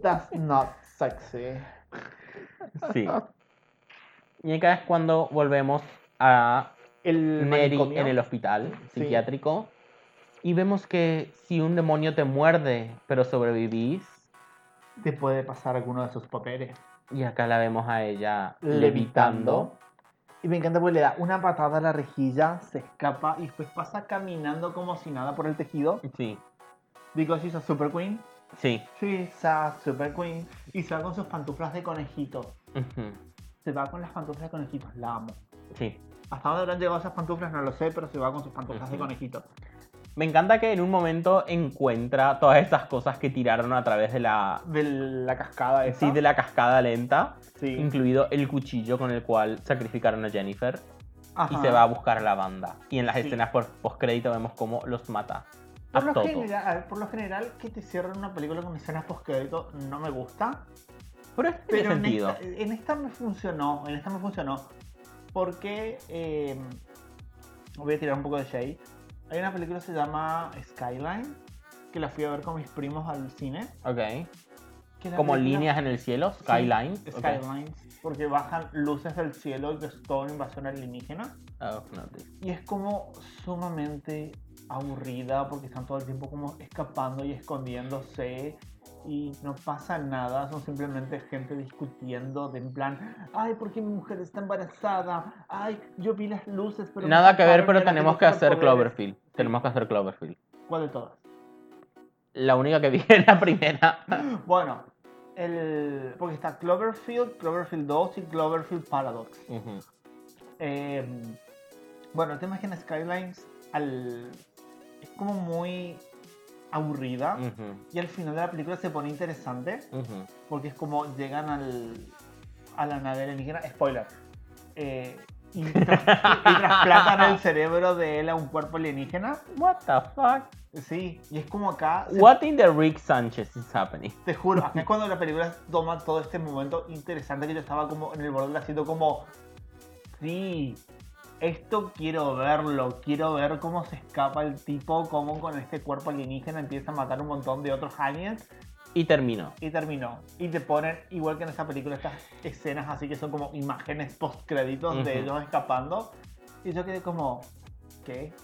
Speaker 3: that's not sexy.
Speaker 1: Sí. Y acá es cuando volvemos a
Speaker 3: El
Speaker 1: Neri
Speaker 3: manicomio.
Speaker 1: en el hospital
Speaker 3: Sí.
Speaker 1: psiquiátrico y vemos que si un demonio te muerde pero sobrevivís
Speaker 3: Te puede pasar alguno de sus papeles.
Speaker 1: y acá la vemos a ella
Speaker 3: levitando.
Speaker 1: levitando.
Speaker 3: Y me encanta porque le da una patada a la rejilla, se escapa y después pasa caminando como si nada por el tejido.
Speaker 1: Sí,
Speaker 3: Because she's a super queen.
Speaker 1: sí.
Speaker 3: She's a super queen. Y se va con sus pantuflas de conejito.
Speaker 1: ujú,
Speaker 3: Se va con las pantuflas de conejitos, la amo.
Speaker 1: Sí.
Speaker 3: Hasta dónde habrán llegado esas pantuflas no lo sé, pero se va con sus pantuflas de
Speaker 1: Ujú.
Speaker 3: conejito.
Speaker 1: Me encanta que en un momento encuentra todas esas cosas que tiraron a través de la
Speaker 3: De la cascada esa.
Speaker 1: sí, de la cascada lenta,
Speaker 3: Sí.
Speaker 1: incluido el cuchillo con el cual sacrificaron a Jennifer y
Speaker 3: Ajá.
Speaker 1: se va a buscar a la banda. Y en las
Speaker 3: Sí.
Speaker 1: escenas por postcrédito vemos cómo los mata a
Speaker 3: Por lo,
Speaker 1: todos.
Speaker 3: general, a ver, por lo general, que te cierren una película con escenas postcrédito no me gusta.
Speaker 1: Pero esto tiene
Speaker 3: Pero en
Speaker 1: sentido.
Speaker 3: esta, en esta me funcionó, en esta me funcionó. Porque eh, voy a tirar un poco de shade. Hay una película que se llama Skyline, que la fui a ver con mis primos al cine.
Speaker 1: Ok.
Speaker 3: que la
Speaker 1: Como
Speaker 3: película-
Speaker 1: líneas en el cielo,
Speaker 3: Sí,
Speaker 1: skylines. ok.
Speaker 3: Skylines, porque bajan luces del cielo y que es toda una invasión alienígena.
Speaker 1: Oh, no, sí.
Speaker 3: Y es como sumamente aburrida porque están todo el tiempo como escapando y escondiéndose y no pasa nada, son simplemente gente discutiendo de en plan, ay, ¿por qué mi mujer está embarazada? Ay, yo vi las luces, pero... me
Speaker 1: Nada que ver,
Speaker 3: sacaron,
Speaker 1: pero
Speaker 3: ahora
Speaker 1: tenemos
Speaker 3: tengo
Speaker 1: que hacer
Speaker 3: superpoderes".
Speaker 1: Cloverfield. Tenemos que hacer Cloverfield.
Speaker 3: ¿Cuál de todas?
Speaker 1: *laughs* La única que vi es la primera.
Speaker 3: Bueno, el, porque está Cloverfield, Cloverfield 2 y Cloverfield Paradox.
Speaker 7: Ujú.
Speaker 3: Eh, bueno, el tema es que en Skylines al, es como muy aburrida
Speaker 7: Ujú.
Speaker 3: y al final de la película se pone interesante
Speaker 7: Ujú.
Speaker 3: porque es como llegan al, a la nave alienígena, spoiler, eh, y, tras- y trasplantan el cerebro de él a un cuerpo alienígena.
Speaker 1: What the fuck?
Speaker 3: Sí, y es como acá, se-
Speaker 1: What in the Rick Sanchez is happening?
Speaker 3: te juro, acá es cuando la película toma todo este momento interesante que yo estaba como en el borde del asiento como, sí, esto quiero verlo, quiero ver cómo se escapa el tipo, cómo con este cuerpo alienígena empieza a matar un montón de otros aliens
Speaker 1: Y terminó.
Speaker 3: y terminó. Y te ponen, igual que en esta película, estas escenas así que son como imágenes post créditos de
Speaker 7: Ujú.
Speaker 3: ellos escapando. Y yo quedé como, ¿qué?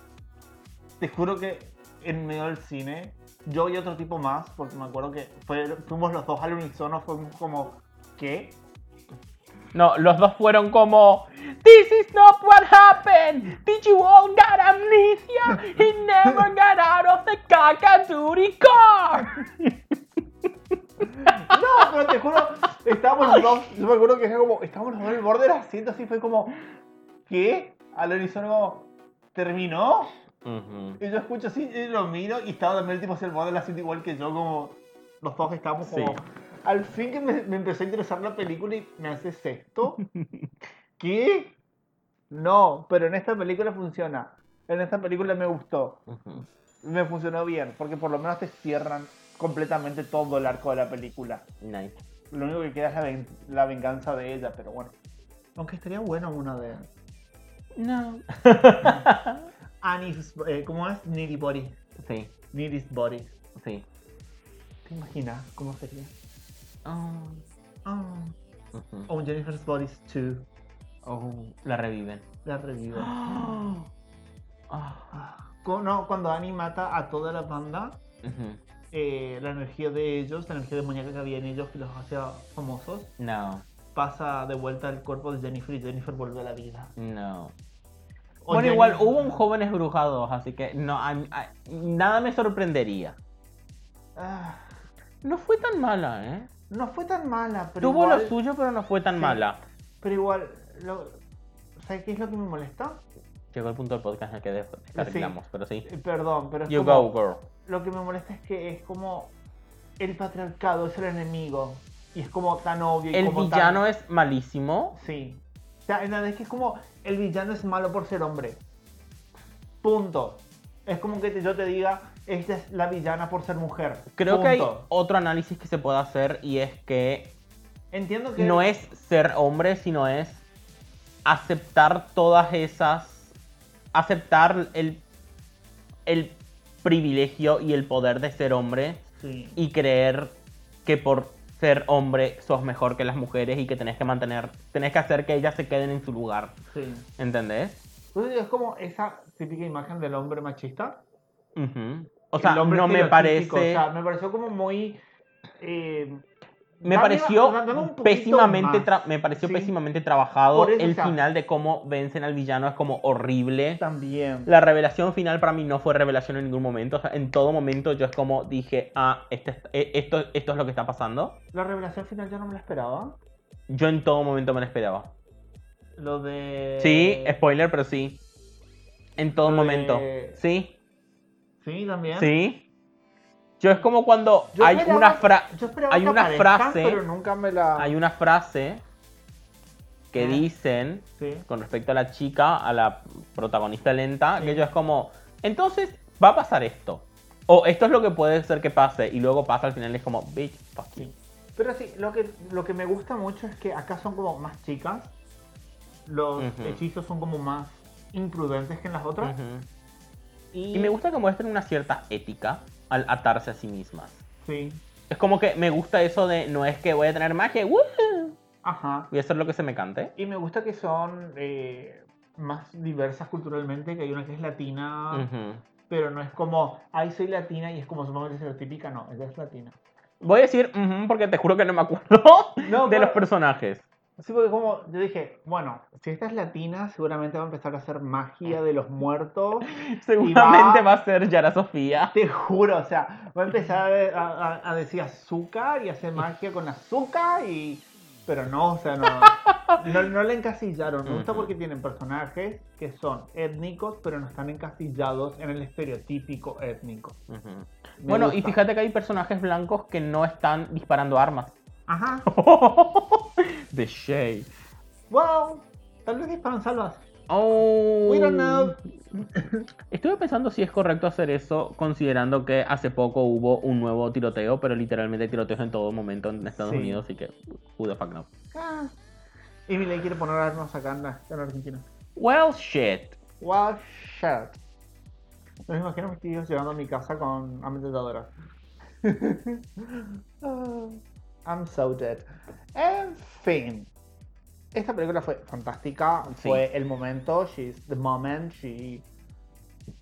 Speaker 3: Te juro que en medio del cine, yo y otro tipo más, porque me acuerdo que fue- fuimos los dos al unisono, fuimos como, ¿qué?
Speaker 1: No, los dos fueron como This is not what happened. Did you all got amnesia? He never got out of the cacaturi car.
Speaker 3: No, pero te juro, estábamos los dos, yo me acuerdo que era como, estábamos los dos en el borde del asiento, así fue como, ¿qué? Al unisono como, ¿terminó?
Speaker 7: Ujú.
Speaker 3: Y yo escucho así, y lo miro, y estaba también el tipo hacia el borde de la cinta igual que yo, como los dos estábamos
Speaker 1: Sí.
Speaker 3: como... Al fin que me, me empezó a interesar la película y me haces
Speaker 1: *laughs*
Speaker 3: esto. ¿Qué? No, pero en esta película funciona. En esta película me gustó.
Speaker 7: Ujú.
Speaker 3: Me funcionó bien, porque por lo menos te cierran completamente todo el arco de la película.
Speaker 1: Nice.
Speaker 3: Lo único que queda es la, ven- la venganza de ella, pero bueno. Aunque estaría bueno una de...
Speaker 1: No.
Speaker 3: Annie's, eh, ¿Cómo es? Nitty Body.
Speaker 1: Sí,
Speaker 3: Nitty's Body.
Speaker 1: sí.
Speaker 3: ¿Te imaginas cómo sería?
Speaker 1: Oh,
Speaker 3: Ah.
Speaker 7: Ujú.
Speaker 3: O un Jennifer's Bodies 2.
Speaker 1: oh, la reviven.
Speaker 3: La review.
Speaker 1: *gasps* Ah,
Speaker 3: No, cuando Annie mata a toda la banda,
Speaker 1: ujú.
Speaker 3: eh, la energía de ellos, la energía demoníaca que había en ellos que los hacía famosos,
Speaker 1: No,
Speaker 3: pasa de vuelta al cuerpo de Jennifer y Jennifer vuelve a la vida.
Speaker 1: no.
Speaker 3: O
Speaker 1: bueno,
Speaker 3: Jenny-
Speaker 1: igual hubo un Jóvenes Brujados, así que no, a- a- nada me sorprendería.
Speaker 3: Ah,
Speaker 1: No fue tan mala, ¿eh?
Speaker 3: no fue tan mala, pero
Speaker 1: Tuvo
Speaker 3: igual...
Speaker 1: lo suyo, pero no fue tan
Speaker 3: Sí.
Speaker 1: mala.
Speaker 3: Pero igual, lo- ¿sabes qué es lo que me molesta?
Speaker 1: Llegó el punto del podcast en el que des- descarrilamos, pero sí.
Speaker 3: Eh, perdón, pero es
Speaker 1: You
Speaker 3: como-
Speaker 1: go, girl.
Speaker 3: lo que me molesta es que es como el patriarcado es el enemigo y es como tan obvio y
Speaker 1: El
Speaker 3: como
Speaker 1: villano es malísimo.
Speaker 3: tan... sí o sea en la es que es como el villano es malo por ser hombre punto es como que te- yo te diga esta es la villana por ser mujer
Speaker 1: Creo que hay
Speaker 3: Punto.
Speaker 1: otro análisis que se puede hacer y es que
Speaker 3: entiendo que
Speaker 1: no es ser hombre, sino es aceptar todas esas. aceptar el, el privilegio y el poder de ser hombre
Speaker 3: sí
Speaker 1: y creer que por ser hombre sos mejor que las mujeres y que tenés que mantener. tenés que hacer que ellas se queden en su lugar.
Speaker 3: sí
Speaker 1: ¿Entendés?
Speaker 3: entonces es como esa típica imagen del hombre machista
Speaker 1: Ujú. O sea,
Speaker 3: El hombre
Speaker 1: no me parece.
Speaker 3: estereotípico, o sea, me pareció como muy eh,
Speaker 1: me
Speaker 3: dame-
Speaker 1: pareció
Speaker 3: dame un poquito
Speaker 1: pésimamente
Speaker 3: más.
Speaker 1: tra- me pareció
Speaker 3: Sí.
Speaker 1: pésimamente trabajado
Speaker 3: Por eso,
Speaker 1: el
Speaker 3: o sea-
Speaker 1: final de cómo vencen al villano es como horrible
Speaker 3: también
Speaker 1: la revelación final para mí no fue revelación en ningún momento o sea, en todo momento yo es como dije ah este es- eh, esto esto es lo que está pasando
Speaker 3: la revelación final yo no me la esperaba
Speaker 1: yo en todo momento me lo esperaba
Speaker 3: Lo de.
Speaker 1: sí spoiler pero sí en todo
Speaker 3: eh,
Speaker 1: momento sí
Speaker 3: Sí, también.
Speaker 1: sí yo es como cuando
Speaker 3: Yo
Speaker 1: hay
Speaker 3: esperaba-
Speaker 1: una frase
Speaker 3: Yo esperaba
Speaker 1: Hay
Speaker 3: que
Speaker 1: una
Speaker 3: aparezcan,
Speaker 1: frase-
Speaker 3: Pero nunca me la.
Speaker 1: hay una frase que
Speaker 3: Ah.
Speaker 1: dicen
Speaker 3: Sí.
Speaker 1: con respecto a la chica, a la protagonista lenta, que ella es como, entonces va a pasar esto. O esto es lo que puede ser que pase. Y luego pasa al final es como, bitch, fuck you.
Speaker 3: Pero sí, lo que, lo que me gusta mucho es que acá son como más chicas. Los
Speaker 1: Ujú.
Speaker 3: hechizos son como más imprudentes que en las otras.
Speaker 1: Ujú.
Speaker 3: y...
Speaker 1: Y me gusta que muestren una cierta ética al atarse a sí mismas.
Speaker 3: Sí.
Speaker 1: Es como que me gusta eso de, no es que voy a tener magia, ¡woohoo!
Speaker 3: Ajá.
Speaker 1: voy a hacer lo que se me cante.
Speaker 3: Y me gusta que son eh, más diversas culturalmente, que hay una que es latina,
Speaker 1: Ujú.
Speaker 3: pero no es como, ay, soy latina y es como sumamente estereotípica, no, ella es latina.
Speaker 1: Voy a decir, ujú, porque te juro que no me acuerdo *laughs*
Speaker 3: No, pues.
Speaker 1: de
Speaker 3: pero-
Speaker 1: los personajes.
Speaker 3: Sí, porque como yo dije, bueno, si esta es latina, seguramente va a empezar a hacer magia de
Speaker 1: *laughs*
Speaker 3: los muertos.
Speaker 1: Seguramente va a ser Yara Sofía.
Speaker 3: Te juro, o sea, va a empezar a, a- a decir azúcar y hacer magia con azúcar y... Pero no, o sea, no, no, no la encasillaron. Me gusta
Speaker 1: Ujú.
Speaker 3: porque tienen personajes que son étnicos, pero no están encasillados en el estereotípico étnico. Me
Speaker 1: Bueno, y
Speaker 3: gusta.
Speaker 1: fíjate que hay personajes blancos que no están disparando
Speaker 3: *laughs*
Speaker 1: armas.
Speaker 3: Ajá.
Speaker 1: The Shade.
Speaker 3: Wow. Tal vez disparan salvas.
Speaker 1: Oh.
Speaker 3: We don't know.
Speaker 1: Estuve pensando si es correcto hacer eso, considerando que hace poco hubo un nuevo tiroteo, pero literalmente tiroteos en todo momento en Estados
Speaker 3: Sí.
Speaker 1: Unidos, así que who the fuck no.
Speaker 3: Ah. Y Miley quiere poner armas acá en, la- en Argentina.
Speaker 1: Well shit.
Speaker 3: Wow, shit. No me imagino a mis tíos llegando a mi casa con ametralladoras. *laughs* Ah, I'm so dead. En fin. Esta película fue fantástica.
Speaker 1: Sí.
Speaker 3: Fue el momento. She's the moment. She.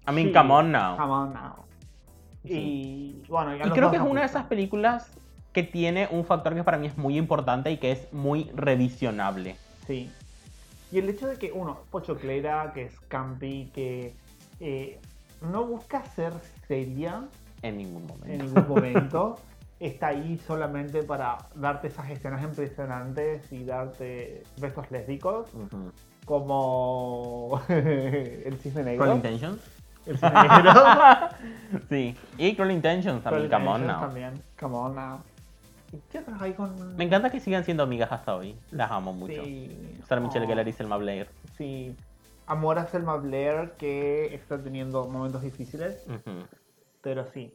Speaker 1: I mean,
Speaker 3: Sí.
Speaker 1: come on now.
Speaker 3: Come on now. Y bueno, ya
Speaker 1: Y
Speaker 3: los
Speaker 1: creo
Speaker 3: dos
Speaker 1: que es
Speaker 3: nos
Speaker 1: una de
Speaker 3: gusta.
Speaker 1: esas películas que tiene un factor que para mí es muy importante y que es muy revisionable.
Speaker 3: Sí. Y el hecho de que uno es pochoclera, que es campi, que eh, no busca ser seria
Speaker 1: En ningún momento.
Speaker 3: en ningún momento, está ahí solamente para darte esas escenas impresionantes y darte besos lésbicos,
Speaker 1: Ujú.
Speaker 3: como *laughs* el cisne negro.
Speaker 1: Cruel Intentions. *laughs*
Speaker 3: El cisne negro.
Speaker 1: sí. Y Cruel Intentions *laughs* también,
Speaker 3: Cruel
Speaker 1: come on
Speaker 3: Intentions
Speaker 1: now.
Speaker 3: También, come on now. ¿Y qué otras hay con...?
Speaker 1: Me encanta que sigan siendo amigas hasta hoy. Las amo mucho.
Speaker 3: Sí.
Speaker 1: Sarah Michelle
Speaker 3: Oh.
Speaker 1: Gellar y Selma Blair.
Speaker 3: Sí. Amor a Selma Blair que está teniendo momentos difíciles,
Speaker 1: Ujú.
Speaker 3: pero sí.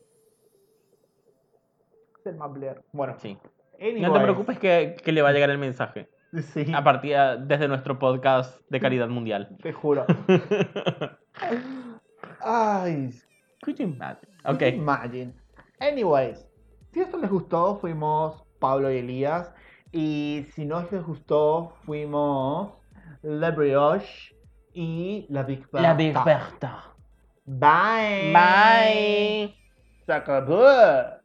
Speaker 3: Selma Blair. Bueno,
Speaker 1: Sí. No te
Speaker 3: anyways.
Speaker 1: preocupes que, que le va a llegar el mensaje.
Speaker 3: Sí,
Speaker 1: A partir desde nuestro podcast de Caridad Mundial.
Speaker 3: te juro. Ay,
Speaker 1: Could you imagine?
Speaker 3: okay.
Speaker 1: Ok.
Speaker 3: imagine. Anyways, si esto les gustó, fuimos Pablo y Elías. Y si no les gustó, fuimos La Brioche y La Big Bertha.
Speaker 1: La Berta.
Speaker 3: Bye.
Speaker 1: Bye.
Speaker 3: Sacaboo.